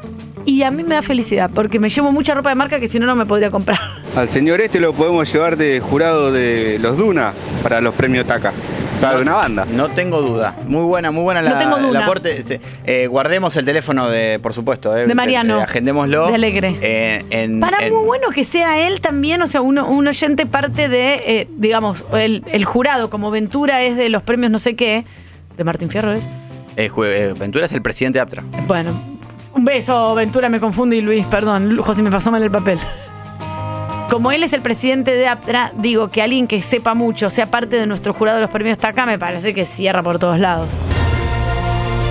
Speaker 6: y a mí me da felicidad porque me llevo mucha ropa de marca que si no, no me podría comprar.
Speaker 8: Al señor este lo podemos llevar de jurado de los Duna para los premios TACA. Sabe una banda.
Speaker 5: No tengo duda. Muy buena, muy buena la,
Speaker 6: No tengo duda.
Speaker 5: el aporte. Se- eh, guardemos el teléfono de, por supuesto, eh,
Speaker 6: De Mariano.
Speaker 5: eh, agendémoslo.
Speaker 6: De Alegre.
Speaker 5: Eh, en-
Speaker 6: Para
Speaker 5: en-
Speaker 6: muy bueno que sea él también, o sea, uno, un oyente parte de, eh, digamos, el, el jurado, como Ventura es de los premios no sé qué, de Martín Fierro, ¿eh?
Speaker 5: eh, ju- eh, Ventura es el presidente de Aptra.
Speaker 6: Bueno, un beso, Ventura, me confundí, Luis, perdón. Lu- José, me pasó mal el papel. Como él es el presidente de APTRA, digo que alguien que sepa mucho, sea parte de nuestro jurado de los premios TACA, me parece que cierra por todos lados.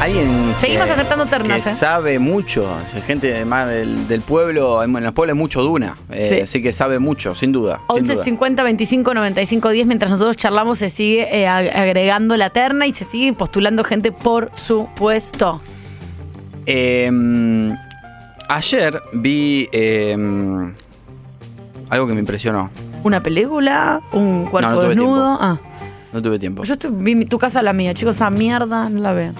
Speaker 5: Alguien
Speaker 6: Seguimos
Speaker 5: que-
Speaker 6: aceptando ternas,
Speaker 5: que
Speaker 6: ¿eh?
Speaker 5: sabe mucho. Es gente más del, del pueblo. En los pueblos es mucho duna. eh,
Speaker 6: Sí.
Speaker 5: Así que sabe mucho, sin duda. sin
Speaker 6: 11
Speaker 5: duda.
Speaker 6: 50 25 95 10. Mientras nosotros charlamos, se sigue eh, ag- agregando la terna y se sigue postulando gente, por supuesto.
Speaker 5: Eh, ayer vi eh, algo que me impresionó.
Speaker 6: Una película, un cuerpo
Speaker 5: No, no tuve
Speaker 6: desnudo.
Speaker 5: tiempo.
Speaker 6: Ah,
Speaker 5: No tuve tiempo.
Speaker 6: yo estoy- vi mi- tu casa, la mía, chicos, esa mierda, no la vean.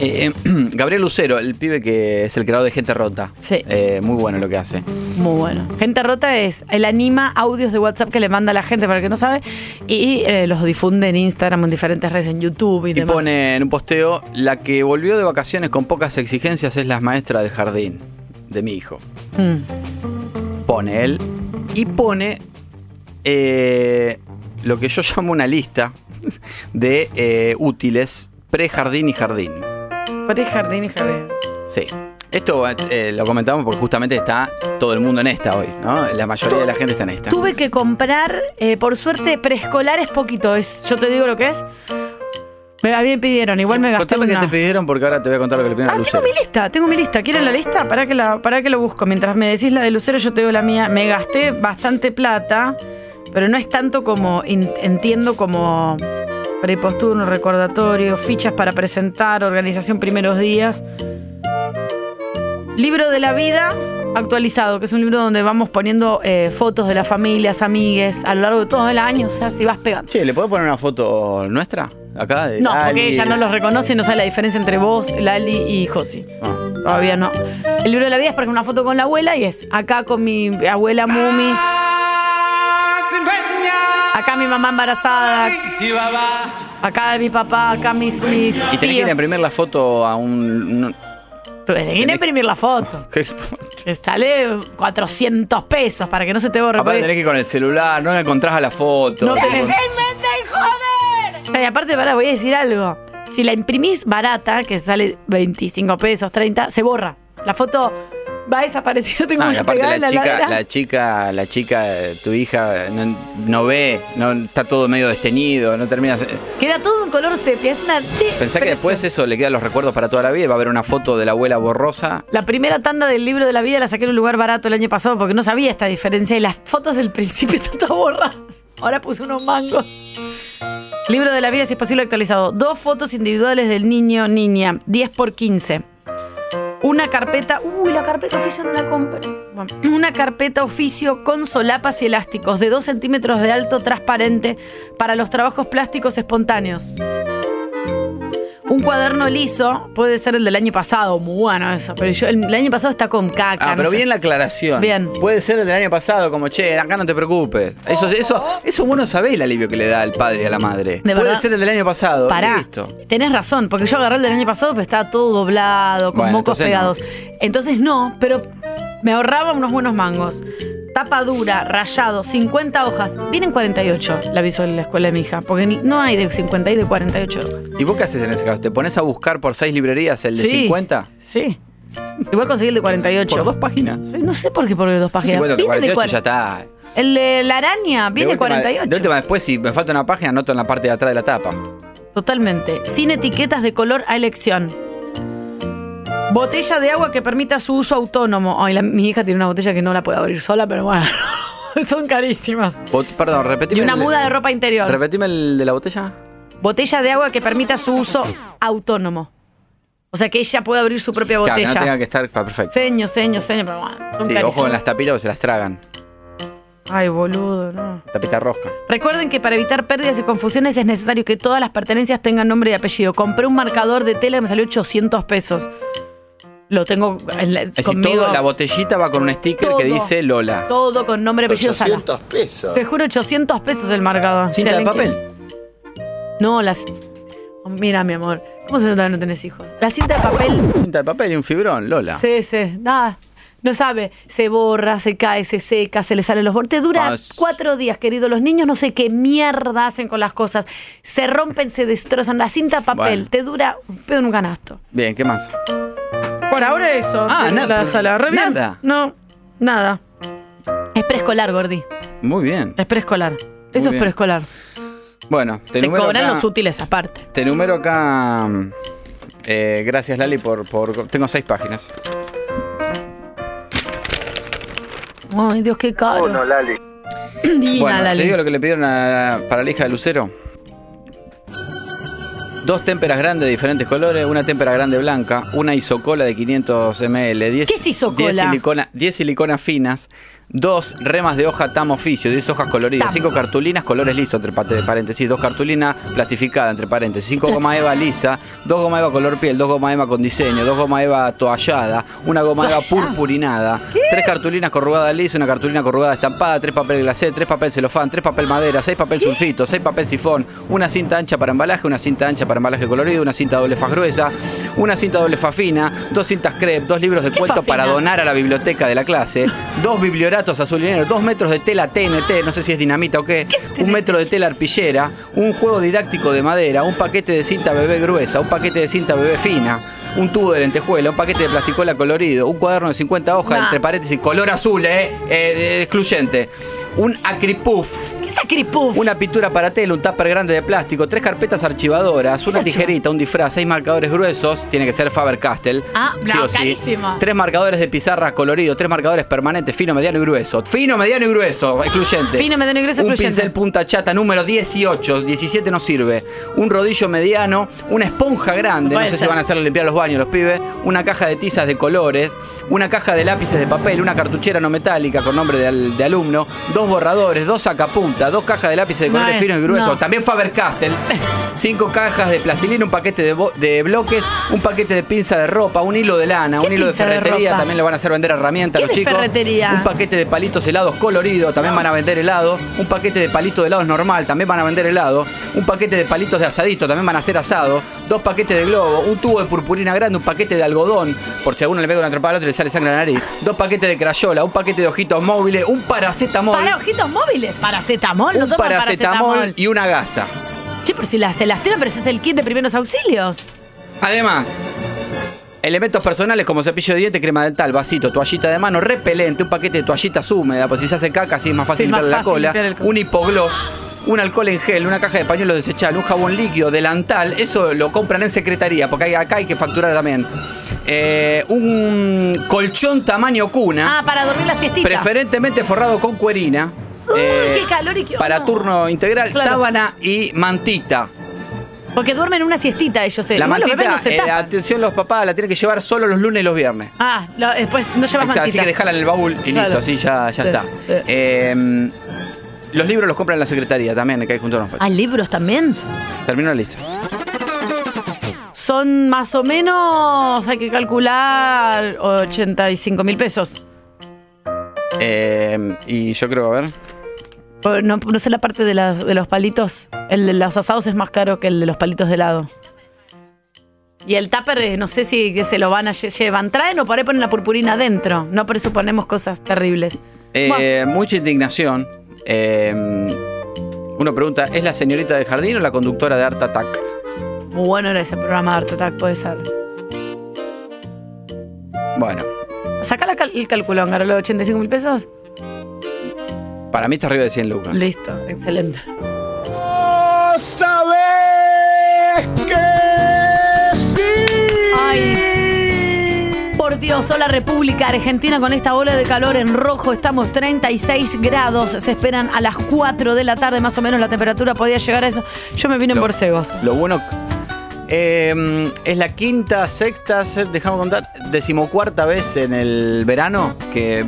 Speaker 5: Eh, eh, Gabriel Lucero, el pibe que es el creador de Gente Rota.
Speaker 6: Sí.
Speaker 5: Eh, muy bueno lo que hace.
Speaker 6: Muy bueno. Gente rota es, él anima audios de WhatsApp que le manda a la gente para el que no sabe y eh, los difunde en Instagram, en diferentes redes, en YouTube y,
Speaker 5: Y
Speaker 6: demás.
Speaker 5: pone en un posteo, la que volvió de vacaciones con pocas exigencias es la maestra del jardín de mi hijo.
Speaker 6: Mm.
Speaker 5: Pone él y pone eh, lo que yo llamo una lista de eh, útiles pre-jardín y jardín.
Speaker 6: París, jardín y jardín.
Speaker 5: Sí. Esto eh, lo comentamos porque justamente está todo el mundo en esta hoy, ¿no? La mayoría de la gente está en esta.
Speaker 6: Tuve que comprar, eh, por suerte, preescolar es poquito, es, yo te digo lo que es. Me, a mí me pidieron, igual me gasté
Speaker 5: Contame qué
Speaker 6: una.
Speaker 5: te pidieron porque ahora te voy a contar lo que le pidieron a Lucero.
Speaker 6: Ah, Tengo mi lista, tengo mi lista. ¿Quieren la lista? Para que la, para que lo busco. Mientras me decís la de Lucero, yo te digo la mía. Me gasté bastante plata, pero no es tanto como in- entiendo como preposturno, recordatorio, fichas para presentar, organización primeros días. Libro de la vida actualizado, que es un libro donde vamos poniendo eh, fotos de las familias, amigues, a lo largo de todo el año, o sea, si vas pegando.
Speaker 5: Che, ¿le puedo poner una foto nuestra? Acá de
Speaker 6: No,
Speaker 5: Ali.
Speaker 6: porque ella no los reconoce y no sabe la diferencia entre vos, Lali y Josi.
Speaker 5: Ah.
Speaker 6: Todavía no. El libro de la vida es, por ejemplo, una foto con la abuela y es acá con mi abuela Mumi. Acá mi mamá embarazada. Acá mi papá, acá mis, mis
Speaker 5: Y tenés que ir a
Speaker 6: tíos.
Speaker 5: imprimir la foto a un. un-
Speaker 6: Tenés que ir a imprimir la foto.
Speaker 5: ¿qué?
Speaker 6: Te sale 400 pesos para que no se te borre.
Speaker 5: Aparte
Speaker 6: porque-
Speaker 5: tenés que ir con el celular, no la encontrás a la foto.
Speaker 6: No tenés- Y aparte, pará, voy a decir algo. Si la imprimís barata, que sale 25 pesos, 30, se borra. La foto va a desaparecer. Tengo
Speaker 5: Ah, y
Speaker 6: una
Speaker 5: aparte
Speaker 6: pegada en
Speaker 5: la chica,
Speaker 6: heladera.
Speaker 5: la chica, la chica, eh, tu hija no, no ve, no está todo medio desteñido, no termina.
Speaker 6: Queda todo en color sepia. Es una de-
Speaker 5: Pensá que después eso le quedan los recuerdos para toda la vida y va a haber una foto de la abuela borrosa.
Speaker 6: La primera tanda del libro de la vida la saqué en un lugar barato el año pasado porque no sabía esta diferencia y las fotos del principio están todas borradas. Ahora puse unos mangos. Libro de la vida, si es posible, actualizado. Dos fotos individuales del niño, niña, 10 por 15. Una carpeta. Uy, la carpeta oficio no la compré. Bueno, una carpeta oficio con solapas y elásticos de 2 centímetros de alto transparente para los trabajos plásticos espontáneos. Un cuaderno liso, puede ser el del año pasado, muy bueno eso, pero yo, el, el año pasado está con caca.
Speaker 5: Ah,
Speaker 6: no
Speaker 5: pero
Speaker 6: sé.
Speaker 5: bien la aclaración.
Speaker 6: Bien.
Speaker 5: Puede ser el del año pasado, como che, acá no te preocupes. Eso, eso, eso vos no sabés el alivio que le da al padre y a la
Speaker 6: De
Speaker 5: madre. Puede
Speaker 6: verdad.
Speaker 5: ser el del año pasado.
Speaker 6: Pará.
Speaker 5: Listo.
Speaker 6: Tenés razón, porque yo agarré el del año pasado, pero estaba todo doblado, con
Speaker 5: Bueno,
Speaker 6: mocos
Speaker 5: entonces
Speaker 6: pegados. Entonces no, pero me ahorraba unos buenos mangos. Tapa dura, rayado, 50 hojas. Vienen 48, la visual de la escuela de mi hija, porque ni- no hay de 50, hay de 48 hojas.
Speaker 5: ¿Y vos qué haces en ese caso? ¿Te pones a buscar por seis librerías el de
Speaker 6: Sí.
Speaker 5: 50?
Speaker 6: Sí. Igual conseguí el de 48.
Speaker 5: Por dos páginas.
Speaker 6: No sé por qué por dos
Speaker 5: Yo si
Speaker 6: páginas.
Speaker 5: encuentro que
Speaker 6: Viene de
Speaker 5: 48
Speaker 6: cuar-
Speaker 5: ya está.
Speaker 6: El de la araña
Speaker 5: De
Speaker 6: viene
Speaker 5: última-
Speaker 6: 48.
Speaker 5: De última, después, si me falta una página, anoto en la parte de atrás de la tapa.
Speaker 6: Totalmente. Sin etiquetas de color a elección. Botella de agua que permita su uso autónomo. Ay, la- mi hija tiene una botella que no la puede abrir sola, pero bueno. Son carísimas.
Speaker 5: Bot- perdón, repetime.
Speaker 6: Y una
Speaker 5: el-
Speaker 6: muda de ropa interior.
Speaker 5: Repetime el de la botella.
Speaker 6: Botella de agua que permita su uso autónomo. O sea, que ella pueda abrir su propia
Speaker 5: Claro, que no tenga
Speaker 6: botella.
Speaker 5: que estar. pa- Perfecto.
Speaker 6: Seño, seño, seño, pero bueno, son
Speaker 5: Sí,
Speaker 6: carísimas.
Speaker 5: ojo en las tapitas que se las tragan.
Speaker 6: Ay, boludo, no.
Speaker 5: Tapita rosca.
Speaker 6: Recuerden que para evitar pérdidas y confusiones es necesario que todas las pertenencias tengan nombre y apellido. Compré un marcador de tela que me salió 800 pesos. Lo tengo en la-
Speaker 5: Es decir,
Speaker 6: conmigo.
Speaker 5: todo, la botellita va con un sticker
Speaker 6: Todo.
Speaker 5: que dice Lola.
Speaker 6: Todo con nombre y apellido Sala.
Speaker 5: pesos.
Speaker 6: Te juro, 800 pesos el marcador.
Speaker 5: ¿Cinta
Speaker 6: Si
Speaker 5: de
Speaker 6: alguien
Speaker 5: papel?
Speaker 6: quiere. No, las. Oh, mira, mi amor. ¿Cómo se nota que no tenés hijos? La cinta de papel.
Speaker 5: Cinta de papel y un fibrón, Lola.
Speaker 6: Sí, sí. Nada. No sabe. Se borra, se cae, se seca, se le salen los bordes. Te dura
Speaker 5: Ah, es-
Speaker 6: cuatro días, querido. Los niños no sé qué mierda hacen con las cosas. Se rompen, se destrozan. La cinta de papel
Speaker 5: Bueno.
Speaker 6: te dura un pedo en un canasto.
Speaker 5: Bien, ¿qué más?
Speaker 6: Por ahora eso.
Speaker 5: Ah,
Speaker 6: Tengo
Speaker 5: nada,
Speaker 6: la
Speaker 5: pero-
Speaker 6: sala. Re bien.
Speaker 5: nada.
Speaker 6: No, nada. Es preescolar, Gordi.
Speaker 5: Muy bien.
Speaker 6: Es preescolar. Eso es
Speaker 5: bien.
Speaker 6: preescolar.
Speaker 5: Bueno, te,
Speaker 6: Te,
Speaker 5: enumero
Speaker 6: cobran
Speaker 5: acá-
Speaker 6: los útiles aparte.
Speaker 5: Te número acá. mm, eh, gracias, Lali, por, por. Tengo seis páginas.
Speaker 6: Ay, Dios, qué caro.
Speaker 5: Uno,
Speaker 11: Lali.
Speaker 6: Divina,
Speaker 5: bueno,
Speaker 6: Lali.
Speaker 5: ¿te digo lo que le pidieron a- para la hija de Lucero? Dos témperas grandes de diferentes colores, una témpera grande blanca, una isocola de 500 ml, 10,
Speaker 6: ¿Qué es isocola?
Speaker 5: 10 silicona- 10 siliconas finas, dos remas de hoja tam oficio, 10 hojas coloridas,
Speaker 6: Tam.
Speaker 5: 5 cartulinas colores lisos, entre pa- entre paréntesis, dos cartulinas plastificadas, entre paréntesis, 5 goma eva lisa, dos goma eva color piel, dos goma eva con diseño, dos goma eva toallada, una goma eva purpurinada, tres cartulinas corrugadas lisa, una cartulina corrugada estampada, tres papel glacé, tres papel celofán, tres papel madera, seis papel sulfito, seis papel sifón, una cinta ancha para embalaje, una cinta ancha para embalaje colorido, una cinta doble faz gruesa, una cinta doble faz fina, dos cintas crepe, dos libros de
Speaker 6: ¿Qué
Speaker 5: cuentos
Speaker 6: faz fina?
Speaker 5: para donar a la biblioteca de la clase, dos biblioratos platos azul y negro, dos metros de tela TNT, no sé si es dinamita o qué, un metro de tela arpillera, un juego didáctico de madera, un paquete de cinta bebé gruesa, un paquete de cinta bebé fina, un tubo de lentejuela, un paquete de plasticola colorido, un cuaderno de 50 hojas,
Speaker 6: Nah.
Speaker 5: entre paréntesis, color azul, eh, eh, de- excluyente. Un acripuff.
Speaker 6: ¿Qué es acripuff?
Speaker 5: Una pintura para tela, un tupper grande de plástico, tres carpetas archivadoras, una tijerita, un disfraz, seis marcadores gruesos, tiene que ser Faber-Castell.
Speaker 6: Ah,
Speaker 5: sí
Speaker 6: no,
Speaker 5: o sí.
Speaker 6: carísimo.
Speaker 5: Tres marcadores de pizarra colorido, tres marcadores permanentes, fino, mediano y grueso. Fino, mediano y grueso, excluyente.
Speaker 6: Fino, mediano y grueso,
Speaker 5: Un
Speaker 6: excluyente.
Speaker 5: pincel punta chata número 18, 17 no sirve. Un rodillo mediano, una esponja grande, no
Speaker 6: Puede
Speaker 5: sé si
Speaker 6: ser.
Speaker 5: van a hacer limpiar los baños los pibes. Una caja de tizas de colores, una caja de lápices de papel, una cartuchera no metálica con nombre de, al- de alumno, dos borradores, dos sacapuntas, dos cajas de lápices de
Speaker 6: No
Speaker 5: colores
Speaker 6: es,
Speaker 5: finos y gruesos.
Speaker 6: no.
Speaker 5: También Faber-Castell. Cinco cajas de plastilina, un paquete de, bo- de bloques, un paquete de pinza de ropa, un hilo de lana,
Speaker 6: ¿Qué
Speaker 5: un hilo de
Speaker 6: pinza de
Speaker 5: ferretería.
Speaker 6: ropa?
Speaker 5: también le van a hacer vender herramientas a
Speaker 6: ¿Qué
Speaker 5: los
Speaker 6: de
Speaker 5: chicos.
Speaker 6: ferretería?
Speaker 5: Un paquete de palitos helados coloridos, también van a vender helado. Un paquete de palitos de helados normal, también van a vender helado. Un paquete de palitos de asadito, también van a hacer asado. Dos paquetes de globo, un tubo de purpurina grande, un paquete de algodón, por si a uno le pega una atrapada al otro y le sale sangre a la nariz. Dos paquetes de crayola, un paquete de ojitos móviles, un paracetamol.
Speaker 6: Para ojitos móviles, paracetamol, no
Speaker 5: un
Speaker 6: toman
Speaker 5: paracetamol y una gasa.
Speaker 6: Che, pero si las, se las tiran, pero ese es el kit de primeros auxilios.
Speaker 5: Además, elementos personales como cepillo de diente, crema dental, vasito, toallita de mano, repelente, un paquete de toallitas húmedas, pues si se hace caca así es más fácil
Speaker 6: Sí, más
Speaker 5: limpiarle la
Speaker 6: fácil
Speaker 5: cola,
Speaker 6: limpiar el cola.
Speaker 5: un hipogloss, un alcohol en gel, una caja de pañuelos desechable, un jabón líquido, delantal, eso lo compran en secretaría, porque hay- acá hay que facturar también. Eh, un colchón tamaño cuna,
Speaker 6: Ah, para dormir la siestita.
Speaker 5: preferentemente forrado con cuerina. eh,
Speaker 6: Qué calor y qué
Speaker 5: para
Speaker 6: no.
Speaker 5: turno integral,
Speaker 6: Claro.
Speaker 5: sábana y mantita.
Speaker 6: Porque duermen una siestita ellos. eh.
Speaker 5: La
Speaker 6: Igual los
Speaker 5: mantita,
Speaker 6: bebés no se
Speaker 5: eh,
Speaker 6: tapan.
Speaker 5: atención los papás, la tienen que llevar solo los lunes y los viernes.
Speaker 6: Ah, lo- después no llevas
Speaker 5: Exacto,
Speaker 6: mantita.
Speaker 5: así que dejala en el baúl y
Speaker 6: Claro.
Speaker 5: listo, así ya, ya
Speaker 6: Sí,
Speaker 5: está.
Speaker 6: sí.
Speaker 5: Eh, los libros los compran en la secretaría también, que hay junto a nosotros.
Speaker 6: Ah, libros también.
Speaker 5: Termino la lista.
Speaker 6: Son más o menos, hay que calcular, 85 mil pesos.
Speaker 5: Eh, y yo creo, a ver.
Speaker 6: Por- No, no sé la parte de, las- de los palitos. El de los asados es más caro que el de los palitos de helado. Y el tupper, eh, no sé si que se lo van a lle- llevan. Traen o por ahí ponen la purpurina adentro. No presuponemos cosas terribles.
Speaker 5: Eh, Mucha indignación. Eh, uno pregunta, ¿es la señorita del jardín o la conductora de Art Attack?
Speaker 6: Muy bueno era ese programa de Art Attack, puede ser.
Speaker 5: Bueno,
Speaker 6: Saca la cal- el cálculo, Angarolo, 85 mil pesos.
Speaker 5: para mí está arriba de 100 lucas.
Speaker 6: Listo, excelente.
Speaker 1: ¿Sabes que
Speaker 6: Ay. Por Dios, hola República Argentina, con esta ola de calor en rojo estamos 36 grados, se esperan a las 4 de la tarde más o menos, la temperatura podía llegar a eso. Yo me vine en Borcegos.
Speaker 5: Lo bueno. eh, es la quinta, sexta, se- dejamos contar, decimocuarta vez en el verano que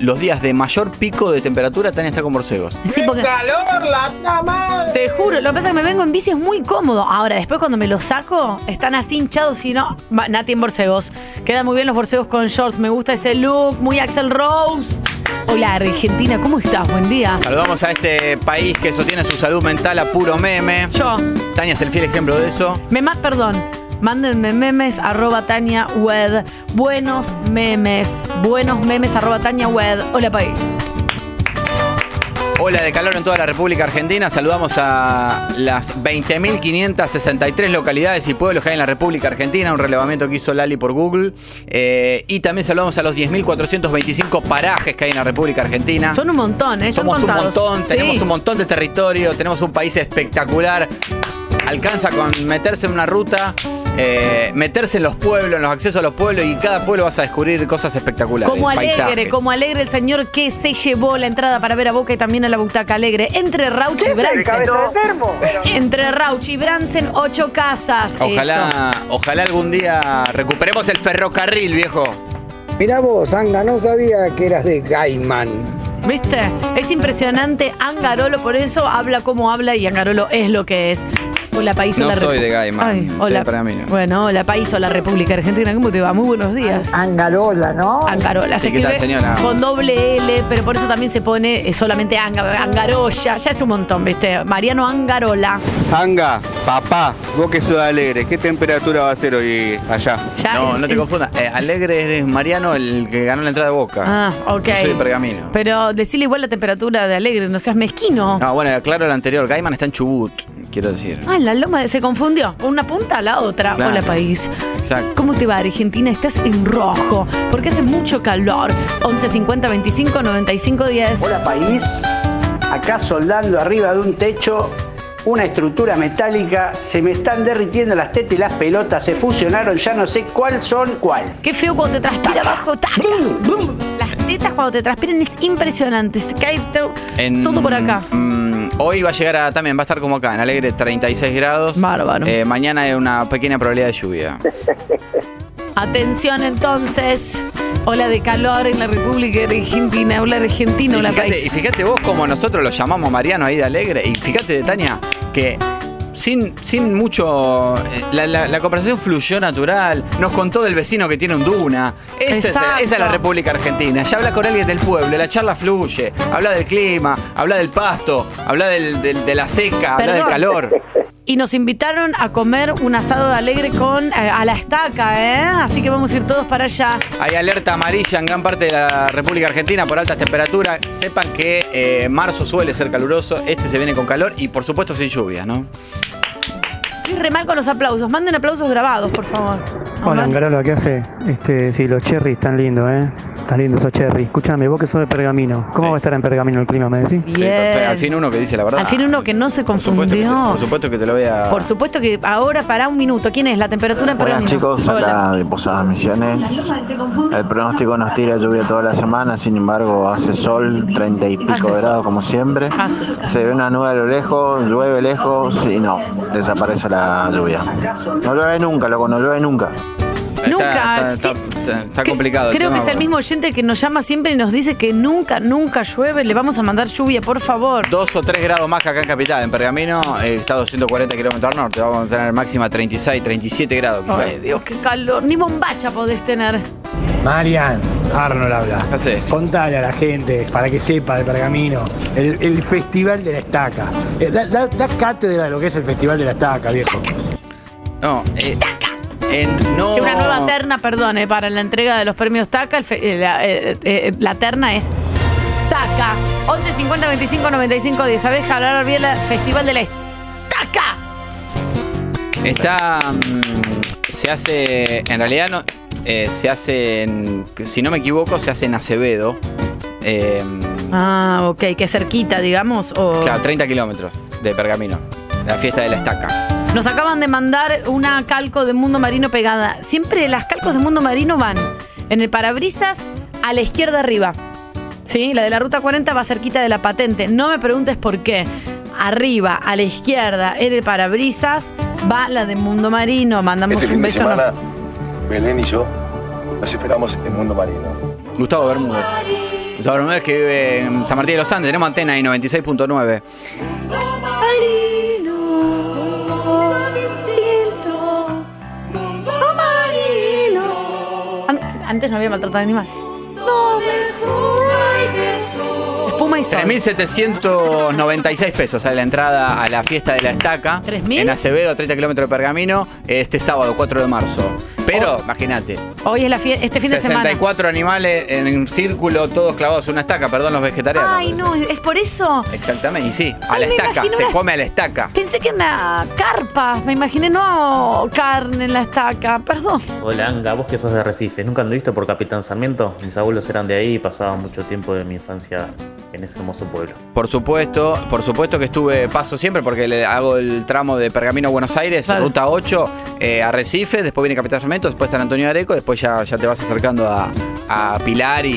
Speaker 5: los días de mayor pico de temperatura Tania está con borcegos.
Speaker 6: Sí, porque... calor, la madre! Te juro, lo que pasa es que me vengo en bici es muy cómodo. Ahora, después cuando me los saco, están así hinchados y no... Va, Nati en Borcegos. Quedan muy bien los Borcegos con shorts, me gusta ese look, muy Axel Rose. Hola Argentina, ¿cómo estás? Buen día.
Speaker 5: Saludamos a este país que sostiene su salud mental a puro meme.
Speaker 6: Yo.
Speaker 5: Tania es el fiel ejemplo de eso.
Speaker 6: Me más, perdón. Mándenme memes arroba Tania Wed. Buenos memes. Buenos memes arroba Tania Wed. Hola país.
Speaker 5: Ola de calor en toda la República Argentina. Saludamos a las 20.563 localidades y pueblos que hay en la República Argentina. Un relevamiento que hizo Lali por Google. Eh, y también saludamos a los 10.425 parajes que hay en la República Argentina.
Speaker 6: Son un montón, ¿eh? Están
Speaker 5: Somos un
Speaker 6: contados.
Speaker 5: montón,
Speaker 6: Sí.
Speaker 5: tenemos un montón de territorio, tenemos un país espectacular. Alcanza con meterse en una ruta, eh, meterse en los pueblos, en los accesos a los pueblos y cada pueblo vas a descubrir cosas espectaculares.
Speaker 6: Como alegre,
Speaker 5: paisajes.
Speaker 6: como alegre el señor que se llevó la entrada para ver a Boca y también a la Butaca Alegre. Entre Rauch y Bransen. Entre Rauch y Bransen, ocho casas.
Speaker 5: Ojalá, ojalá algún día recuperemos el ferrocarril, viejo.
Speaker 28: Mirá vos, Anga, no sabía que eras de Gaiman.
Speaker 6: Eso. ¿Viste? Es impresionante. Angarolo por eso habla como habla y Angarolo es lo que es. Hola, país,
Speaker 5: No
Speaker 6: hola
Speaker 5: soy
Speaker 6: Repu-
Speaker 5: de Gaiman.
Speaker 6: Ay,
Speaker 5: Sí,
Speaker 6: hola.
Speaker 5: para mí no.
Speaker 6: Bueno, hola, país, hola, República Argentina. ¿Cómo te va? Muy buenos días.
Speaker 26: Angarola, ¿no?
Speaker 6: Angarola. Se
Speaker 5: Sí, ¿qué tal,
Speaker 6: escribe
Speaker 5: señora?
Speaker 6: con doble L, pero por eso también se pone eh, solamente Anga, Angaroya. Ya es un montón, ¿viste? Mariano Angarola.
Speaker 8: Anga, papá, vos que sos alegre, ¿qué temperatura va a ser hoy allá?
Speaker 6: Ya
Speaker 5: no, no te
Speaker 6: es-
Speaker 5: confundas. Eh, Alegre es Mariano el que ganó la entrada de Boca.
Speaker 6: Ah, ok.
Speaker 5: Yo soy de Pergamino.
Speaker 6: Pero decirle igual la temperatura de Alegre, no seas mezquino.
Speaker 5: No, bueno, aclaro el anterior. Gaiman está en Chubut, quiero decir.
Speaker 6: Ah, la loma de- se confundió. Una punta a la otra.
Speaker 5: Claro.
Speaker 6: Hola, país.
Speaker 5: Exacto.
Speaker 6: ¿Cómo te va, Argentina? Estás en rojo porque hace mucho calor. 11 50 25 95 10.
Speaker 12: Hola país, acá soldando arriba de un techo una estructura metálica, se me están derritiendo las tetas y las pelotas, se fusionaron, ya no sé cuál son cuál.
Speaker 6: Qué feo cuando te transpira abajo. taca. Las tetas cuando te transpiran es impresionante. Se cae to-
Speaker 5: En-
Speaker 6: todo por acá.
Speaker 5: Mm, hoy va a llegar a, también, va a estar como acá, en Alegre 36 grados.
Speaker 6: Bárbaro.
Speaker 5: Eh, mañana hay una pequeña probabilidad de lluvia.
Speaker 6: Atención entonces. Hola de calor en la República Argentina. Hola argentino,
Speaker 5: y,
Speaker 6: hola
Speaker 5: fíjate, y
Speaker 6: país.
Speaker 5: fíjate vos como nosotros lo llamamos Mariano ahí de Alegre. Y fíjate, Tania, que sin, sin mucho. eh, La, la- la conversación fluyó natural. Nos contó del vecino que tiene un duna. Esa es, esa es la
Speaker 6: Exacto.
Speaker 5: República Argentina. Ya habla con alguien del pueblo. La charla fluye. Habla del clima. Habla del pasto. Habla del- del- de la seca. Habla del
Speaker 6: Perdón.
Speaker 5: calor.
Speaker 6: Y nos invitaron a comer un asado de alegre con eh, a la estaca, ¿eh? Así que vamos a ir todos para allá.
Speaker 5: Hay alerta amarilla en gran parte de la República Argentina por altas temperaturas. Sepan que eh, marzo suele ser caluroso, este se viene con calor y por supuesto sin lluvia, ¿no?
Speaker 6: Estoy re mal con los aplausos. Manden aplausos grabados, por favor.
Speaker 13: Hola, Angarola, ¿qué hace? Este, sí, los cherries están lindos, ¿eh? Están lindos esos cherries. Escúchame, vos que sos de Pergamino, ¿cómo va a estar en Pergamino el clima, me decís?
Speaker 5: Sí,
Speaker 6: Bien.
Speaker 5: perfecto. Al fin uno que dice la verdad.
Speaker 6: Al fin uno que no se
Speaker 5: Por supuesto que te-
Speaker 6: confundió.
Speaker 5: Por supuesto que te lo voy a.
Speaker 6: Por supuesto que ahora para un minuto. ¿Quién es? La temperatura en
Speaker 14: Hola
Speaker 6: Pergamino.
Speaker 14: chicos,
Speaker 6: Hola.
Speaker 14: acá de Posadas Misiones. El pronóstico nos tira lluvia toda la semana, sin embargo hace sol, 30 y pico
Speaker 6: Hace sol.
Speaker 14: grados como siempre. Se ve una nube a lo lejos, llueve lejos y no, desaparece la lluvia. No llueve nunca, loco, no llueve nunca.
Speaker 6: Nunca,
Speaker 5: Está, está- está- está complicado. el
Speaker 6: Creo que
Speaker 5: tema,
Speaker 6: es el
Speaker 5: pero-
Speaker 6: mismo oyente que nos llama siempre y nos dice que nunca, nunca llueve. Le vamos a mandar lluvia, por favor.
Speaker 5: Dos o tres grados más que acá en Capital. En Pergamino eh, está a 240 kilómetros al norte. Vamos a tener máxima 36, 37 grados quizás.
Speaker 6: Ay, Dios, qué calor. Ni bombacha podés tener.
Speaker 16: Marian, Arnold habla. Contale a la gente para que sepa de Pergamino el, el Festival de la Estaca. Eh, Da, da- da cátedra de lo que es el Festival de la Estaca, viejo.
Speaker 5: No, eh, en- no.
Speaker 6: Che, una nueva terna, perdón, eh, para la entrega de los premios TACA. el fe- eh, la, eh, eh, la terna es TACA. 11 50 25 95 10. ¿Sabés jalar bien el Festival de la TACA?
Speaker 5: Está. mm, se hace. En realidad no. eh, se hace en. Si no me equivoco, se hace en Acevedo. Eh,
Speaker 6: Ah, ok, que cerquita, digamos. O...
Speaker 5: Claro, 30 kilómetros de pergamino. La fiesta de la estaca.
Speaker 6: Nos acaban de mandar una calco de Mundo Marino pegada. Siempre las calcos de Mundo Marino van en el parabrisas a la izquierda arriba. ¿Sí? La de la ruta 40 va cerquita de la patente. No me preguntes por qué. Arriba, a la izquierda, en el parabrisas, va la de Mundo Marino. Mandamos
Speaker 17: Este
Speaker 6: un
Speaker 17: fin de
Speaker 6: beso.
Speaker 17: semana, Belén y yo nos esperamos en Mundo Marino.
Speaker 5: Gustavo Bermúdez. Gustavo Bermúdez que vive en San Martín de los Andes. Tenemos antena ahí 96.9.
Speaker 6: Antes, antes no había maltratado animal. Espuma y sol.
Speaker 5: 3.796 pesos a la entrada a la fiesta de la estaca. En Acevedo, 30 kilómetros de pergamino. Este sábado, 4 de marzo. Pero, imagínate.
Speaker 6: Hoy Oh. es la fie- este fin de semana.
Speaker 5: 64 animales en un círculo, todos clavados en una estaca, perdón los vegetarianos.
Speaker 6: Ay, no, es por eso.
Speaker 5: Exactamente, y sí, a
Speaker 6: Ay,
Speaker 5: la
Speaker 6: me
Speaker 5: estaca,
Speaker 6: imagino
Speaker 5: se
Speaker 6: una-
Speaker 5: come a la estaca.
Speaker 6: Pensé que una carpa, me imaginé, no carne en la estaca, perdón.
Speaker 18: Hola Anga, vos que sos de Recife, ¿nunca anduviste por Capitán Sarmiento? Mis abuelos eran de ahí y pasaba mucho tiempo de mi infancia en ese hermoso pueblo.
Speaker 5: Por supuesto, por supuesto que estuve, paso siempre porque le hago el tramo de Pergamino a Buenos Aires,
Speaker 18: Claro.
Speaker 5: ruta 8, eh, a Recife, después viene Capitán Sarmiento, después San Antonio de Areco, después ya, ya te vas acercando a, a Pilar y,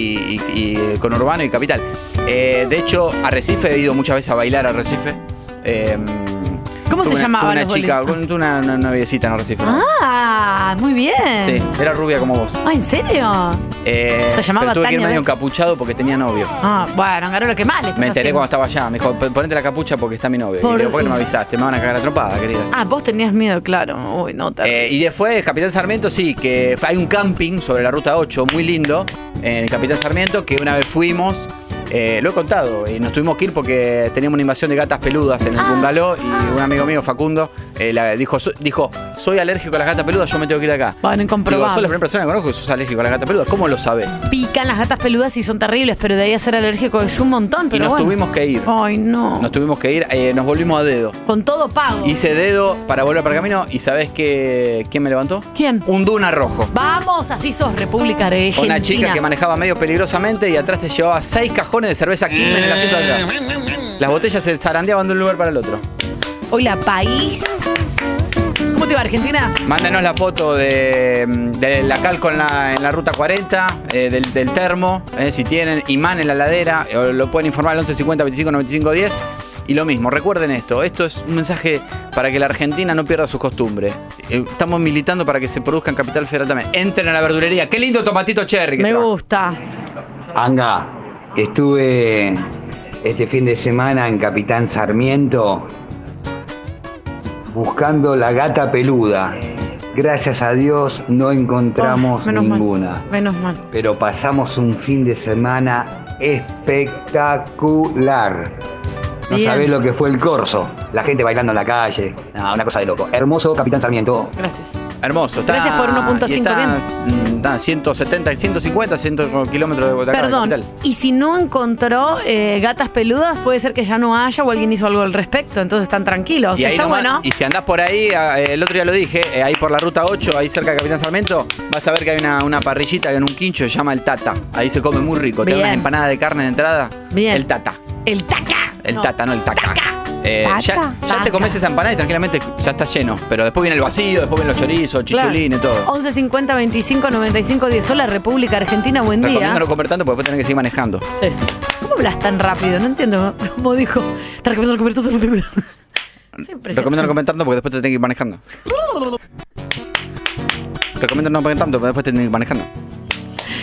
Speaker 5: y- y Conurbano y Capital. Eh, de hecho, a Recife he ido muchas veces a bailar a Recife. Eh,
Speaker 6: ¿Cómo
Speaker 5: tuve
Speaker 6: se
Speaker 5: una-
Speaker 6: llamaba
Speaker 5: tuve Una
Speaker 6: los
Speaker 5: chica,
Speaker 6: boliches?
Speaker 5: tuve una, una noviecita en Recife. ¿no?
Speaker 6: Ah, Mira, muy bien.
Speaker 5: Sí, era rubia como vos.
Speaker 6: Ah, ¿en serio?
Speaker 5: Eh,
Speaker 6: Se llamaba
Speaker 5: pero tuve que ir
Speaker 6: Tania
Speaker 5: medio
Speaker 6: Ver-
Speaker 5: encapuchado porque tenía novio.
Speaker 6: Ah, bueno, Angaro, lo que mal estás
Speaker 5: Me enteré
Speaker 6: haciendo.
Speaker 5: cuando estaba allá. Me dijo, "Pon- ponete la capucha porque está mi novio.
Speaker 6: Por-
Speaker 5: Y le digo, ¿por qué no me avisaste? Me van a cagar la tropada, querida.
Speaker 6: Ah, vos tenías miedo, claro. Uy, no, terrible.
Speaker 5: Eh, y después, Capitán Sarmiento, sí, que hay un camping sobre la ruta 8, muy lindo, en el Capitán Sarmiento, que una vez fuimos. eh, lo he contado, y nos tuvimos que ir porque teníamos una invasión de gatas peludas en el
Speaker 6: Ah.
Speaker 5: bungalow y un amigo mío, Facundo, eh, la- dijo, "So- dijo, soy alérgico a las gatas peludas, yo me tengo que ir de acá.
Speaker 6: Bueno,
Speaker 5: Digo,
Speaker 6: incomprobable.
Speaker 5: soy la primera persona que conozco que sos alérgico a las gatas peludas, ¿cómo lo sabés?
Speaker 6: Pican las gatas peludas y son terribles, pero de ahí a ser alérgico es un montón,
Speaker 5: Y
Speaker 6: pero
Speaker 5: nos
Speaker 6: bueno. Oh.
Speaker 5: tuvimos que ir.
Speaker 6: Ay, no.
Speaker 5: Nos tuvimos que ir, eh, nos volvimos a dedo.
Speaker 6: Con todo pago.
Speaker 5: Hice dedo para volver para camino y ¿sabés qué, quién me levantó?
Speaker 6: ¿Quién?
Speaker 5: Un duna rojo.
Speaker 6: Vamos, así sos, República Argentina.
Speaker 5: Una chica que manejaba medio peligrosamente y atrás te llevaba seis cajones de cerveza Quilmes en el asiento de atrás. Las botellas se zarandeaban de un lugar para el otro.
Speaker 6: Hola, país. ¿Cómo te va, Argentina?
Speaker 5: Mándanos la foto de, de la cal con la, en la ruta 40, eh, del, del termo, eh, si tienen imán en la ladera, eh, o lo pueden informar al 1150 25 95 10. Y lo mismo, recuerden esto, esto es un mensaje para que la Argentina no pierda sus costumbres. Eh, Estamos militando para que se produzca en Capital Federal también. Entren a la verdulería, qué lindo tomatito cherry. que
Speaker 6: Me
Speaker 5: trajo.
Speaker 6: gusta.
Speaker 4: Anga, estuve este fin de semana en Capitán Sarmiento buscando la gata peluda. Gracias a Dios no encontramos
Speaker 6: Oh, menos mal.
Speaker 4: ninguna.
Speaker 6: Menos mal.
Speaker 4: Pero pasamos un fin de semana espectacular. No
Speaker 6: Bien.
Speaker 4: sabés lo que fue el corso. La gente bailando en la calle. No, una cosa de loco. Hermoso Capitán Sarmiento.
Speaker 6: Gracias.
Speaker 5: Hermoso. Está,
Speaker 6: Gracias por 1.5,
Speaker 5: y Está, mm, está 170, 150, 100 kilómetros de de acá, de
Speaker 6: Perdón,
Speaker 5: capital.
Speaker 6: y si no encontró eh, gatas peludas, puede ser que ya no haya o alguien hizo algo al respecto, entonces están tranquilos.
Speaker 5: Y, ahí
Speaker 6: Está
Speaker 5: nomás-
Speaker 6: bueno.
Speaker 5: y si andás por ahí, a- eh, el otro día lo dije, eh, ahí por la ruta 8, ahí cerca de Capitán Sarmiento, vas a ver que hay una, una parrillita que en un quincho se llama el Tata. Ahí se come muy rico. Te da
Speaker 6: Bien.
Speaker 5: unas empanadas de carne de entrada. El Tata.
Speaker 6: El taca.
Speaker 5: El Tata, no el Taca. Eh,
Speaker 6: Taca.
Speaker 5: ya ya te
Speaker 6: Taca.
Speaker 5: comes esa empanada y tranquilamente ya está lleno. Pero después viene el vacío, después vienen los chorizos, chichulines, todo.
Speaker 6: 11 50 25 95 10. Hola, República Argentina, buen día.
Speaker 5: Recomiendo no comer tanto porque después tenés que seguir manejando.
Speaker 6: Sí. ¿Cómo hablas tan rápido? No entiendo. Como dijo, te recomiendo el cobertor.
Speaker 5: Recomiendo no comer tanto porque después te tenés que ir manejando. Recomiendo no comer tanto porque después te tenés que ir manejando.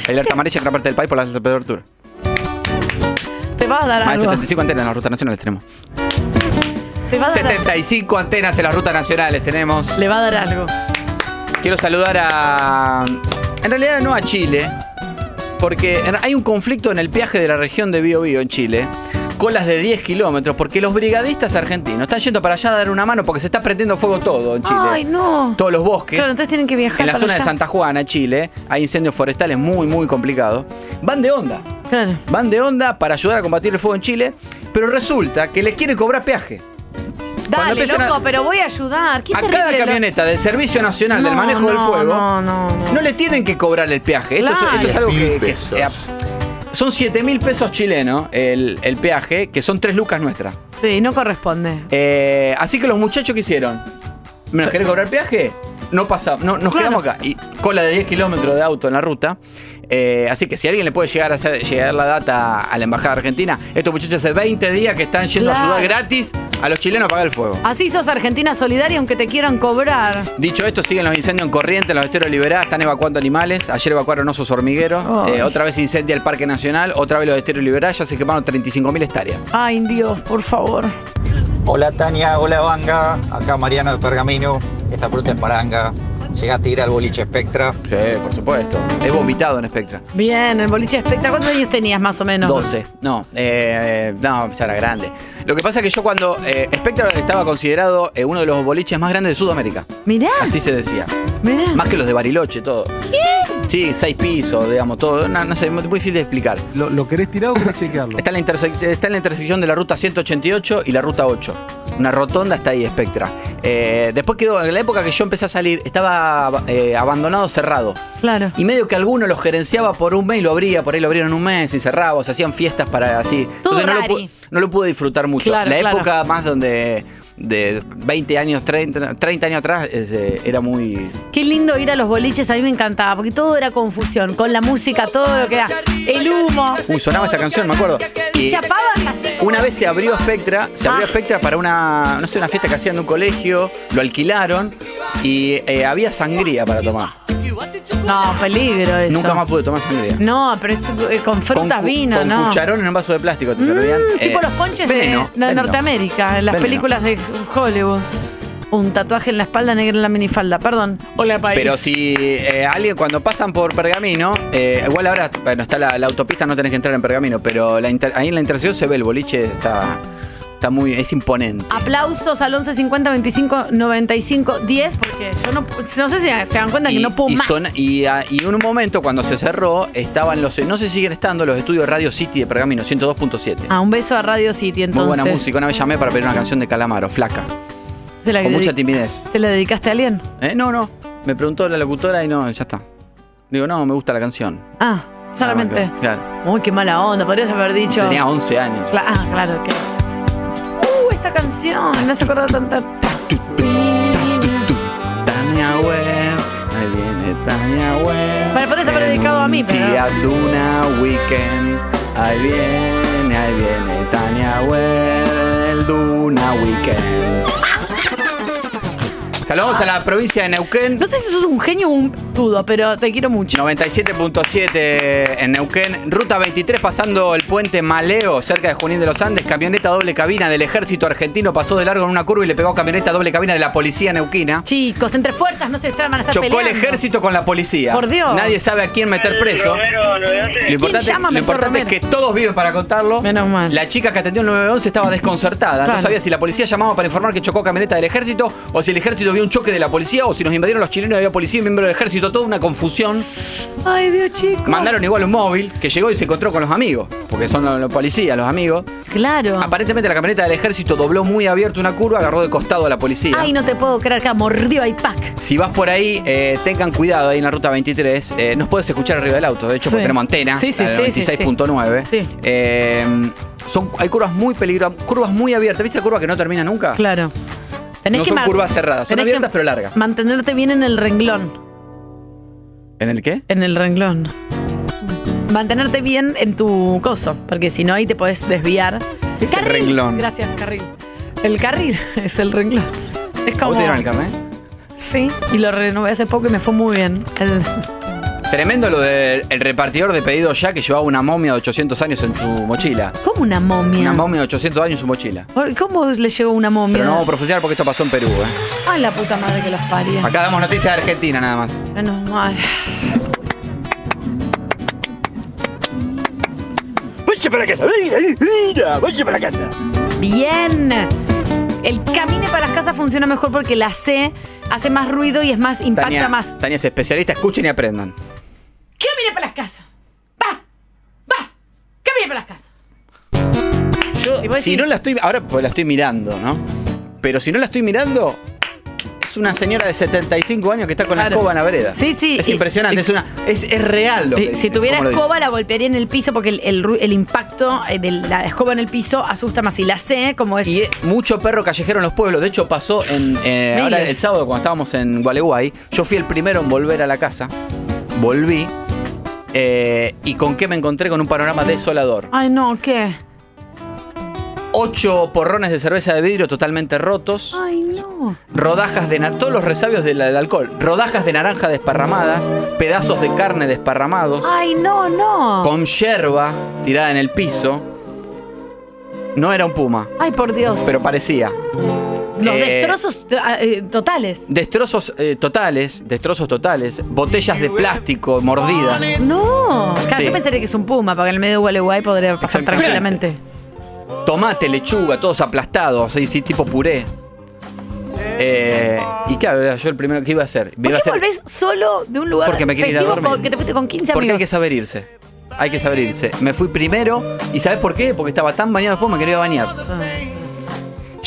Speaker 5: El alerta amarilla en gran parte del país por la alta temperatura.
Speaker 6: Te va a dar
Speaker 5: Más de
Speaker 6: algo.
Speaker 5: 75 antenas en las rutas nacionales tenemos.
Speaker 6: Te va a dar,
Speaker 5: 75 antenas en las rutas nacionales tenemos.
Speaker 6: le va a dar algo.
Speaker 5: Quiero saludar a. En realidad no a Chile, porque en- hay un conflicto en el peaje de la región de Bío Bío en Chile. Colas de 10 kilómetros, porque los brigadistas argentinos están yendo para allá a dar una mano porque se está prendiendo fuego todo en Chile.
Speaker 6: Ay, no.
Speaker 5: Todos los bosques.
Speaker 6: Claro, entonces tienen que viajar
Speaker 5: En la
Speaker 6: para
Speaker 5: zona de
Speaker 6: allá.
Speaker 5: Santa Juana, Chile, hay incendios forestales muy, muy complicados. Van de onda.
Speaker 6: Claro.
Speaker 5: Van de onda para ayudar a combatir el fuego en Chile, pero resulta que les quiere cobrar peaje. Cuando
Speaker 6: Dale,
Speaker 5: empiezan a-
Speaker 6: loco, pero voy a ayudar. Qué
Speaker 5: A
Speaker 6: terrible
Speaker 5: cada
Speaker 6: lo-
Speaker 5: camioneta del Servicio Nacional del
Speaker 6: No,
Speaker 5: Manejo del
Speaker 6: no,
Speaker 5: Fuego
Speaker 6: no, no, no.
Speaker 5: le tienen que cobrar el peaje. Esto, es-
Speaker 6: Claro.
Speaker 5: esto es, algo que... que- eh, son 7 mil pesos chilenos el, el peaje, que son 3 lucas nuestras.
Speaker 6: Sí, no corresponde.
Speaker 5: Eh, así que los muchachos que hicieron, ¿me nos querés cobrar peaje? No pasa, no, nos quedamos acá. Y cola de 10 kilómetros de auto en la ruta. Eh, así que si alguien le puede llegar a hacer, llegar la data a la Embajada Argentina, estos muchachos hace 20 días que están yendo
Speaker 6: Claro.
Speaker 5: a ayudar gratis a los chilenos a apagar el fuego.
Speaker 6: Así sos Argentina solidaria aunque te quieran cobrar.
Speaker 5: Dicho esto, siguen los incendios en Corrientes, en los esteros liberá, están evacuando animales. Ayer evacuaron osos hormigueros.
Speaker 6: Ay.
Speaker 5: Eh, otra vez incendia el Parque Nacional, otra vez los esteros liberá, ya se quemaron 35.000 hectáreas.
Speaker 6: Ay, Dios, por favor.
Speaker 19: Hola Tania, hola Vanga, acá Mariano del Pergamino, esta fruta es paranga. ¿Llegaste a ir al boliche Spectra?
Speaker 5: Sí, por supuesto. He vomitado en Spectra.
Speaker 6: Bien, el boliche especta. ¿Cuántos años tenías más o menos?
Speaker 5: 12. No, eh, no, ya era grande. Lo que pasa es que yo cuando eh, Spectra estaba considerado eh, uno de los boliches más grandes de Sudamérica.
Speaker 6: Mirá.
Speaker 5: Así se decía.
Speaker 6: Mirá.
Speaker 5: Más que los de Bariloche, todo. Sí, seis pisos, digamos, todo. No, no sé, muy difícil de explicar.
Speaker 20: ¿Lo, lo querés tirar o querés chequearlo?
Speaker 5: Está en, la intersec- está en la intersección de la ruta 188 y la ruta 8. Una rotonda está ahí, Spectra. Eh, después quedó, en la época que yo empecé a salir, estaba eh, abandonado, cerrado.
Speaker 6: Claro.
Speaker 5: Y medio que alguno los gerenciaba por un mes y lo abría, por ahí lo abrieron un mes y cerraba, o se hacían fiestas para así.
Speaker 6: Todo
Speaker 5: no lo,
Speaker 6: rari.
Speaker 5: pude, no lo pude disfrutar mucho.
Speaker 6: Claro,
Speaker 5: la
Speaker 6: claro.
Speaker 5: época más donde de 20 años, 30, 30 años atrás, eh, era muy.
Speaker 6: Qué lindo ir a los boliches, a mí me encantaba, porque todo era confusión, con la música, todo lo que era, el humo.
Speaker 5: Uy, sonaba esta canción, me acuerdo.
Speaker 6: Y
Speaker 5: Eh,
Speaker 6: chapabas así.
Speaker 5: Una vez se abrió Spectra, se abrió
Speaker 6: Ah.
Speaker 5: Spectra para una, no sé, una fiesta que hacían en un colegio, lo alquilaron y eh, había sangría para tomar.
Speaker 6: No, peligro eso.
Speaker 5: Nunca más pude tomar sangría.
Speaker 6: No, pero es, eh, con frutas,
Speaker 5: cu-
Speaker 6: vino,
Speaker 5: con
Speaker 6: ¿no?
Speaker 5: cucharón en un vaso de plástico te servían.
Speaker 6: Mm, tipo
Speaker 5: Eh,
Speaker 6: los ponches de-
Speaker 5: veneno,
Speaker 6: de,
Speaker 5: veneno.
Speaker 6: Norteamérica, en las
Speaker 5: Veneno.
Speaker 6: películas de Hollywood. Un tatuaje en la espalda, negro en la minifalda. Perdón. Hola, país.
Speaker 5: Pero si eh, alguien cuando pasan por Pergamino, eh, igual ahora, bueno, está la, la autopista, no tenés que entrar en Pergamino, pero la inter- ahí en la intersección se ve el boliche, está, está muy, es imponente.
Speaker 6: Aplausos al 11 50 25 95 10 porque yo no, no sé si se dan cuenta que no puedo
Speaker 5: y,
Speaker 6: más.
Speaker 5: son- y, a- y en un momento cuando se cerró, estaban los, no sé si siguen estando, los estudios Radio City de Pergamino, 102.7.
Speaker 6: Ah, un beso a Radio City entonces.
Speaker 5: Muy buena música, una vez llamé para pedir una canción de Calamaro, flaca,
Speaker 6: ¿Se la,
Speaker 5: con mucha
Speaker 6: dedi-
Speaker 5: timidez.
Speaker 6: ¿Se la dedicaste a alguien?
Speaker 5: Eh, No, no, me preguntó la locutora y no, ya está. Digo, no, me gusta la canción.
Speaker 6: Ah, solamente.
Speaker 5: Claro.
Speaker 6: Uy, qué mala onda, podrías haber dicho.
Speaker 5: Tenía 11 años.
Speaker 6: Cla- ah, claro, que. Uh, esta canción, me hace acordar tanta.
Speaker 5: Tania Web, ahí viene Tania Web.
Speaker 6: Bueno, podés haber dedicado a mí, pero-
Speaker 5: Día Duna Weekend, ahí viene, ahí viene Tania Web, el Duna Weekend. Saludos a la provincia de Neuquén.
Speaker 6: No sé si sos un genio o un tudo, pero te quiero mucho.
Speaker 5: 97.7 en Neuquén, ruta 23 pasando el puente Maleo, cerca de Junín de los Andes, camioneta doble cabina del ejército argentino pasó de largo en una curva y le pegó camioneta doble cabina de la policía neuquina.
Speaker 6: Chicos, entre fuerzas no se están, van a estar
Speaker 5: Chocó el
Speaker 6: peleando.
Speaker 5: ejército con la policía.
Speaker 6: Por Dios.
Speaker 5: Nadie sabe a quién meter preso. Lo importante,
Speaker 6: llama a
Speaker 5: lo
Speaker 6: Melchor
Speaker 5: importante es que todos viven para contarlo. Menos mal. La chica que atendió el 911 estaba desconcertada.
Speaker 6: Claro.
Speaker 5: No sabía si la policía llamaba para informar que chocó camioneta del ejército, o si el ejército vio un choque de la policía, o si nos invadieron los chilenos y había policía y miembro del ejército. Toda una confusión.
Speaker 6: Ay, Dios, chicos.
Speaker 5: Mandaron igual un móvil que llegó y se encontró con los amigos, porque son los, los policías, los amigos.
Speaker 6: Claro.
Speaker 5: Aparentemente la camioneta del ejército dobló muy abierto una curva, agarró de costado a la policía.
Speaker 6: Ay, no te puedo creer que mordió a IPAC.
Speaker 5: Si vas por ahí, eh, tengan cuidado ahí en la ruta 23. eh, nos puedes escuchar arriba del auto, de hecho,
Speaker 6: Sí.
Speaker 5: porque tenemos antena.
Speaker 6: Sí, sí,
Speaker 5: la
Speaker 6: sí, sí, sí.
Speaker 5: 96.9. Eh, son, hay curvas muy peligrosas, curvas muy abiertas. ¿Viste la curva que no termina nunca?
Speaker 6: Claro. Tenés
Speaker 5: no
Speaker 6: que
Speaker 5: son
Speaker 6: mar-
Speaker 5: curvas cerradas, son
Speaker 6: tenés que
Speaker 5: abiertas pero largas.
Speaker 6: Mantenerte bien en el renglón.
Speaker 5: ¿En el qué?
Speaker 6: En el renglón. Mantenerte bien en tu coso, porque si no ahí te podés desviar.
Speaker 5: ¿Qué es el renglón?
Speaker 6: Gracias, carril. El carril es el renglón. Es
Speaker 5: ¿Cómo
Speaker 6: como.
Speaker 5: te dieron el eh? carnet?
Speaker 6: Sí, y lo renové hace poco y me fue muy bien. El-
Speaker 5: Tremendo lo del el repartidor de pedido ya que llevaba una momia de 800 años en su mochila.
Speaker 6: ¿Cómo una momia?
Speaker 5: Una momia de 800 años en su mochila.
Speaker 6: ¿Por- ¿Cómo le llegó una momia?
Speaker 5: Pero no vamos a profundizar porque esto pasó en Perú. ¿eh?
Speaker 6: Ay, la puta madre que los paría.
Speaker 5: Acá damos noticias de Argentina nada más.
Speaker 6: Menos mal.
Speaker 1: Vaya para casa, mira, vaya para casa.
Speaker 6: Bien. El camine para las casas funciona mejor porque la C hace más ruido y es más, impacta
Speaker 5: Tania,
Speaker 6: más.
Speaker 5: Tania es especialista, escuchen y aprendan.
Speaker 6: Camine para las casas. Va, va. Camine para las casas.
Speaker 5: si no la estoy. Ahora pues la estoy mirando, ¿no? Pero si no la estoy mirando. Es una señora de 75 años que está con la
Speaker 6: Claro.
Speaker 5: escoba en la vereda.
Speaker 6: Sí, sí,
Speaker 5: Es
Speaker 6: y-
Speaker 5: impresionante, es, una, es, es real lo que
Speaker 6: Eh,
Speaker 5: dice,
Speaker 6: si tuviera
Speaker 5: cómo lo dice.
Speaker 6: escoba la golpearía en el piso porque el, el ru- el impacto eh, de la escoba en el piso asusta más. Y la C, como es...
Speaker 5: Y eh, mucho perro callejero en los pueblos. De hecho, pasó en, eh, ahora
Speaker 6: Miles.
Speaker 5: el sábado cuando estábamos en Gualeguay. Yo fui el primero en volver a la casa. Volví. eh, ¿Y con qué me encontré? Con un panorama desolador.
Speaker 6: Ay, no, ¿qué?
Speaker 5: Ocho porrones de cerveza de vidrio totalmente rotos.
Speaker 6: Ay, no.
Speaker 5: Rodajas de nar- todos los resabios del, del alcohol. Rodajas de naranja desparramadas. Pedazos de carne desparramados.
Speaker 6: Ay, no, no.
Speaker 5: Con yerba tirada en el piso. No era un puma.
Speaker 6: Ay, por Dios.
Speaker 5: Pero parecía.
Speaker 6: Los
Speaker 5: Eh,
Speaker 6: destrozos ah, eh, totales.
Speaker 5: Destrozos eh, totales, destrozos totales, botellas de plástico mordidas.
Speaker 6: No. Claro,
Speaker 5: Sí.
Speaker 6: yo pensaría que es un puma, porque en el medio de Gualeguay podría pasar
Speaker 5: Exactamente.
Speaker 6: tranquilamente.
Speaker 5: Tomate, lechuga, todos aplastados, así, sí, tipo puré. Eh, y claro, era yo el primero que iba a hacer.
Speaker 6: ¿Por
Speaker 5: iba a
Speaker 6: qué
Speaker 5: hacer-
Speaker 6: volvés solo de un lugar
Speaker 5: Porque me quería ir a
Speaker 6: festivo
Speaker 5: dormir.
Speaker 6: con- que te fuiste con 15
Speaker 5: porque hay
Speaker 6: amigos?
Speaker 5: que saber irse. Hay que saber irse. Me fui primero y ¿sabes por qué? Porque estaba tan bañado después me quería bañar.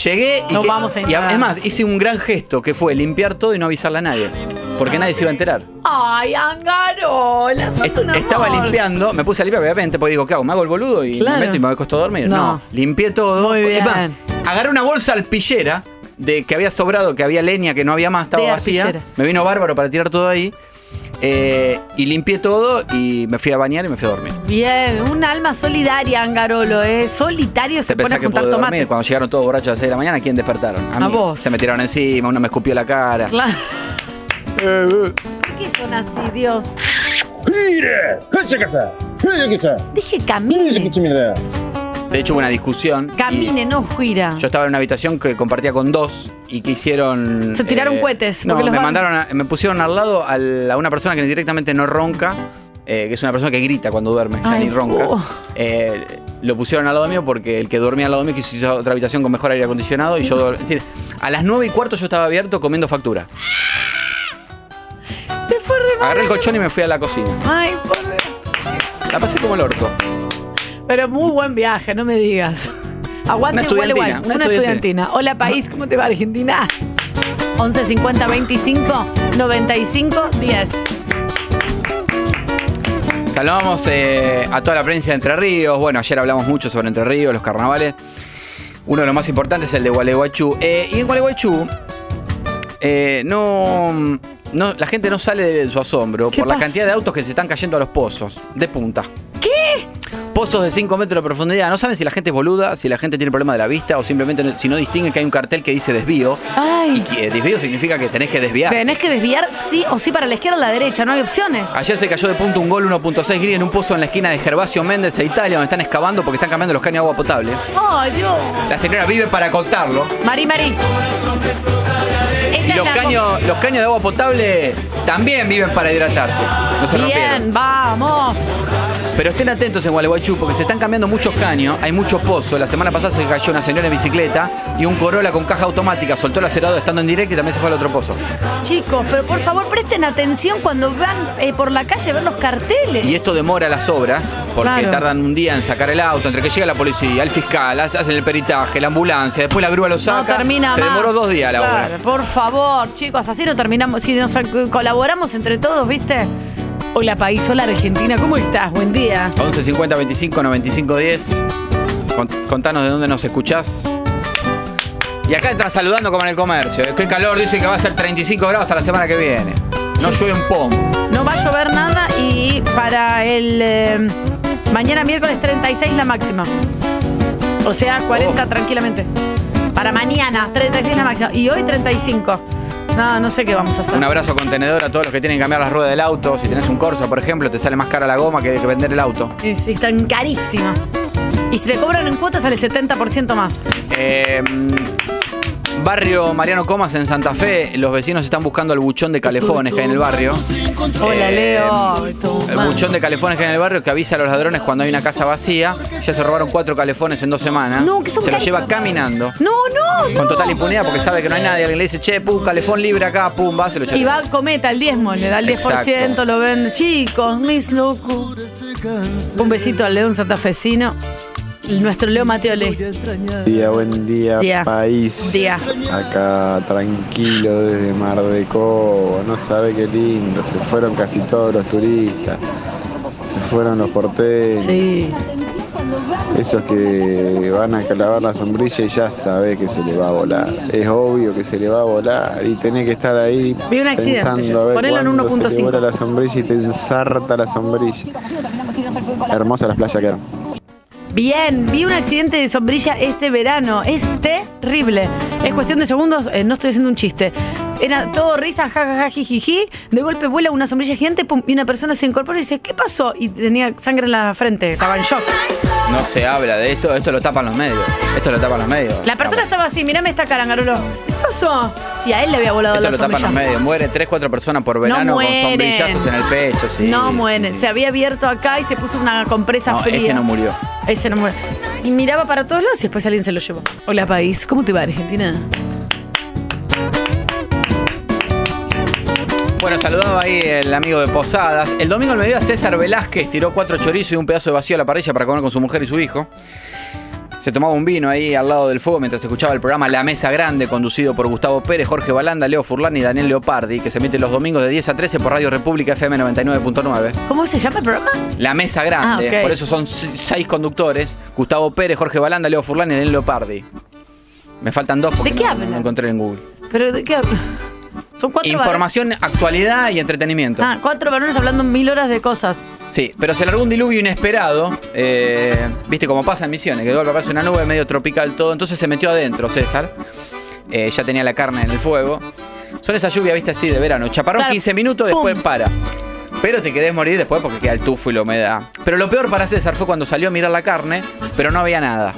Speaker 5: Llegué y,
Speaker 6: No
Speaker 5: que-
Speaker 6: vamos a
Speaker 5: y
Speaker 6: entrar.
Speaker 5: es más, hice un gran gesto que fue limpiar todo y no avisarle a nadie. Porque nadie se iba a enterar.
Speaker 6: Ay, Angarola, sos
Speaker 5: Est-
Speaker 6: un amor.
Speaker 5: Estaba limpiando, me puse a limpiar, obviamente, porque digo, ¿qué hago? ¿Me hago el boludo y
Speaker 6: Claro.
Speaker 5: me meto y me costó dormir?
Speaker 6: No.
Speaker 5: No. limpié todo.
Speaker 6: Muy
Speaker 5: Es más,
Speaker 6: bien.
Speaker 5: agarré una bolsa alpillera de que había sobrado, que había leña, que no había más, estaba
Speaker 6: De
Speaker 5: vacía.
Speaker 6: arpillera.
Speaker 5: Me vino bárbaro para tirar todo ahí. eh, y limpié todo y me fui a bañar y me fui a dormir.
Speaker 6: Bien, un alma solidaria, Angarolo, ¿eh? Solitario se
Speaker 5: Se
Speaker 6: pone
Speaker 5: pensaba
Speaker 6: a
Speaker 5: que
Speaker 6: juntar
Speaker 5: pude dormir.
Speaker 6: tomates.
Speaker 5: Cuando llegaron todos borrachos a las 6 de la mañana, ¿quién despertaron?
Speaker 6: A
Speaker 5: mí.
Speaker 6: vos.
Speaker 5: Se me tiraron encima, uno me escupió la cara.
Speaker 6: Claro.
Speaker 5: Eh, eh.
Speaker 6: ¿Por qué son así, Dios?
Speaker 1: Mire, cállese casa, cállese casa.
Speaker 6: Dije camine,
Speaker 5: De hecho, hubo una discusión. y
Speaker 6: camine, no gira.
Speaker 5: Yo estaba en una habitación que compartía con dos y que hicieron. eh,
Speaker 6: Se tiraron cohetes,
Speaker 5: No,
Speaker 6: porque los
Speaker 5: me
Speaker 6: van-
Speaker 5: mandaron, a- me pusieron al lado a, la- a una persona que directamente no ronca, eh, que es una persona que grita cuando duerme, ya
Speaker 6: Ay,
Speaker 5: ni ronca.
Speaker 6: oh.
Speaker 5: Eh, lo pusieron al lado mío porque el que dormía al lado mío quiso ir a otra habitación con mejor aire acondicionado y yo. dor- Es decir, a las 9 y cuarto yo estaba abierto comiendo factura.
Speaker 6: Te fue re mal.
Speaker 5: Agarré el colchón y me fui a la cocina.
Speaker 6: Ay, pobre.
Speaker 5: La pasé como el orto.
Speaker 6: Pero muy buen viaje, no me digas. Aguante
Speaker 5: Una
Speaker 6: igual, igual.
Speaker 5: estudiantina,
Speaker 6: Una,
Speaker 5: una
Speaker 6: estudiantina. Hola, país, ¿cómo te va, Argentina? 11 50 25 95 10.
Speaker 5: Saludamos eh, a toda la prensa de Entre Ríos. Bueno, ayer hablamos mucho sobre Entre Ríos, los carnavales. Uno de los más importantes es el de Gualeguaychú. Eh, y en Gualeguaychú, eh, no, no- la gente no sale de su asombro
Speaker 6: ¿Qué
Speaker 5: por la
Speaker 6: pasó?
Speaker 5: cantidad de autos que se están cayendo a los pozos, de punta. ¿Qué? Pozos de 5 metros de profundidad. No saben si la gente es boluda, si la gente tiene problema de la vista o simplemente no- si no distinguen que hay un cartel que dice desvío. Y que desvío significa que tenés que desviar.
Speaker 6: Tenés que desviar sí o sí para la izquierda o la derecha, no hay opciones.
Speaker 5: Ayer se cayó de punto un gol 1.6 gris en un pozo en la esquina de Gervasio Méndez e Italia, donde están excavando porque están cambiando los caños de agua potable.
Speaker 6: ¡Ay, Dios!
Speaker 5: La señora vive para contarlo.
Speaker 6: Mari, Mari. Esta
Speaker 5: Y
Speaker 6: es
Speaker 5: los
Speaker 6: la
Speaker 5: caños, los caños de agua potable también viven para hidratarte. No se rompieron.
Speaker 6: Bien, vamos.
Speaker 5: Pero estén atentos en Gualeguaychú porque se están cambiando muchos caños, hay mucho pozo. La semana pasada se cayó una señora en bicicleta y un Corolla con caja automática soltó el acelerado estando en directo y también se fue al otro pozo.
Speaker 6: Chicos, pero por favor presten atención cuando van eh, por la calle a ver los carteles.
Speaker 5: Y esto demora las obras, porque
Speaker 6: Claro.
Speaker 5: tardan un día en sacar el auto, entre que llega la policía, el fiscal, hace- hacen el peritaje, la ambulancia, después la grúa lo saca.
Speaker 6: No termina
Speaker 5: se
Speaker 6: más.
Speaker 5: demoró dos días la
Speaker 6: Claro,
Speaker 5: obra.
Speaker 6: Por favor, chicos, así no terminamos. Si nos ac- colaboramos entre todos, ¿viste? Hola, país, hola, Argentina. ¿Cómo estás? Buen día.
Speaker 5: 11 50 25 95 10. Cont- Contanos de dónde nos escuchás. Y acá están saludando como en el comercio. eh. Qué calor, dicen que va a ser 35 grados hasta la semana que viene. No llueve un pomo.
Speaker 6: No va a llover nada y para el. eh, mañana miércoles 36 la máxima. O sea, 40
Speaker 5: Oh.
Speaker 6: tranquilamente. Para mañana 36 la máxima. Y hoy 35. No, no sé qué vamos a hacer.
Speaker 5: Un abrazo contenedor a todos los que tienen que cambiar las ruedas del auto. Si tenés un Corsa, por ejemplo, te sale más cara la goma que que vender el auto.
Speaker 6: Y sí, Están carísimas. Y si te cobran en cuotas sale 70% más.
Speaker 5: Eh, barrio Mariano Comas en Santa Fe, los vecinos están buscando al buchón de calefones que hay en el barrio.
Speaker 6: Hola,
Speaker 5: Eh,
Speaker 6: Leo.
Speaker 5: El buchón de calefones que hay en el barrio que avisa a los ladrones cuando hay una casa vacía. Ya se robaron cuatro calefones en dos semanas.
Speaker 6: No, que son
Speaker 5: se los lleva
Speaker 6: carísimos.
Speaker 5: caminando.
Speaker 6: No, no, no.
Speaker 5: Con total impunidad porque sabe que no hay nadie. Alguien le dice, che, pum, calefón libre acá, pum, va, se lo
Speaker 6: Y
Speaker 5: lleva.
Speaker 6: va cometa el diezmo, le da el 10%,
Speaker 5: Exacto.
Speaker 6: lo vende. Chicos, mis locos. Un besito al León Santafesino. Nuestro Leo Mateoli.
Speaker 2: día, buen día,
Speaker 6: Día.
Speaker 2: país.
Speaker 6: Día.
Speaker 2: Acá tranquilo desde Mar de Cobo, no sabe qué lindo. Se fueron casi todos los turistas, se fueron los porteños. Esos que van a clavar la sombrilla y ya sabe que se le va a volar. Es obvio que se le va a volar y tenés que estar ahí
Speaker 6: Vi un accidente,
Speaker 2: pensando
Speaker 6: yo.
Speaker 2: a ver
Speaker 6: Ponelo en
Speaker 2: cuándo se te
Speaker 6: 1.5.
Speaker 2: vuela la sombrilla y te ensarta la sombrilla. Hermosa las playas quedaron.
Speaker 6: Bien, vi un accidente de sombrilla este verano. Es terrible. Es cuestión de segundos, eh, no estoy haciendo un chiste. Era todo risa, jajaja, jijiji. De golpe vuela una sombrilla gigante pum, y una persona se incorpora y dice, ¿qué pasó? Y tenía sangre en la frente, estaba en shock.
Speaker 5: No se habla de esto, esto lo tapan los medios. Esto lo tapan los medios.
Speaker 6: La persona estaba así, mirame esta cara, Garolo. ¿Qué pasó? Y a él le había volado
Speaker 5: Esto
Speaker 6: la
Speaker 5: lo tapan
Speaker 6: sombrilla.
Speaker 5: los medios. Muere 3, 4 personas por verano con
Speaker 6: mueren.
Speaker 5: sombrillazos en el pecho. sí.
Speaker 6: no mueren. Se había abierto acá y se puso una compresa
Speaker 5: No,
Speaker 6: fría.
Speaker 5: ese no murió.
Speaker 6: Ese no muere. Y miraba para todos lados y después alguien se lo llevó. Hola, país. ¿Cómo te va, Argentina?
Speaker 5: Bueno, saludaba ahí el amigo de Posadas. El domingo al mediodía César Velázquez tiró cuatro chorizos y un pedazo de vacío a la parrilla para comer con su mujer y su hijo. Se tomaba un vino ahí al lado del fuego mientras escuchaba el programa La Mesa Grande, conducido por Gustavo Pérez, Jorge Balanda, Leo Furlan y Daniel Leopardi, que se emite los domingos de 10 a 13 por Radio República FM 99.9.
Speaker 6: ¿Cómo se llama el programa?
Speaker 5: La Mesa Grande,
Speaker 6: Ah, ok.
Speaker 5: por eso son se- seis conductores, Gustavo Pérez, Jorge Balanda, Leo Furlan y Daniel Leopardi. Me faltan dos porque
Speaker 6: ¿De qué
Speaker 5: no,
Speaker 6: hablan?
Speaker 5: no encontré en Google.
Speaker 6: Pero ¿de qué habla? Son cuatro
Speaker 5: Información, actualidad y entretenimiento.
Speaker 6: varones. Ah, cuatro varones hablando mil horas de cosas.
Speaker 5: Sí, pero se largó un diluvio inesperado. eh, Viste cómo pasa en Misiones, que de golpe aparece una nube medio tropical todo. Entonces se metió adentro César. Eh, ya tenía la carne en el fuego. Son esas lluvias, viste, así de verano. Chaparrón
Speaker 6: Claro.
Speaker 5: 15 minutos, después para. Pero te querés morir después porque queda el tufo y la humedad. Pero lo peor para César fue cuando salió a mirar la carne, pero no había nada.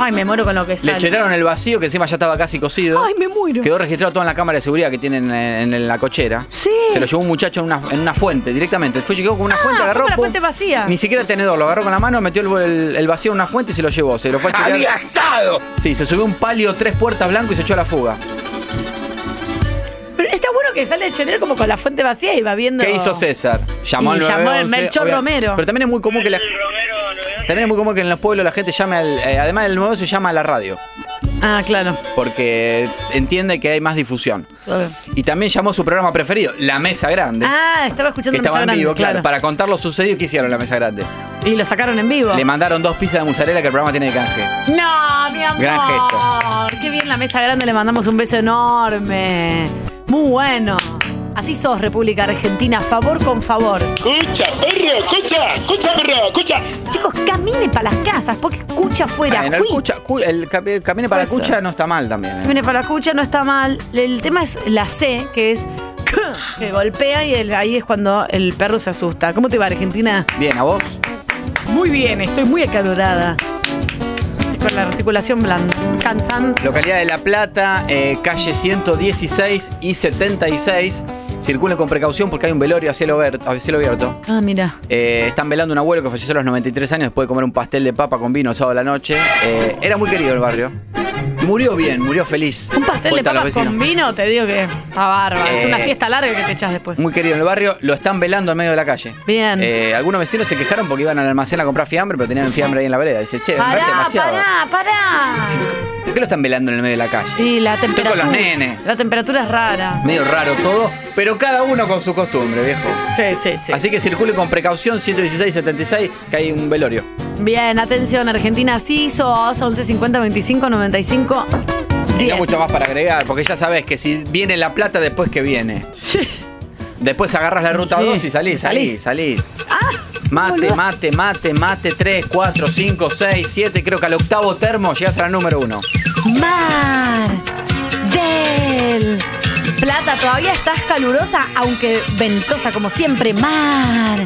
Speaker 6: Ay, me muero con lo que sale.
Speaker 5: Le llenaron el vacío que encima ya estaba casi cocido.
Speaker 6: Ay, me muero.
Speaker 5: Quedó registrado todo en la cámara de seguridad que tienen en, en la cochera.
Speaker 6: Sí.
Speaker 5: Se lo llevó un muchacho en una, en una fuente directamente. Fue, llegó con una
Speaker 6: Ah,
Speaker 5: fuente,
Speaker 6: fue
Speaker 5: agarró.
Speaker 6: con la
Speaker 5: pum,
Speaker 6: fuente vacía.
Speaker 5: Ni siquiera el tenedor, lo agarró con la mano, metió el, el- el vacío en una fuente y se lo llevó. Se lo fue a chequear.
Speaker 1: ¡Había
Speaker 5: estado! Sí, se subió un palio tres puertas blanco y se echó a la fuga.
Speaker 6: Pero está bueno que sale el chenero como con la fuente vacía y va viendo.
Speaker 5: ¿Qué hizo César? Llamó
Speaker 6: Y
Speaker 5: al
Speaker 6: llamó
Speaker 5: 911,
Speaker 6: el Melchor
Speaker 5: obvia-
Speaker 6: Romero.
Speaker 5: Pero también es muy común que la, también es muy común que en los pueblos la gente llame al, eh, además del nuevo se llama a la radio,
Speaker 6: Ah, claro.
Speaker 5: porque entiende que hay más difusión. Y también llamó su programa preferido, La Mesa Grande.
Speaker 6: Ah, estaba
Speaker 5: que
Speaker 6: escuchando
Speaker 5: estaba
Speaker 6: Mesa
Speaker 5: en
Speaker 6: Grande,
Speaker 5: vivo, claro, para contar lo sucedido que hicieron en La Mesa Grande.
Speaker 6: Y lo sacaron en vivo.
Speaker 5: Le mandaron dos pizzas de mozzarella que el programa tiene de canje.
Speaker 6: No, mi amor.
Speaker 5: Gran
Speaker 6: Qué bien la mesa grande, le mandamos un beso enorme. Muy bueno. Así sos, República Argentina, favor con favor.
Speaker 1: Escucha, perro, escucha, escucha, perro, escucha.
Speaker 6: Chicos, camine para las casas, porque escucha afuera.
Speaker 5: Bueno, el, cucha- cu- el capi- el camino para
Speaker 6: Eso.
Speaker 5: Cucha no está mal también. eh.
Speaker 6: Camine para la escucha, no está mal. El tema es la C, que es que golpea y el- ahí es cuando el perro se asusta. ¿Cómo te va, Argentina?
Speaker 5: Bien, ¿a vos?
Speaker 6: Muy bien, estoy muy acalorada. Con la articulación blanda. Cansando.
Speaker 5: Localidad de La Plata, eh, calle 116 y 76. Circulen con precaución porque hay un velorio a cielo, ver- a cielo abierto.
Speaker 6: Ah, mira.
Speaker 5: Eh, están velando un abuelo que falleció a los 93 años después de comer un pastel de papa con vino el sábado a la noche. Eh, era muy querido el barrio. Murió bien, murió feliz.
Speaker 6: Un pastel de
Speaker 5: Cuentan los
Speaker 6: papas con
Speaker 5: vecinos.
Speaker 6: vino, te digo que está bárbaro. Es una
Speaker 5: Eh,
Speaker 6: siesta larga que te echas después.
Speaker 5: Muy querido en el barrio, lo están velando en medio de la calle.
Speaker 6: Bien.
Speaker 5: Eh, algunos vecinos se quejaron porque iban al almacén a comprar fiambre, pero tenían el fiambre ahí en la vereda. Dice, che, me
Speaker 6: pará,
Speaker 5: parece demasiado.
Speaker 6: pará, pará.
Speaker 5: ¿Por qué lo están velando en el medio de la calle?
Speaker 6: Sí, la
Speaker 5: Estoy con
Speaker 6: temperatura.
Speaker 5: los nenes.
Speaker 6: La temperatura es rara.
Speaker 5: Medio raro todo, pero cada uno con su costumbre, viejo.
Speaker 6: Sí, sí, sí.
Speaker 5: Así que circule con precaución 116 76 que hay un velorio.
Speaker 6: Bien, atención, Argentina, sí sos 11 50 25 95
Speaker 5: Y no
Speaker 6: 10.
Speaker 5: mucho más para agregar, porque ya sabes que si viene la plata, después que viene. Después agarras la ruta
Speaker 6: Sí.
Speaker 5: 2 y salís, salís, salís.
Speaker 6: Ah.
Speaker 5: Mate, mate, mate, mate, 3, 4, 5, 6, 7, creo que al octavo termo llegás a la número 1.
Speaker 6: Mar del Plata, todavía estás calurosa, aunque ventosa como siempre. Mar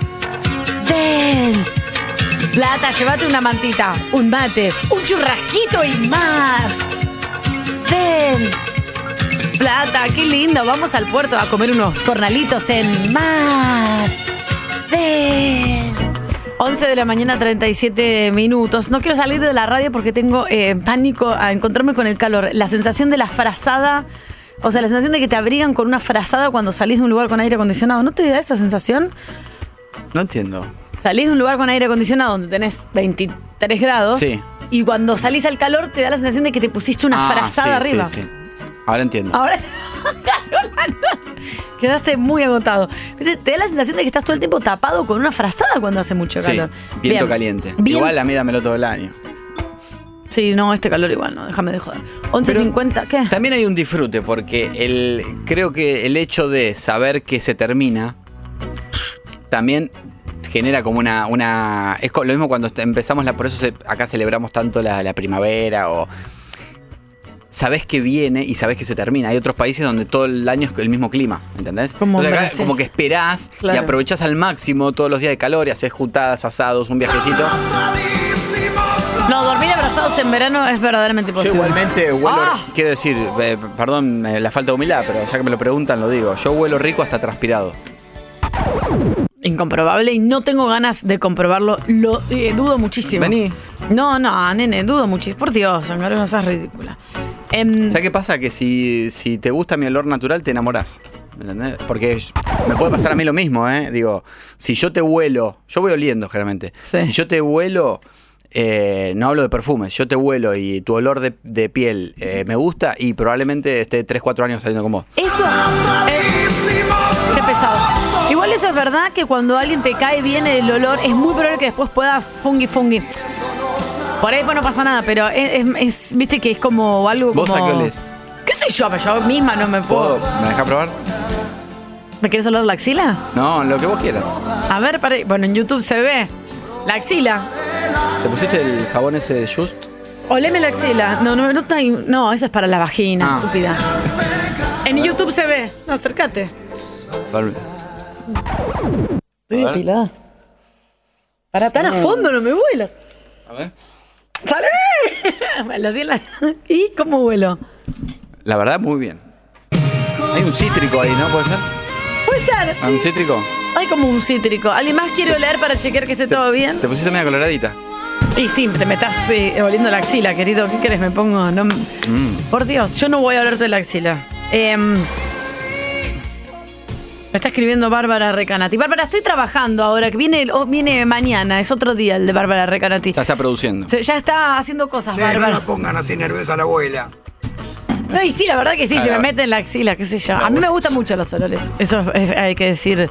Speaker 6: del Plata, llévate una mantita, un mate, un churrasquito y mar del Plata, qué lindo. Vamos al puerto a comer unos cornalitos en mar del 11 de la mañana, 37 minutos. No quiero salir de la radio porque tengo eh, pánico a encontrarme con el calor. La sensación de la frazada, o sea, la sensación de que te abrigan con una frazada cuando salís de un lugar con aire acondicionado. ¿No te da esa sensación?
Speaker 5: No entiendo.
Speaker 6: Salís de un lugar con aire acondicionado donde tenés 23 grados.
Speaker 5: Sí.
Speaker 6: Y cuando salís al calor te da la sensación de que te pusiste una
Speaker 5: Ah,
Speaker 6: frazada
Speaker 5: sí, sí,
Speaker 6: arriba.
Speaker 5: sí. Ahora entiendo.
Speaker 6: Ahora quedaste muy agotado. Te, te da la sensación de que estás todo el tiempo tapado con una frazada cuando hace mucho
Speaker 5: Sí,
Speaker 6: calor.
Speaker 5: viento
Speaker 6: Bien.
Speaker 5: caliente.
Speaker 6: Bien.
Speaker 5: Igual a mí dámelo todo el año.
Speaker 6: Sí, no, este calor igual, no, déjame de joder. 11.50, ¿qué?
Speaker 5: También hay un disfrute, porque el, creo que el hecho de saber que se termina también genera como una. una es co- lo mismo cuando te- empezamos la. Por eso se- acá celebramos tanto la, la primavera o. Sabés que viene y sabés que se termina. Hay otros países donde todo el año es el mismo clima, ¿entendés?
Speaker 6: Como
Speaker 5: Entonces acá
Speaker 6: Brasil.
Speaker 5: como que esperás
Speaker 6: Claro.
Speaker 5: y aprovechás al máximo todos los días de calor y haces juntadas, asados, un viajecito.
Speaker 6: No, dormir abrazados en verano es verdaderamente
Speaker 5: Yo
Speaker 6: imposible.
Speaker 5: igualmente vuelo.
Speaker 6: Ah,
Speaker 5: Quiero decir, eh, perdón eh, la falta de humildad, pero ya que me lo preguntan, lo digo. Yo vuelo rico hasta transpirado.
Speaker 6: incomprobable y no tengo ganas de comprobarlo. Lo eh, dudo muchísimo. Vení. No, no, nene, dudo muchísimo. Por Dios, Angaro, no seas ridícula. Em, Mm.
Speaker 5: ¿Sabes qué pasa? Que si, si te gusta mi olor natural, te enamorás. ¿Me entendés? Porque me puede pasar a mí lo mismo, ¿eh? Digo, si yo te vuelo, yo voy oliendo generalmente. Si yo te vuelo, eh, no hablo de perfumes, yo te vuelo y tu olor de, de piel eh, me gusta y probablemente esté 3, 4 años saliendo con vos.
Speaker 6: Eso. eh, qué pesado. Igual eso es verdad que cuando alguien te cae bien el olor, es muy probable que después puedas fungi fungi. Por ahí después no pasa nada, pero es, es- es- viste que es como algo
Speaker 5: ¿Vos
Speaker 6: como...
Speaker 5: a qué olés?
Speaker 6: ¿Qué soy yo? Yo misma no me puedo.
Speaker 5: ¿Puedo? ¿Me dejás probar?
Speaker 6: ¿Me querés oler la axila?
Speaker 5: No, lo que vos quieras.
Speaker 6: A ver, para... bueno, en YouTube se ve. La axila.
Speaker 5: ¿Te pusiste el jabón ese de Just?
Speaker 6: Oleme la axila. No, no, no, está- no, esa es para la vagina,
Speaker 5: Ah.
Speaker 6: estúpida. En YouTube se ve. No, acércate. Estoy
Speaker 5: A ver. Uh.
Speaker 6: depilada. Para tan a fondo no me vuelas.
Speaker 5: A ver.
Speaker 6: ¡Salí! Me lo di en la- ¿Y cómo vuelo?
Speaker 5: La verdad, muy bien. Hay un cítrico ahí, ¿no? ¿Puede ser?
Speaker 6: Puede ser.
Speaker 5: ¿Hay un cítrico?
Speaker 6: Hay como un cítrico. ¿Alguien más quiere oler para chequear que esté todo bien?
Speaker 5: Te pusiste media coloradita.
Speaker 6: Y sí, te me estás eh, oliendo la axila, querido. ¿Qué querés? Me pongo. No... m-
Speaker 5: Mm.
Speaker 6: Por Dios, yo no voy a olerte la axila. Em, me está escribiendo Bárbara Recanati. Bárbara, estoy trabajando ahora, que viene, el- oh, viene mañana, es otro día el de Bárbara Recanati.
Speaker 5: Ya está produciendo.
Speaker 6: Se- Ya está haciendo cosas, Bárbara.
Speaker 5: pongan así nerviosa a la abuela.
Speaker 6: No, y sí, la verdad que sí,
Speaker 5: Ah,
Speaker 6: se
Speaker 5: la-
Speaker 6: me mete en la axila, qué sé yo. A mí me gustan mucho los olores, eso es- es- hay que decir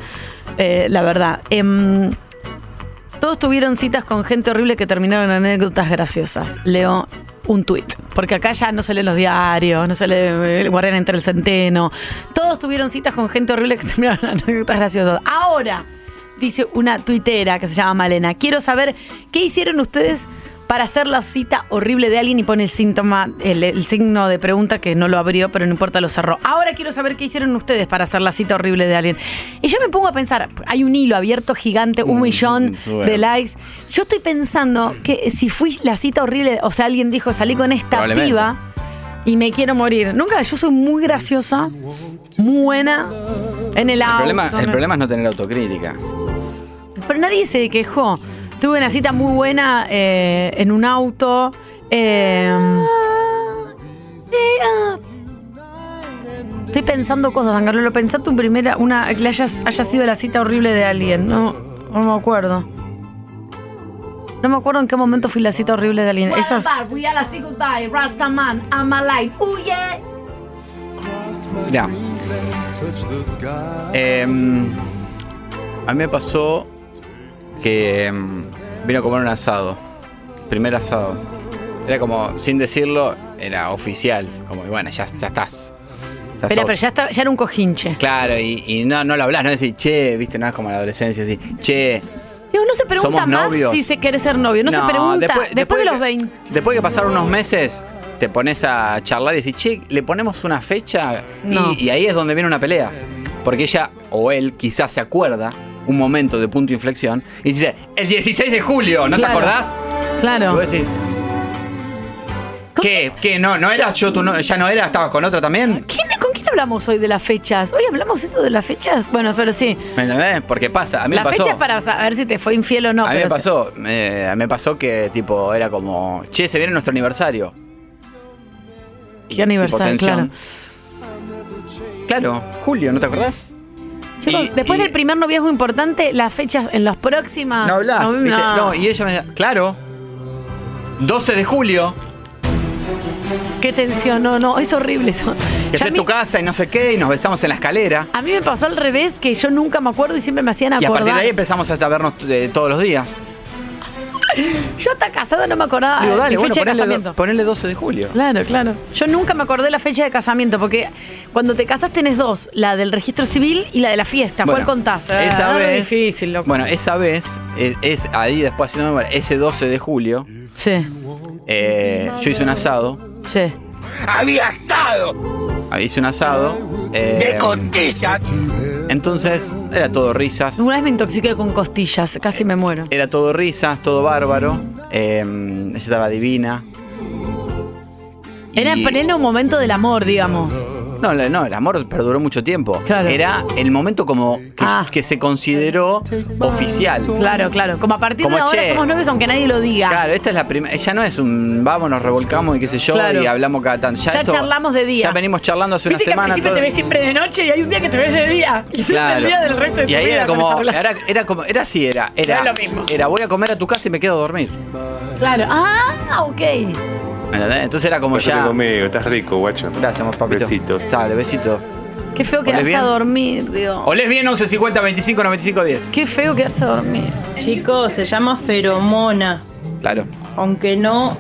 Speaker 6: eh, la verdad. Em, todos tuvieron citas con gente horrible que terminaron en anécdotas graciosas. Leo un tuit, porque acá ya no se leen los diarios, no se lee el guardián entre el centeno. Todos tuvieron citas con gente horrible que terminaron en anécdotas graciosas. Ahora, dice una tuitera que se llama Malena, quiero saber qué hicieron ustedes para hacer la cita horrible de alguien y pone el síntoma, el, el signo de pregunta que no lo abrió, pero no importa, lo cerró. Ahora quiero saber qué hicieron ustedes para hacer la cita horrible de alguien. Y yo me pongo a pensar, hay un hilo abierto gigante, un millón
Speaker 5: bueno.
Speaker 6: de likes. Yo estoy pensando que si fui la cita horrible, o sea, alguien dijo, salí con esta
Speaker 5: Probablemente.
Speaker 6: piba y me quiero morir. Nunca, yo soy muy graciosa, muy buena en el
Speaker 5: El
Speaker 6: auto.
Speaker 5: problema, el
Speaker 6: ¿no?
Speaker 5: problema es no tener autocrítica.
Speaker 6: Pero nadie se quejó. Tuve una cita muy buena eh, en un auto. eh, estoy pensando cosas, Angarulo. Pensaste un primera, una que le hayas- haya sido la cita horrible de alguien. No, no me acuerdo. No me acuerdo en qué momento fui la cita horrible de alguien. Eso es- We are a see goodbye, Rastaman, I'm alive. Oh yeah.
Speaker 5: Mirá. Em, a mí me pasó que em, vino a comer un asado. Primer asado. Era como, sin decirlo, era oficial. Como, y bueno, ya, ya estás. Ya
Speaker 6: Pero,
Speaker 5: sos.
Speaker 6: pero ya, está, ya era un cojinche.
Speaker 5: Claro, y, y no, no lo hablas, no decís, che, viste, no es como la adolescencia, así, che.
Speaker 6: Digo, no se pregunta
Speaker 5: Somos
Speaker 6: más
Speaker 5: novios.
Speaker 6: si se quiere ser novio. No,
Speaker 5: No,
Speaker 6: se pregunta. Después,
Speaker 5: después- después
Speaker 6: de
Speaker 5: de-
Speaker 6: los 20.
Speaker 5: Después que pasaron unos meses, te pones a charlar y decís, che, le ponemos una fecha. Y-
Speaker 6: No.
Speaker 5: Y, ahí es donde viene una pelea. Porque ella o él quizás se acuerda un momento de punto de inflexión y dice, el 16 de julio, ¿no
Speaker 6: Claro.
Speaker 5: te acordás? Y
Speaker 6: Claro.
Speaker 5: vos decís, ¿qué? ¿Qué? ¿No, no eras yo? ¿Tú no- ¿Ya no eras? ¿Estabas con otra también?
Speaker 6: ¿Quién- ¿Con quién hablamos hoy de las fechas? ¿Hoy hablamos eso de las fechas? Bueno, pero sí.
Speaker 5: ¿Me entendés? Porque pasa. A mí
Speaker 6: la
Speaker 5: me pasó.
Speaker 6: fecha es para saber si te fue infiel o no.
Speaker 5: a mí me
Speaker 6: pero sí.
Speaker 5: pasó, eh, me pasó que tipo era como, che, se viene nuestro aniversario. Y,
Speaker 6: ¿Qué
Speaker 5: tipo,
Speaker 6: aniversario? Claro.
Speaker 5: tensión. Claro, Julio, ¿no te acordás?
Speaker 6: Chicos,
Speaker 5: Y-
Speaker 6: después
Speaker 5: y-
Speaker 6: del primer noviazgo importante, las fechas en las próximas.
Speaker 5: No hablás.
Speaker 6: No,
Speaker 5: ¿viste?
Speaker 6: Ah, no.
Speaker 5: No. y ella me decía, claro, 12 de julio,
Speaker 6: Qué tensión, no, no, es horrible eso.
Speaker 5: que es en tu casa y no sé qué, y nos besamos en la escalera.
Speaker 6: A mí me pasó al revés, que yo nunca me acuerdo y siempre me hacían
Speaker 5: Y a
Speaker 6: acordar.
Speaker 5: partir de ahí empezamos hasta a vernos eh, todos los días.
Speaker 6: Yo hasta casada no me acordaba
Speaker 5: Digo,
Speaker 6: de
Speaker 5: dale,
Speaker 6: mi
Speaker 5: bueno,
Speaker 6: Ah, fecha de
Speaker 5: ponele,
Speaker 6: casamiento.
Speaker 5: do- ponele 12 de julio.
Speaker 6: Claro, claro. Yo nunca me acordé la fecha de casamiento, porque cuando te casas tenés dos, la del registro civil y la de la fiesta.
Speaker 5: Bueno,
Speaker 6: ¿Cuál contás?
Speaker 5: Esa
Speaker 6: Ah,
Speaker 5: vez,
Speaker 6: difícil, loco.
Speaker 5: Bueno, esa vez, es, es- ahí después haciendo memoria, ese 12 de julio,
Speaker 6: Sí,
Speaker 5: eh, yo hice un asado. Ah,
Speaker 6: sí.
Speaker 1: Había estado
Speaker 5: Hice un asado. eh,
Speaker 1: de costillas.
Speaker 5: entonces, era todo risas.
Speaker 6: Una vez me intoxiqué con costillas, casi me muero.
Speaker 5: Era todo risas, todo bárbaro. eh, ella estaba divina.
Speaker 6: Era en
Speaker 5: Y-
Speaker 6: pleno momento del amor, digamos.
Speaker 5: No, la- no, el amor perduró mucho tiempo.
Speaker 6: Claro. Ah.
Speaker 5: Era el momento como que, que se consideró oficial.
Speaker 6: Claro, claro. Como a partir
Speaker 5: Como,
Speaker 6: de ahora
Speaker 5: che.
Speaker 6: somos novios aunque nadie lo diga.
Speaker 5: Claro, esta es la primera. Ya no es un vamos, nos revolcamos y qué sé yo,
Speaker 6: Claro.
Speaker 5: y hablamos cada tanto. Ya,
Speaker 6: Ya
Speaker 5: esto-
Speaker 6: charlamos de día.
Speaker 5: Ya venimos charlando hace una
Speaker 6: Viste que al
Speaker 5: semana.
Speaker 6: principio
Speaker 5: todo-
Speaker 6: te ves siempre de noche y hay un día que te ves de día. Y ese es
Speaker 5: Claro.
Speaker 6: el día del resto de tu
Speaker 5: y ahí
Speaker 6: vida
Speaker 5: era
Speaker 6: con esa
Speaker 5: como,
Speaker 6: relación.
Speaker 5: era, era como, era así, era, era,
Speaker 6: No es lo mismo.
Speaker 5: era, voy a comer a tu casa y me quedo a dormir.
Speaker 6: Claro. Ah, ok.
Speaker 5: ¿Me entendés? Entonces era
Speaker 25: Pues
Speaker 5: como
Speaker 3: Pásate
Speaker 5: ya.
Speaker 3: conmigo, estás rico, guacho.
Speaker 5: Gracias, papito.
Speaker 3: Besitos.
Speaker 5: Dale, besito.
Speaker 6: Qué feo
Speaker 5: ¿Olés
Speaker 6: quedarse
Speaker 5: bien?
Speaker 6: a dormir, digo.
Speaker 5: Olés bien 11 50 25 95 10.
Speaker 6: Qué feo quedarse a dormir.
Speaker 24: Chicos, se llama feromona.
Speaker 5: Claro.
Speaker 3: aunque no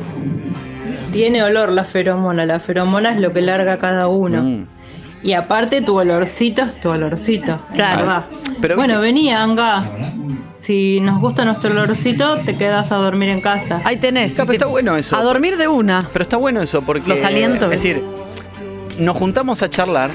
Speaker 3: tiene olor la feromona, la feromona es lo que larga cada uno.
Speaker 5: Mm.
Speaker 3: Y aparte tu olorcito es tu olorcito.
Speaker 6: Claro.
Speaker 3: ¿verdad? bueno, vení, Anga. Si nos gusta nuestro olorcito, te quedas a dormir en casa.
Speaker 6: Ahí tenés.
Speaker 5: Pero está bueno eso.
Speaker 6: A dormir de una.
Speaker 5: Pero está bueno eso porque.
Speaker 6: Los aliento.
Speaker 5: Es decir, nos juntamos a charlar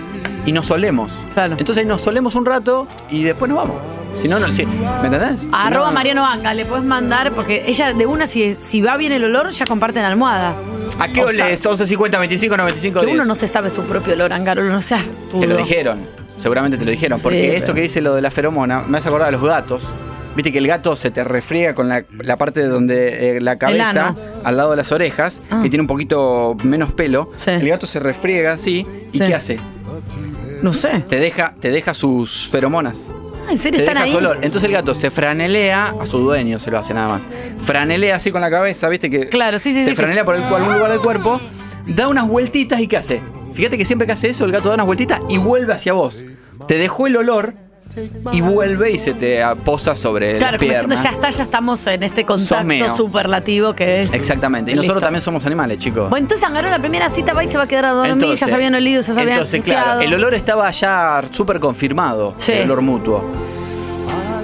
Speaker 5: y nos solemos. Claro. Entonces nos solemos un rato y después nos vamos. Si no, no. Si, ¿Me entendés? Si
Speaker 6: Arroba
Speaker 5: no-
Speaker 6: Mariano Vanga, le puedes mandar, porque ella de una, si, si va bien el olor, ya comparten almohada.
Speaker 5: ¿A qué
Speaker 6: O sea,
Speaker 5: oles? 11, 50, 25, 95,
Speaker 6: Que uno no se sabe su propio olor, Angarolo, no sea
Speaker 5: Te lo
Speaker 6: dudo.
Speaker 5: dijeron, seguramente te lo dijeron.
Speaker 6: Sí,
Speaker 5: porque
Speaker 6: pero-
Speaker 5: esto que dice lo de la feromona me hace acordar a los gatos. Viste que el gato se te refriega con la, la parte de donde eh, la cabeza,
Speaker 6: ano.
Speaker 5: al lado de las orejas,
Speaker 6: Ah.
Speaker 5: que tiene un poquito menos pelo. El gato se refriega así. ¿Y
Speaker 6: Sí.
Speaker 5: qué hace?
Speaker 6: No sé.
Speaker 5: Te deja, te deja sus feromonas.
Speaker 6: Ah, ¿En serio
Speaker 5: Te
Speaker 6: están
Speaker 5: deja
Speaker 6: ahí?
Speaker 5: su olor. Entonces el gato se franelea, a su dueño se lo hace nada más. Franelea así con la cabeza, viste que.
Speaker 6: Claro, sí, sí,
Speaker 5: Se
Speaker 6: sí, que
Speaker 5: franelea
Speaker 6: sí.
Speaker 5: por el, algún lugar del cuerpo, da unas vueltitas y ¿qué hace? Fíjate que siempre que hace eso, el gato da unas vueltitas y vuelve hacia vos. Te dejó el olor y vuelve y se te posa sobre
Speaker 6: Claro,
Speaker 5: la
Speaker 6: como
Speaker 5: pierna.
Speaker 6: diciendo, ya está, ya estamos en este
Speaker 5: Someo.
Speaker 6: contacto superlativo que es.
Speaker 5: Exactamente. Y nosotros
Speaker 6: Listo.
Speaker 5: también somos animales, chicos.
Speaker 6: Bueno, entonces Angarolo, la primera cita va y se va a quedar a dormir, ya se habían olido, ya se habían
Speaker 5: Entonces, claro,
Speaker 6: puteado.
Speaker 5: el olor estaba ya súper confirmado,
Speaker 6: Sí.
Speaker 5: el olor mutuo.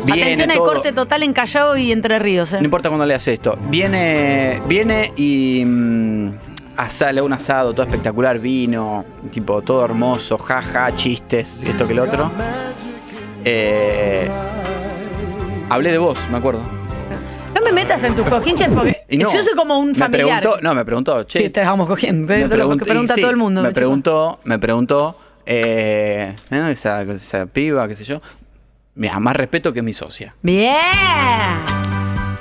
Speaker 5: Viene
Speaker 6: Atención al
Speaker 5: todo-
Speaker 6: corte total en Callao y Entre Ríos. eh.
Speaker 5: No importa cuando leas esto. Viene, viene y mm, asala un asado, todo espectacular, vino, tipo todo hermoso, jaja, chistes, esto que el otro. Eh, hablé de vos, me acuerdo.
Speaker 6: No me metas en tus cojinches porque
Speaker 5: Y no,
Speaker 6: yo soy como un
Speaker 5: me
Speaker 6: familiar.
Speaker 5: preguntó, no, me preguntó, che.
Speaker 6: Sí, te dejamos cogiendo. ¿eh? Es lo que
Speaker 5: preguntó- y
Speaker 6: pregunta
Speaker 5: sí,
Speaker 6: todo el mundo. ¿eh,
Speaker 5: Me
Speaker 6: chicos.
Speaker 5: preguntó, me preguntó, eh, ¿no? esa, esa piba, qué sé yo. Mira, más respeto que mi socia.
Speaker 6: Bien.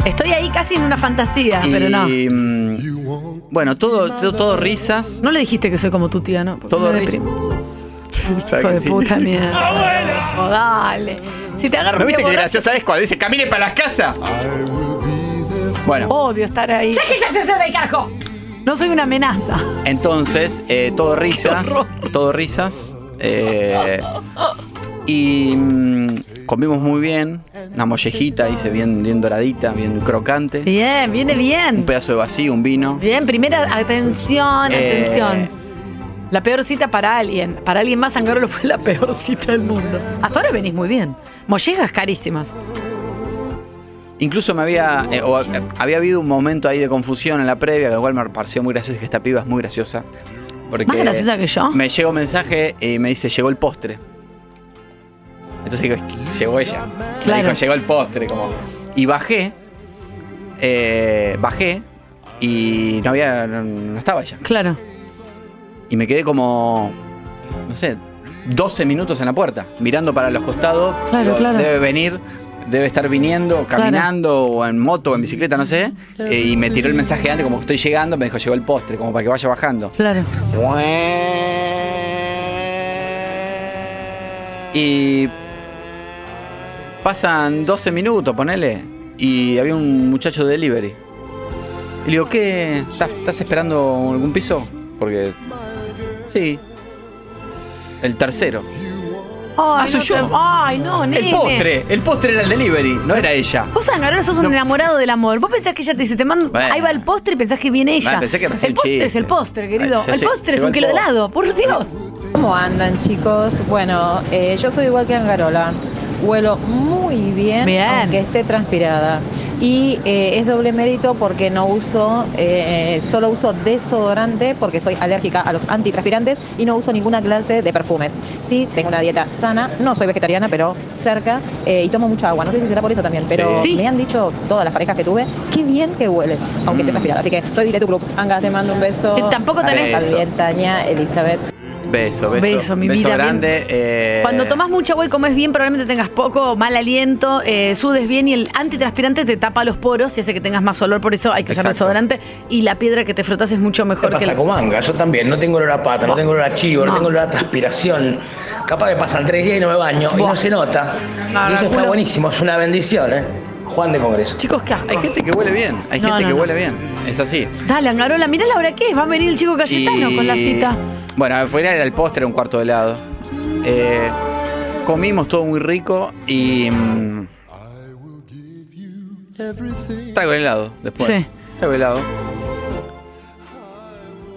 Speaker 6: Estoy ahí casi en una fantasía, Ah, pero no.
Speaker 5: Y, mm, bueno, todo, todo, todo risas.
Speaker 6: No le dijiste que soy como tu tía, ¿no? Porque
Speaker 5: Todo
Speaker 6: me
Speaker 5: risas.
Speaker 6: deprime.
Speaker 5: Puta
Speaker 6: Hijo
Speaker 5: que
Speaker 6: de
Speaker 5: sí.
Speaker 6: puta mierda. Oh, dale. Si te agarro
Speaker 5: ¿No
Speaker 6: un pie
Speaker 5: viste que
Speaker 6: borracho,
Speaker 5: graciosa es cuando dice camine para las casas? Bueno,
Speaker 6: odio estar ahí. ¡Ya que te de cargo! No soy una amenaza.
Speaker 5: entonces, eh, todo risas, todo risas. eh, y mm, comimos muy bien, una mollejita, hice bien, bien doradita, bien crocante.
Speaker 6: Bien, viene
Speaker 5: Un
Speaker 6: bien.
Speaker 5: pedazo de vacío, un vino.
Speaker 6: Bien, primera atención,
Speaker 5: Eh.
Speaker 6: atención. La peor cita para alguien. Para alguien más, Angarolo fue la peor cita del mundo. Hasta ahora venís muy bien. Mollejas carísimas.
Speaker 5: Incluso me había, eh, o, eh, había habido un momento ahí de confusión en la previa, lo cual me pareció muy gracioso, y que esta piba es muy graciosa. Porque
Speaker 6: ¿Más graciosa que yo?
Speaker 5: Me llega un mensaje y me dice, llegó el postre. Entonces digo, llegó ella. Me
Speaker 6: Claro.
Speaker 5: dijo, llegó el postre. Como. Y bajé, eh, bajé y no había, no, no estaba ella.
Speaker 6: Claro.
Speaker 5: Y me quedé como, no sé, 12 minutos en la puerta, mirando para los costados.
Speaker 6: Claro,
Speaker 5: Digo,
Speaker 6: claro.
Speaker 5: Debe venir, debe estar viniendo, caminando, o en moto, o en bicicleta, no sé. Eh, y me tiró el mensaje antes, como que estoy llegando, me dijo, llegó el postre, como para que vaya bajando.
Speaker 6: Claro.
Speaker 5: Y pasan 12 minutos, ponele, y había un muchacho de delivery. Y le digo, ¿qué? ¿Estás, estás esperando algún piso? Porque... Sí. El tercero.
Speaker 6: Ay, no
Speaker 5: Ah, soy yo.
Speaker 6: te- Ay, no, nene.
Speaker 5: El postre, el postre era el delivery, no era ella.
Speaker 6: Vos, Angarolo, sos un enamorado del amor. Vos pensás que ella te dice, te mando,
Speaker 5: Bueno.
Speaker 6: ahí va el postre y pensás que viene ella.
Speaker 5: Bueno, pensé que me hacía
Speaker 6: el
Speaker 5: un
Speaker 6: postre
Speaker 5: chiste.
Speaker 6: es el postre, querido.
Speaker 5: Ay, ya
Speaker 6: el
Speaker 5: sé,
Speaker 6: postre es
Speaker 5: llegó
Speaker 6: un
Speaker 5: el
Speaker 6: kilo de
Speaker 5: postre.
Speaker 6: helado, por Dios.
Speaker 24: ¿Cómo andan chicos? Bueno, eh, yo soy igual que Angarola. Huelo muy bien,
Speaker 6: Bien.
Speaker 24: aunque esté transpirada. Y eh, es doble mérito porque no uso, eh, solo uso desodorante porque soy alérgica a los antitranspirantes y no uso ninguna clase de perfumes. Sí, tengo una dieta sana, no soy vegetariana, pero cerca, eh, y tomo mucha agua. No sé si será por eso también, pero
Speaker 6: Sí.
Speaker 24: me han dicho todas las parejas que tuve, qué bien que hueles, aunque
Speaker 6: Mm.
Speaker 24: esté transpirada. Así que soy Dile tu Club. Anga, te mando un beso.
Speaker 6: Eh, tampoco tenés-
Speaker 24: Javier, Tania, Elizabeth.
Speaker 5: Beso, beso.
Speaker 6: Beso, mi vida,
Speaker 5: grande. eh,
Speaker 6: Cuando tomás mucha agua y comes bien, probablemente tengas poco mal aliento, eh, sudes bien y el antitranspirante te tapa los poros y hace que tengas más olor. Por eso hay que usar
Speaker 25: Exacto.
Speaker 6: desodorante y la piedra que te frotas es mucho
Speaker 25: ¿Qué
Speaker 6: mejor que
Speaker 25: pasa
Speaker 6: la.
Speaker 25: con manga? Yo también, no tengo olor a pata, no tengo olor a chivo, no,
Speaker 6: No.
Speaker 25: tengo olor a transpiración. Capaz que pasan tres días y no me baño y no se nota.
Speaker 6: No,
Speaker 25: y eso
Speaker 6: no,
Speaker 25: está
Speaker 6: culo.
Speaker 25: buenísimo, es una bendición, ¿eh? Juan de Congreso.
Speaker 6: Chicos, qué asco.
Speaker 5: Hay gente que huele bien, hay
Speaker 6: No,
Speaker 5: gente
Speaker 6: no,
Speaker 5: que
Speaker 6: no.
Speaker 5: huele bien. Es así.
Speaker 6: Dale, Angarola, mirá la hora que es. Va a venir el chico Cayetano
Speaker 5: Y-
Speaker 6: con la cita.
Speaker 5: Bueno, al final era el postre, un cuarto de helado. Eh, comimos todo muy rico y. mm, traigo el helado después.
Speaker 6: Sí.
Speaker 5: Está velado.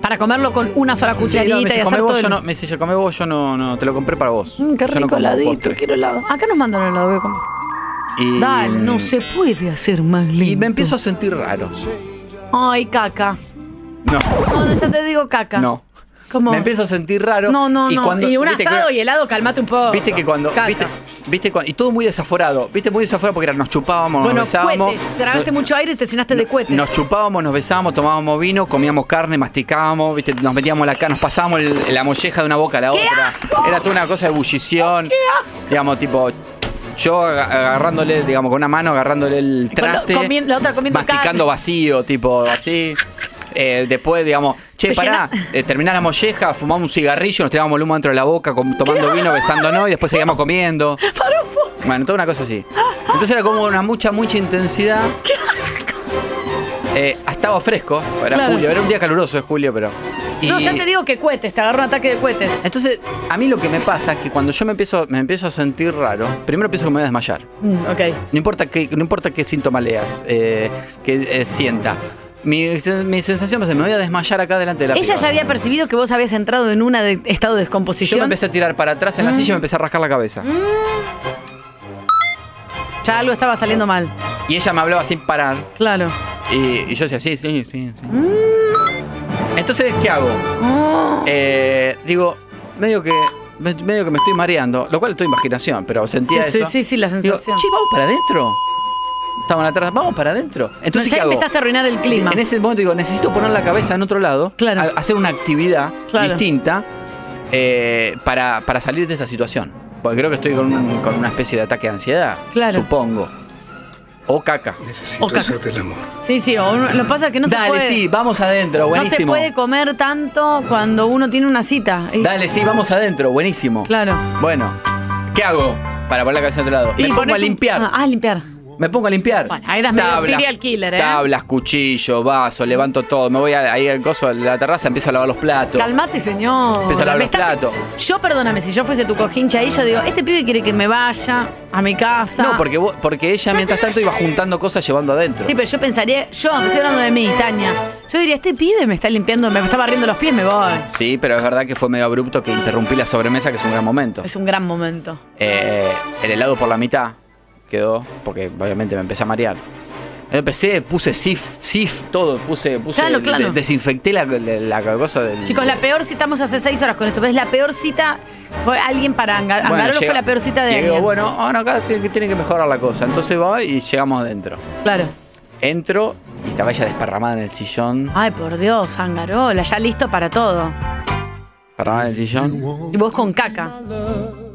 Speaker 6: Para comerlo con una sola cucharadita
Speaker 5: me
Speaker 6: y
Speaker 5: dice,
Speaker 6: hacer
Speaker 5: "Come
Speaker 6: todo
Speaker 5: vos, yo
Speaker 6: el-
Speaker 5: no, me dice, yo comé vos, yo no, no, te lo compré para vos.
Speaker 6: Mm, qué
Speaker 5: Yo no
Speaker 6: rico
Speaker 5: como
Speaker 6: heladito,
Speaker 5: postre".
Speaker 6: quiero helado. Acá nos mandan helado, voy a comer.
Speaker 5: Y,
Speaker 6: Dale, no
Speaker 5: mm,
Speaker 6: se puede hacer más lindo.
Speaker 5: Y me empiezo a sentir raro.
Speaker 6: Ay, caca.
Speaker 5: No,
Speaker 6: No, no, ya te digo caca.
Speaker 5: no.
Speaker 6: ¿Cómo?
Speaker 5: Me empiezo a sentir raro.
Speaker 6: No, no,
Speaker 5: y
Speaker 6: no.
Speaker 5: Cuando,
Speaker 6: y un
Speaker 5: viste que-
Speaker 6: asado y helado, calmate un poco.
Speaker 5: Viste que cuando.
Speaker 6: Caca.
Speaker 5: Viste, viste cua- y todo muy desaforado. Viste muy desaforado porque era- nos chupábamos,
Speaker 6: bueno,
Speaker 5: nos besábamos.
Speaker 6: cohetes. Tragaste mucho aire y te llenaste de cohetes.
Speaker 5: Nos chupábamos, nos besábamos, tomábamos vino, comíamos carne, masticábamos, ¿viste? nos metíamos la ca- nos pasábamos el- la molleja de una boca a la otra. Era toda una cosa de ebullición. Digamos, tipo, yo aga- agarrándole, digamos, con una mano, agarrándole el
Speaker 6: Con lo-
Speaker 5: traste,
Speaker 6: comien- la otra comiendo
Speaker 5: masticando vacío, tipo, así. Eh, después, digamos, che,
Speaker 6: Te
Speaker 5: pará, eh, terminá la molleja, fumamos un cigarrillo, nos tirábamos el humo dentro de la boca, com- tomando vino, besándonos y después seguíamos comiendo. Bueno, toda una cosa así. Entonces era como una mucha, mucha intensidad. Eh, estaba fresco, era
Speaker 6: Claro.
Speaker 5: julio, era un día caluroso de julio, pero. Y
Speaker 6: No, ya te digo que cohetes, te agarró un ataque de cohetes.
Speaker 5: Entonces, a mí lo que me pasa es que cuando yo me empiezo, me empiezo a sentir raro, primero pienso que me voy a desmayar.
Speaker 6: Mm, ok.
Speaker 5: No importa qué, no importa qué síntoma leas, eh, que eh, sienta. Mi, sen- mi sensación es que me voy a desmayar acá delante de la
Speaker 6: Ella
Speaker 5: piba.
Speaker 6: ya había percibido que vos habías entrado en un estado de
Speaker 5: Yo
Speaker 6: descomposición.
Speaker 5: me empecé a tirar para atrás en la
Speaker 6: Mm.
Speaker 5: silla y me empecé a rascar la cabeza.
Speaker 6: Ya algo estaba saliendo mal.
Speaker 5: Y ella me hablaba sin parar.
Speaker 6: Claro.
Speaker 5: Y, y yo decía, sí, sí, sí, sí.
Speaker 6: Mm.
Speaker 5: Entonces, ¿qué hago? Eh, digo, medio que, me- medio que me estoy mareando, lo cual es tu imaginación, pero
Speaker 6: Sí,
Speaker 5: sentía
Speaker 6: sí,
Speaker 5: eso.
Speaker 6: sí, sí, la
Speaker 5: Digo,
Speaker 6: sensación.
Speaker 5: "Che, ¿vamos para adentro? Estaban atrás, vamos para adentro. Entonces,
Speaker 6: ya
Speaker 5: ¿qué hago?
Speaker 6: empezaste a arruinar el clima.
Speaker 5: En ese momento digo, necesito poner la cabeza en otro lado, a- hacer una actividad
Speaker 6: Claro.
Speaker 5: distinta eh, para, para salir de esta situación. Porque creo que estoy con, un- con una especie de ataque de ansiedad,
Speaker 6: Claro.
Speaker 5: supongo. O caca.
Speaker 6: O caca. hacerte Sí, sí, o uno- lo que pasa es que no se
Speaker 5: Dale,
Speaker 6: puede.
Speaker 5: sí, vamos adentro,
Speaker 6: No se
Speaker 5: buenísimo.
Speaker 6: puede comer tanto cuando uno tiene una cita. Es-
Speaker 5: Dale, sí, vamos adentro, buenísimo.
Speaker 6: Claro.
Speaker 5: Bueno, ¿qué hago para poner la cabeza en otro lado? Me pongo
Speaker 6: ponés
Speaker 5: a
Speaker 6: un-
Speaker 5: limpiar.
Speaker 6: Ah, ah, limpiar.
Speaker 5: Me pongo a limpiar.
Speaker 6: Bueno, ahí das medio serial killer, ¿eh?
Speaker 5: Tablas, cuchillo, vaso, levanto todo. Me voy a- ahí al coso de la terraza, empiezo a lavar los platos.
Speaker 6: Calmate, señor.
Speaker 5: empiezo a lavar
Speaker 6: Me
Speaker 5: los
Speaker 6: estás-
Speaker 5: platos.
Speaker 6: Yo, perdóname, si yo fuese tu cojincha ahí, yo digo, este pibe quiere que me vaya a mi casa.
Speaker 5: No, porque, vos- porque ella mientras tanto iba juntando cosas llevando adentro.
Speaker 6: Sí, pero yo pensaría, yo, te estoy hablando de mí, Tania. Yo diría, este pibe me está limpiando, me está barriendo los pies, me voy.
Speaker 5: Sí, pero es verdad que fue medio abrupto que interrumpí la sobremesa, que es un gran momento.
Speaker 6: Es un gran momento.
Speaker 5: Eh, el helado por la mitad quedó, porque obviamente me empecé a marear. Empecé, puse SIF, SIF, todo, puse, puse
Speaker 6: Claro, claro.
Speaker 5: de- desinfecté la, la- la cosa del...
Speaker 6: Chicos, la peor cita, estamos hace seis horas con esto, pero es la peor cita, fue alguien para Angar
Speaker 5: Bueno,
Speaker 6: Angarolo
Speaker 5: llega-
Speaker 6: fue la peor cita de
Speaker 5: llego,
Speaker 6: alguien.
Speaker 5: bueno, ahora acá tiene que, tiene que mejorar la cosa. Entonces voy y llegamos adentro.
Speaker 6: Claro.
Speaker 5: Entro y estaba ella desparramada en el sillón.
Speaker 6: Ay, por Dios, Angarola, ya listo para todo.
Speaker 5: Desparramada en el sillón.
Speaker 6: Y vos con caca.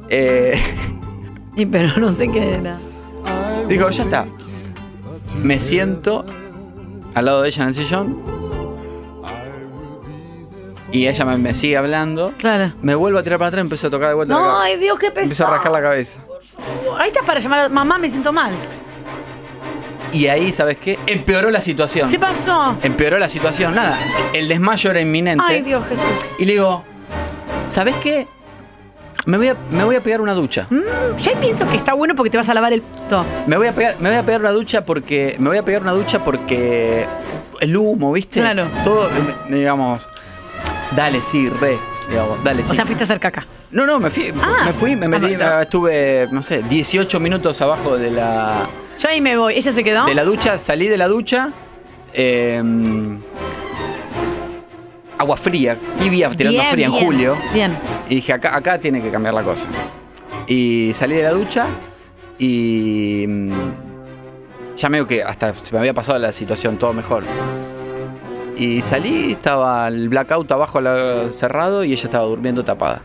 Speaker 5: Eh,
Speaker 6: Y pero no sé qué era.
Speaker 5: Digo, ya está. Me siento al lado de ella en el sillón. Y ella me, me sigue hablando.
Speaker 6: Claro.
Speaker 5: Me vuelvo a tirar para atrás y empiezo a tocar de vuelta. la
Speaker 6: No,
Speaker 5: cabeza.
Speaker 6: ay, Dios, qué
Speaker 5: Empiezo a
Speaker 6: pesado.
Speaker 5: rascar la cabeza.
Speaker 6: Ahí estás para llamar a mamá, me siento mal.
Speaker 5: Y ahí, ¿sabes qué? Empeoró la situación.
Speaker 6: ¿Qué pasó?
Speaker 5: Empeoró la situación. Nada. El desmayo era inminente.
Speaker 6: Ay, Dios, Jesús.
Speaker 5: Y le digo, ¿sabes qué? Me voy a, me voy a pegar una ducha.
Speaker 6: Mm, ya ahí pienso que está bueno porque te vas a lavar el todo.
Speaker 5: Me voy a pegar, me voy a pegar una ducha porque. Me voy a pegar una ducha porque. El humo, ¿viste?
Speaker 6: Claro.
Speaker 5: Todo, eh, digamos. Dale, sí, re. Digamos, dale, sí.
Speaker 6: O sea, Ah. fuiste a hacer caca.
Speaker 5: No, no, me fui, me fui, me metí, estuve, no sé, 18 minutos abajo de la,
Speaker 6: Yo ahí me voy. ¿Ella se quedó?
Speaker 5: de la ducha, salí de la ducha, eh, agua fría, tibia, tirando a
Speaker 6: Bien,
Speaker 5: fría en
Speaker 6: bien,
Speaker 5: julio,
Speaker 6: Bien.
Speaker 5: y dije, acá, acá tiene que cambiar la cosa. Y salí de la ducha y mm, ya medio que hasta se me había pasado la situación, todo mejor. Y salí, estaba el blackout abajo la- cerrado y ella estaba durmiendo tapada.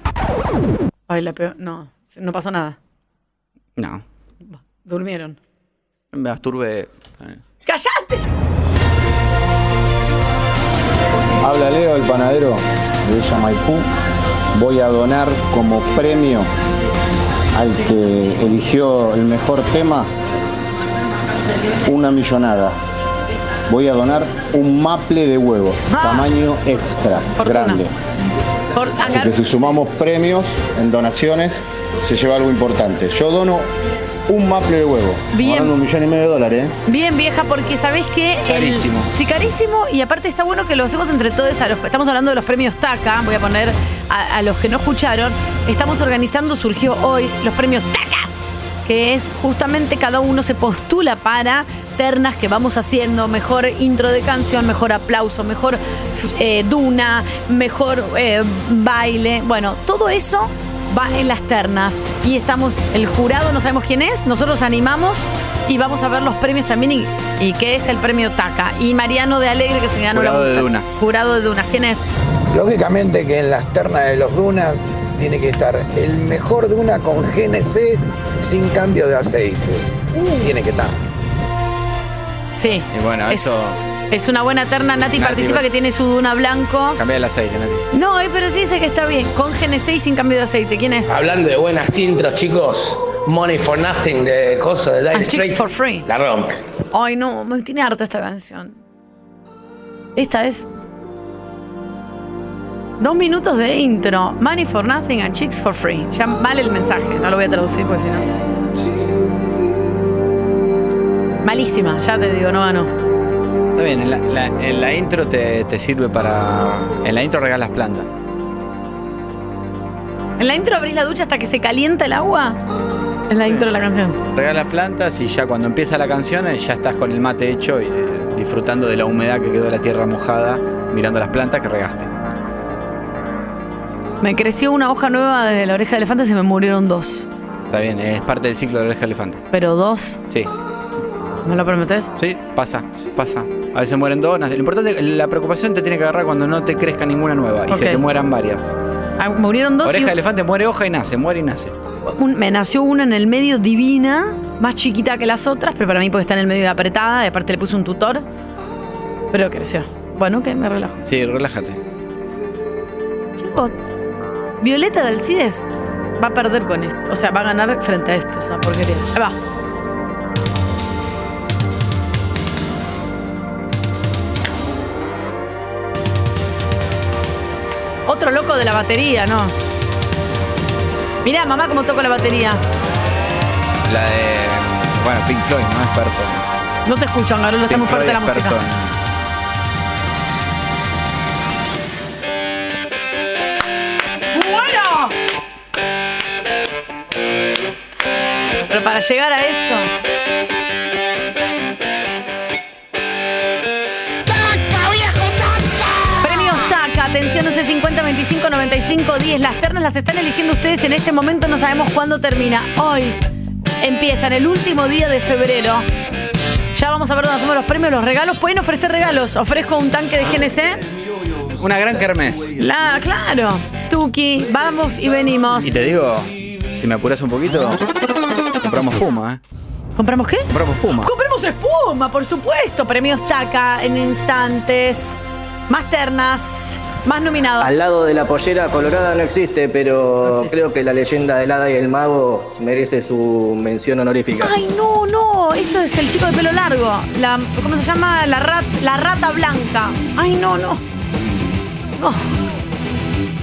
Speaker 6: Ay, la peor. No, no pasó nada.
Speaker 5: No,
Speaker 6: Durmieron.
Speaker 5: me masturbé. eh,
Speaker 6: ¡Cállate!
Speaker 7: Habla Leo, el panadero de Villa Maipú. Voy a donar como premio al que eligió el mejor tema una millonada. Voy a donar un maple de huevo, tamaño extra, grande.
Speaker 6: Por
Speaker 7: Así
Speaker 6: Angar-
Speaker 7: que si sumamos premios en donaciones, se lleva algo importante. Yo dono un maple de huevo.
Speaker 6: Bien.
Speaker 7: Ahorrando un millón y medio de dólares. ¿eh?
Speaker 6: Bien vieja, porque sabés que...
Speaker 7: Carísimo.
Speaker 6: sí, carísimo. Y aparte está bueno que lo hacemos entre todos. A los, estamos hablando de los premios TACA. Voy a poner a, a los que no escucharon. Estamos organizando, surgió hoy, los premios TACA. Que es justamente cada uno se postula para ternas que vamos haciendo. Mejor intro de canción, mejor aplauso, mejor eh, duna, mejor eh, baile. Bueno, todo eso va en las ternas. Y estamos, el jurado no sabemos quién es, nosotros animamos y vamos a ver los premios también y, y qué es el premio TACA. Y Mariano de Alegre que se ganó la
Speaker 5: Jurado de
Speaker 6: multa.
Speaker 5: Dunas.
Speaker 6: Jurado de Dunas, ¿quién es?
Speaker 28: Lógicamente que en las ternas de los dunas tiene que estar el mejor duna con GNC sin cambio de aceite. Tiene que estar.
Speaker 6: Sí.
Speaker 5: Y bueno,
Speaker 6: es,
Speaker 5: eso.
Speaker 6: es una buena terna, Nati,
Speaker 5: Nati,
Speaker 6: participa
Speaker 5: bueno.
Speaker 6: que tiene su duna blanco.
Speaker 5: Cambia el aceite, Nati.
Speaker 6: No, eh, pero sí dice que está bien, con GNC y sin cambio de aceite. ¿Quién es?
Speaker 25: Hablando de buenas intros, chicos. Money for Nothing de Coso de Dire
Speaker 6: And Chicks
Speaker 25: Straits.
Speaker 6: for Free.
Speaker 25: La rompe.
Speaker 6: Ay, no, me tiene harta esta canción. Esta es. Dos minutos de intro. Money for nothing and chicks for free. Ya vale el mensaje. No lo voy a traducir porque si no. Malísima, ya te digo, no ganó.
Speaker 5: Está bien, en la, la- en la intro te, te sirve para. En la intro regalas plantas.
Speaker 6: En la intro abrís la ducha hasta que se calienta el agua. Es la intro de la canción.
Speaker 5: Regalas plantas y ya cuando empieza la canción eh, ya estás con el mate hecho y eh, disfrutando de la humedad que quedó de la tierra mojada, mirando las plantas que regaste.
Speaker 6: Me creció una hoja nueva de la oreja de elefante, se me murieron dos.
Speaker 5: Está bien, es parte del ciclo de la oreja de elefante.
Speaker 6: Pero dos.
Speaker 5: Sí.
Speaker 6: ¿Me lo prometes?
Speaker 5: Sí, pasa, pasa. A veces mueren dos. nace- Lo importante, la preocupación te tiene que agarrar cuando no te crezca ninguna nueva y se
Speaker 6: Ok.
Speaker 5: te mueran varias.
Speaker 6: Ah, murieron dos. y
Speaker 5: Oreja
Speaker 6: un-
Speaker 5: de elefante muere hoja y nace, muere y nace.
Speaker 6: Un- me nació una en el medio divina, más chiquita que las otras, pero para mí porque está en el medio apretada, y aparte le puse un tutor, pero creció. Bueno, que me relajo.
Speaker 5: Sí, relájate.
Speaker 6: Chicos, Violeta Dalcides va a perder con esto, o sea, va a ganar frente a esto, es una porquería. Ahí va. Otro loco de la batería, ¿no? Mirá, mamá, cómo toco la batería.
Speaker 5: La de. Bueno, Pink Floyd, no experto.
Speaker 6: No te escucho, Angarolo, está
Speaker 5: Pink
Speaker 6: muy fuerte la
Speaker 5: Floyd
Speaker 6: música.
Speaker 5: experto
Speaker 6: ¡Bueno! Pero para llegar a esto. Premios TACA, atención 11 50 25 95 10. Las ternas las están eligiendo ustedes en este momento, no sabemos cuándo termina. Hoy empiezan el último día de febrero. Ya vamos a ver dónde hacemos los premios, los regalos. Pueden ofrecer regalos. Ofrezco un tanque de GNC.
Speaker 5: Una gran kermés.
Speaker 6: La, claro. Tuki, vamos y venimos.
Speaker 5: Y te digo, si me apuras un poquito, compramos Puma, ¿eh?
Speaker 6: ¿Compramos qué?
Speaker 5: Compramos Puma.
Speaker 6: Compremos espuma, por supuesto. Premios TACA en instantes. Más ternas, más nominados.
Speaker 15: Al lado de la pollera colorada no existe, pero creo que la leyenda del hada y el mago merece su mención honorífica.
Speaker 6: Ay, no, no. Esto es el chico de pelo largo. La, ¿Cómo se llama? La, rat, la rata blanca. Ay, no, no. No.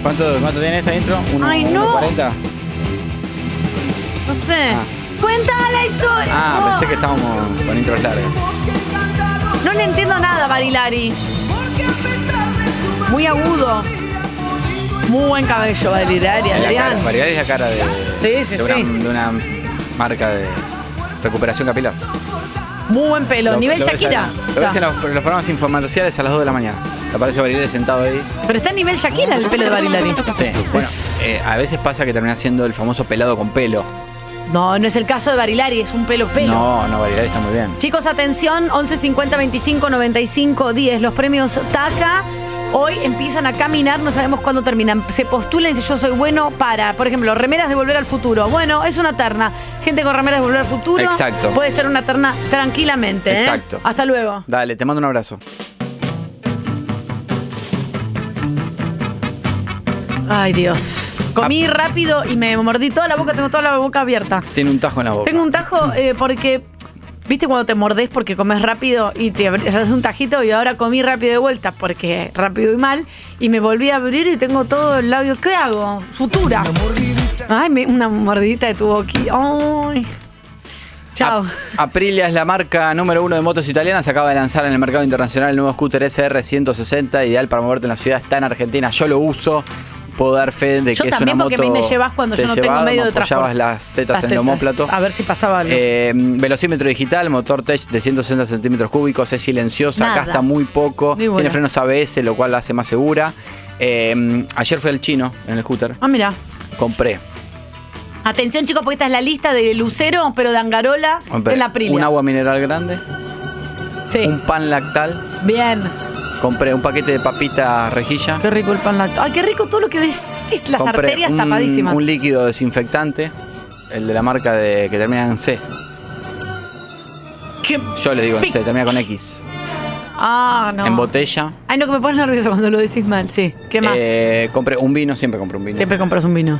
Speaker 5: ¿Cuánto, cuánto tiene esta intro? ¿Uno,
Speaker 6: Ay,
Speaker 5: uno
Speaker 6: no.
Speaker 5: 40?
Speaker 6: No sé. Cuenta la historia.
Speaker 5: Ah,
Speaker 6: No.
Speaker 5: pensé que estábamos con intros largas.
Speaker 6: No le entiendo nada, Barilari. Muy agudo. Muy buen cabello, Barilari,
Speaker 5: La
Speaker 6: Adrián.
Speaker 5: cara- Variedad es la cara de,
Speaker 6: Sí, sí,
Speaker 5: de una,
Speaker 6: sí.
Speaker 5: de una marca de recuperación capilar.
Speaker 6: Muy buen pelo.
Speaker 5: Lo-
Speaker 6: Nivel
Speaker 5: lo ves a-
Speaker 6: Shakira.
Speaker 5: Lo ves en los, en los programas infomerciales a las 2 de la mañana. Aparece Barilari sentado ahí.
Speaker 6: Pero está a nivel Shakira el pelo de Barilari.
Speaker 5: Sí. Bueno, eh, a veces pasa que termina siendo el famoso pelado con pelo.
Speaker 6: No, no es el caso de Barilari, es un pelo pelo.
Speaker 5: No, no, Barilari está muy bien.
Speaker 6: Chicos, atención, 11 50 25 95 10. Los premios TACA hoy empiezan a caminar, no sabemos cuándo terminan. Se postulen si yo soy bueno para, por ejemplo, remeras de volver al futuro. Bueno, es una terna. Gente con remeras de volver al futuro.
Speaker 5: Exacto.
Speaker 6: Puede ser una terna tranquilamente. ¿eh?
Speaker 5: Exacto.
Speaker 6: Hasta luego.
Speaker 5: Dale, te mando un abrazo.
Speaker 6: Ay, Dios. Comí
Speaker 5: Ah.
Speaker 6: rápido y me mordí toda la boca, tengo toda la boca abierta.
Speaker 5: Tiene un tajo en la boca.
Speaker 6: Tengo un tajo eh, porque, viste, cuando te mordés porque comes rápido y te abres- haces un tajito y ahora comí rápido de vuelta porque rápido y mal y me volví a abrir y tengo todo el labio. ¿Qué hago? Sutura. Ay, me- una mordidita de tu boquilla. Ay. Chao.
Speaker 5: Ah, Aprilia es la marca número uno de motos italianas. Se acaba de lanzar en el mercado internacional el nuevo scooter SR160, ideal para moverte en la ciudad. Está en Argentina, yo lo uso. Puedo dar fe de
Speaker 6: Yo
Speaker 5: que es una
Speaker 6: también,
Speaker 5: moto...
Speaker 6: porque me llevas cuando
Speaker 5: te
Speaker 6: yo no tengo
Speaker 5: llevaba,
Speaker 6: medio
Speaker 5: me
Speaker 6: de transporte.
Speaker 5: apoyabas las tetas
Speaker 6: Las
Speaker 5: en el homóplato.
Speaker 6: A ver si pasaba algo.
Speaker 5: Eh, velocímetro digital, motor Tech de 160 centímetros cúbicos, es silenciosa,
Speaker 6: Nada.
Speaker 5: gasta muy poco,
Speaker 6: Ni bola.
Speaker 5: tiene frenos ABS, lo cual la hace más segura. Eh, ayer fui al chino en el scooter,
Speaker 6: ah, mira.
Speaker 5: compré
Speaker 6: Atención, chicos, porque esta es la lista de Lucero, pero de Angarola
Speaker 5: Compré
Speaker 6: en la Aprilia.
Speaker 5: Un agua mineral grande. Un pan lactal.
Speaker 6: Bien.
Speaker 5: Compré un paquete de papita rejilla.
Speaker 6: Qué rico el pan lactal. Ay, qué rico todo lo que decís, las
Speaker 5: Compré
Speaker 6: arterias
Speaker 5: un-
Speaker 6: tapadísimas.
Speaker 5: Un líquido desinfectante. El de la marca de, que termina en C. Yo le digo en
Speaker 6: pic-
Speaker 5: C, termina con X.
Speaker 6: Ah, no.
Speaker 5: En botella.
Speaker 6: Ay, no, que me pones nervioso cuando lo decís mal, sí. ¿Qué más?
Speaker 5: Eh, compré un vino, siempre compré un vino.
Speaker 6: Siempre compras un vino.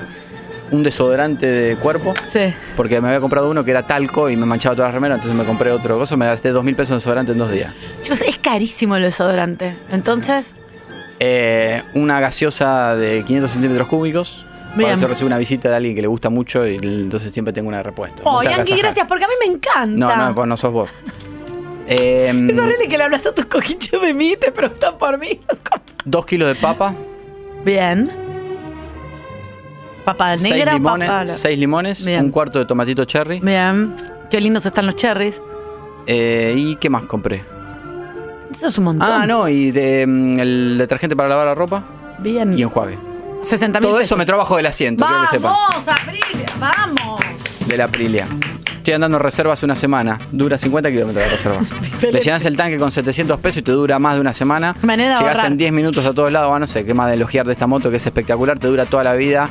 Speaker 5: Un desodorante de cuerpo.
Speaker 6: Sí.
Speaker 5: Porque me había comprado uno que era talco y me manchaba todas las remeras, entonces me compré otro cosa. Me gasté dos mil pesos en desodorante en dos días.
Speaker 6: Chicos, es carísimo el desodorante. Entonces,
Speaker 5: Eh, una gaseosa de 500 centímetros cúbicos.
Speaker 6: Bien.
Speaker 5: Para eso recibo una visita de alguien que le gusta mucho y l- entonces siempre tengo una de repuesto.
Speaker 6: oh,
Speaker 5: Me gusta
Speaker 6: Yankee,
Speaker 5: agasajar.
Speaker 6: gracias, porque a mí me encanta.
Speaker 5: No, no, vos no sos vos. Eh,
Speaker 6: Es horrible que le hablas a tus cojiches de mí y te preguntan por mí.
Speaker 5: dos kilos de papa,
Speaker 6: Bien. Papá
Speaker 5: seis
Speaker 6: negra,
Speaker 5: limones,
Speaker 6: papá.
Speaker 5: seis limones
Speaker 6: Bien.
Speaker 5: un cuarto de tomatito cherry.
Speaker 6: Bien. Qué lindos están los cherries.
Speaker 5: eh, ¿Y qué más compré?
Speaker 6: Eso es un montón.
Speaker 5: Ah, no, y de, mm, el detergente para lavar la ropa
Speaker 6: Bien.
Speaker 5: y enjuague.
Speaker 6: 60 mil
Speaker 5: Todo
Speaker 6: Mm. pesos.
Speaker 5: eso me trabajo del asiento, quiero que sepan.
Speaker 6: Vamos, Aprilia, vamos.
Speaker 5: de la Aprilia. Estoy andando en reserva hace una semana. Dura 50 kilómetros de reserva. Le llenas el tanque con 700 pesos y te dura más de una semana.
Speaker 6: Manera de
Speaker 5: Llegás
Speaker 6: ahorrar.
Speaker 5: en 10 minutos a todos lados. Ah, no sé qué más de elogiar de esta moto que es espectacular. Te dura toda la vida.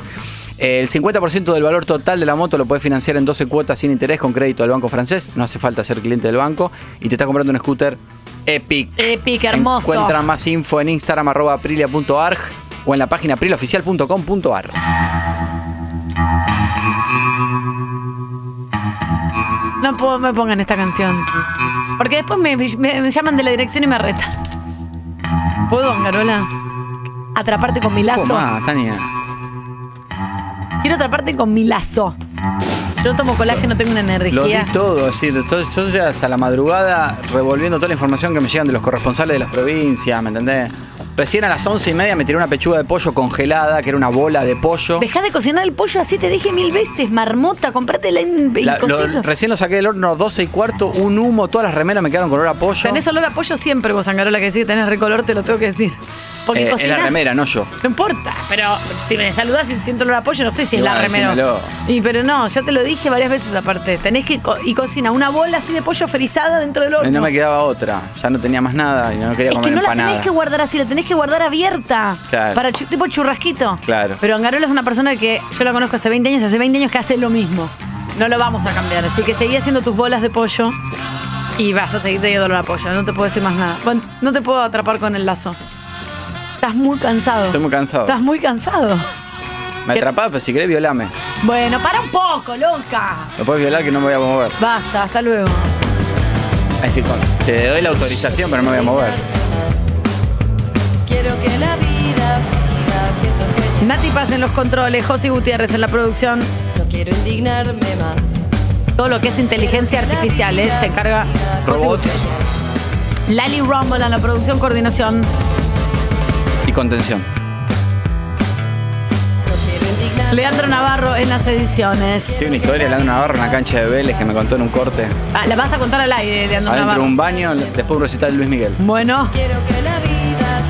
Speaker 5: Eh, El 50% del valor total de la moto lo puedes financiar en 12 cuotas sin interés con crédito del banco francés. No hace falta ser cliente del banco. Y te estás comprando un scooter epic.
Speaker 6: Epic, hermoso.
Speaker 5: Encuentra más info en Instagram arroba aprilia.arg o en la página apriliaoficial.com.ar.
Speaker 6: No puedo- me pongan esta canción. Porque después me, me- me llaman de la dirección y me retan. ¿Puedo, Angarola? Atraparte con mi lazo.
Speaker 5: Tomá, Tania.
Speaker 6: Quiero atraparte con mi lazo. Yo tomo colágeno, tengo una
Speaker 5: Lo di
Speaker 6: energía.
Speaker 5: todo, es decir, yo yo ya hasta la madrugada revolviendo toda la información que me llegan de los corresponsales de las provincias, ¿me entendés? Recién a las once y media me tiré una pechuga de pollo congelada, que era una bola de pollo.
Speaker 6: Dejá de cocinar el pollo así, te dije mil veces, marmota, comprátela en, en
Speaker 5: La- lo-
Speaker 6: cocina.
Speaker 5: recién lo saqué del horno, 12 y cuarto, un humo, todas las remeras me quedaron con olor a pollo.
Speaker 6: Tenés olor a pollo siempre, vos, Angarola, que decís que tenés recolor, te lo tengo que decir. Porque
Speaker 5: Eh, es
Speaker 6: cocinás.
Speaker 5: la remera, no yo.
Speaker 6: No importa, pero si me saludás y siento olor a pollo, no sé si es
Speaker 5: Y
Speaker 6: la
Speaker 5: bueno,
Speaker 6: remera.
Speaker 5: decímelo.
Speaker 6: Y pero no, ya te lo dije varias veces aparte. Tenés que co- y cocina una bola así de pollo frizada dentro del horno.
Speaker 5: Y no me quedaba otra, ya no tenía más nada y no quería
Speaker 6: es que
Speaker 5: comer
Speaker 6: no la
Speaker 5: empanada.
Speaker 6: tenés que guardar así, la tenés que guardar abierta.
Speaker 5: Claro.
Speaker 6: Para chu- tipo churrasquito.
Speaker 5: Claro.
Speaker 6: Pero Angarola es una persona que yo la conozco hace 20 años, hace 20 años que hace lo mismo. No lo vamos a cambiar. Así que seguí haciendo tus bolas de pollo y vas a seguir teniendo dolor a pollo. No te puedo decir más nada. Bueno, no te puedo atrapar con el lazo. Estás muy cansado.
Speaker 5: Estoy muy cansado.
Speaker 6: Estás muy cansado.
Speaker 5: Me atrapás, pero si querés violame.
Speaker 6: Bueno, para un poco, loca.
Speaker 5: Lo podés violar que no me voy a mover.
Speaker 6: Basta, hasta luego.
Speaker 5: Es decir, con- te doy la autorización, pero no me voy a mover.
Speaker 26: Quiero que la vida siga siendo fuerte.
Speaker 6: Nati Paz en los controles, José Gutiérrez en la producción.
Speaker 26: No quiero indignarme más.
Speaker 6: Todo lo que es inteligencia artificial, ¿eh? se encarga José
Speaker 5: Robots
Speaker 6: Lali Rumble en la producción, coordinación.
Speaker 5: y contención.
Speaker 6: Leandro Navarro en las ediciones.
Speaker 5: Tiene una historia, Leandro Navarro, en una cancha de Vélez que me contó en un corte.
Speaker 6: Ah, la vas a contar al aire, Leandro
Speaker 5: Adentro de
Speaker 6: Navarro.
Speaker 5: un baño, después un recital de Luis Miguel.
Speaker 6: Bueno.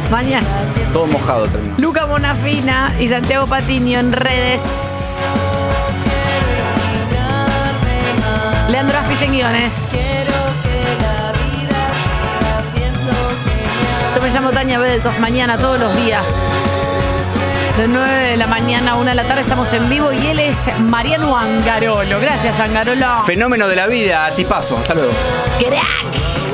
Speaker 6: Mañana.
Speaker 5: Todo mojado terminó.
Speaker 6: Luca Bonafina y Santiago Patiño en redes. Leandro Aspis en guiones. Yo me llamo Tania Bedeltoff. Mañana, todos los días. De 9 de la mañana a 1 de la tarde estamos en vivo y él es Mariano Angarolo. Gracias, Angarolo.
Speaker 5: Fenómeno de la vida, tipazo. Hasta luego.
Speaker 6: ¡Crack!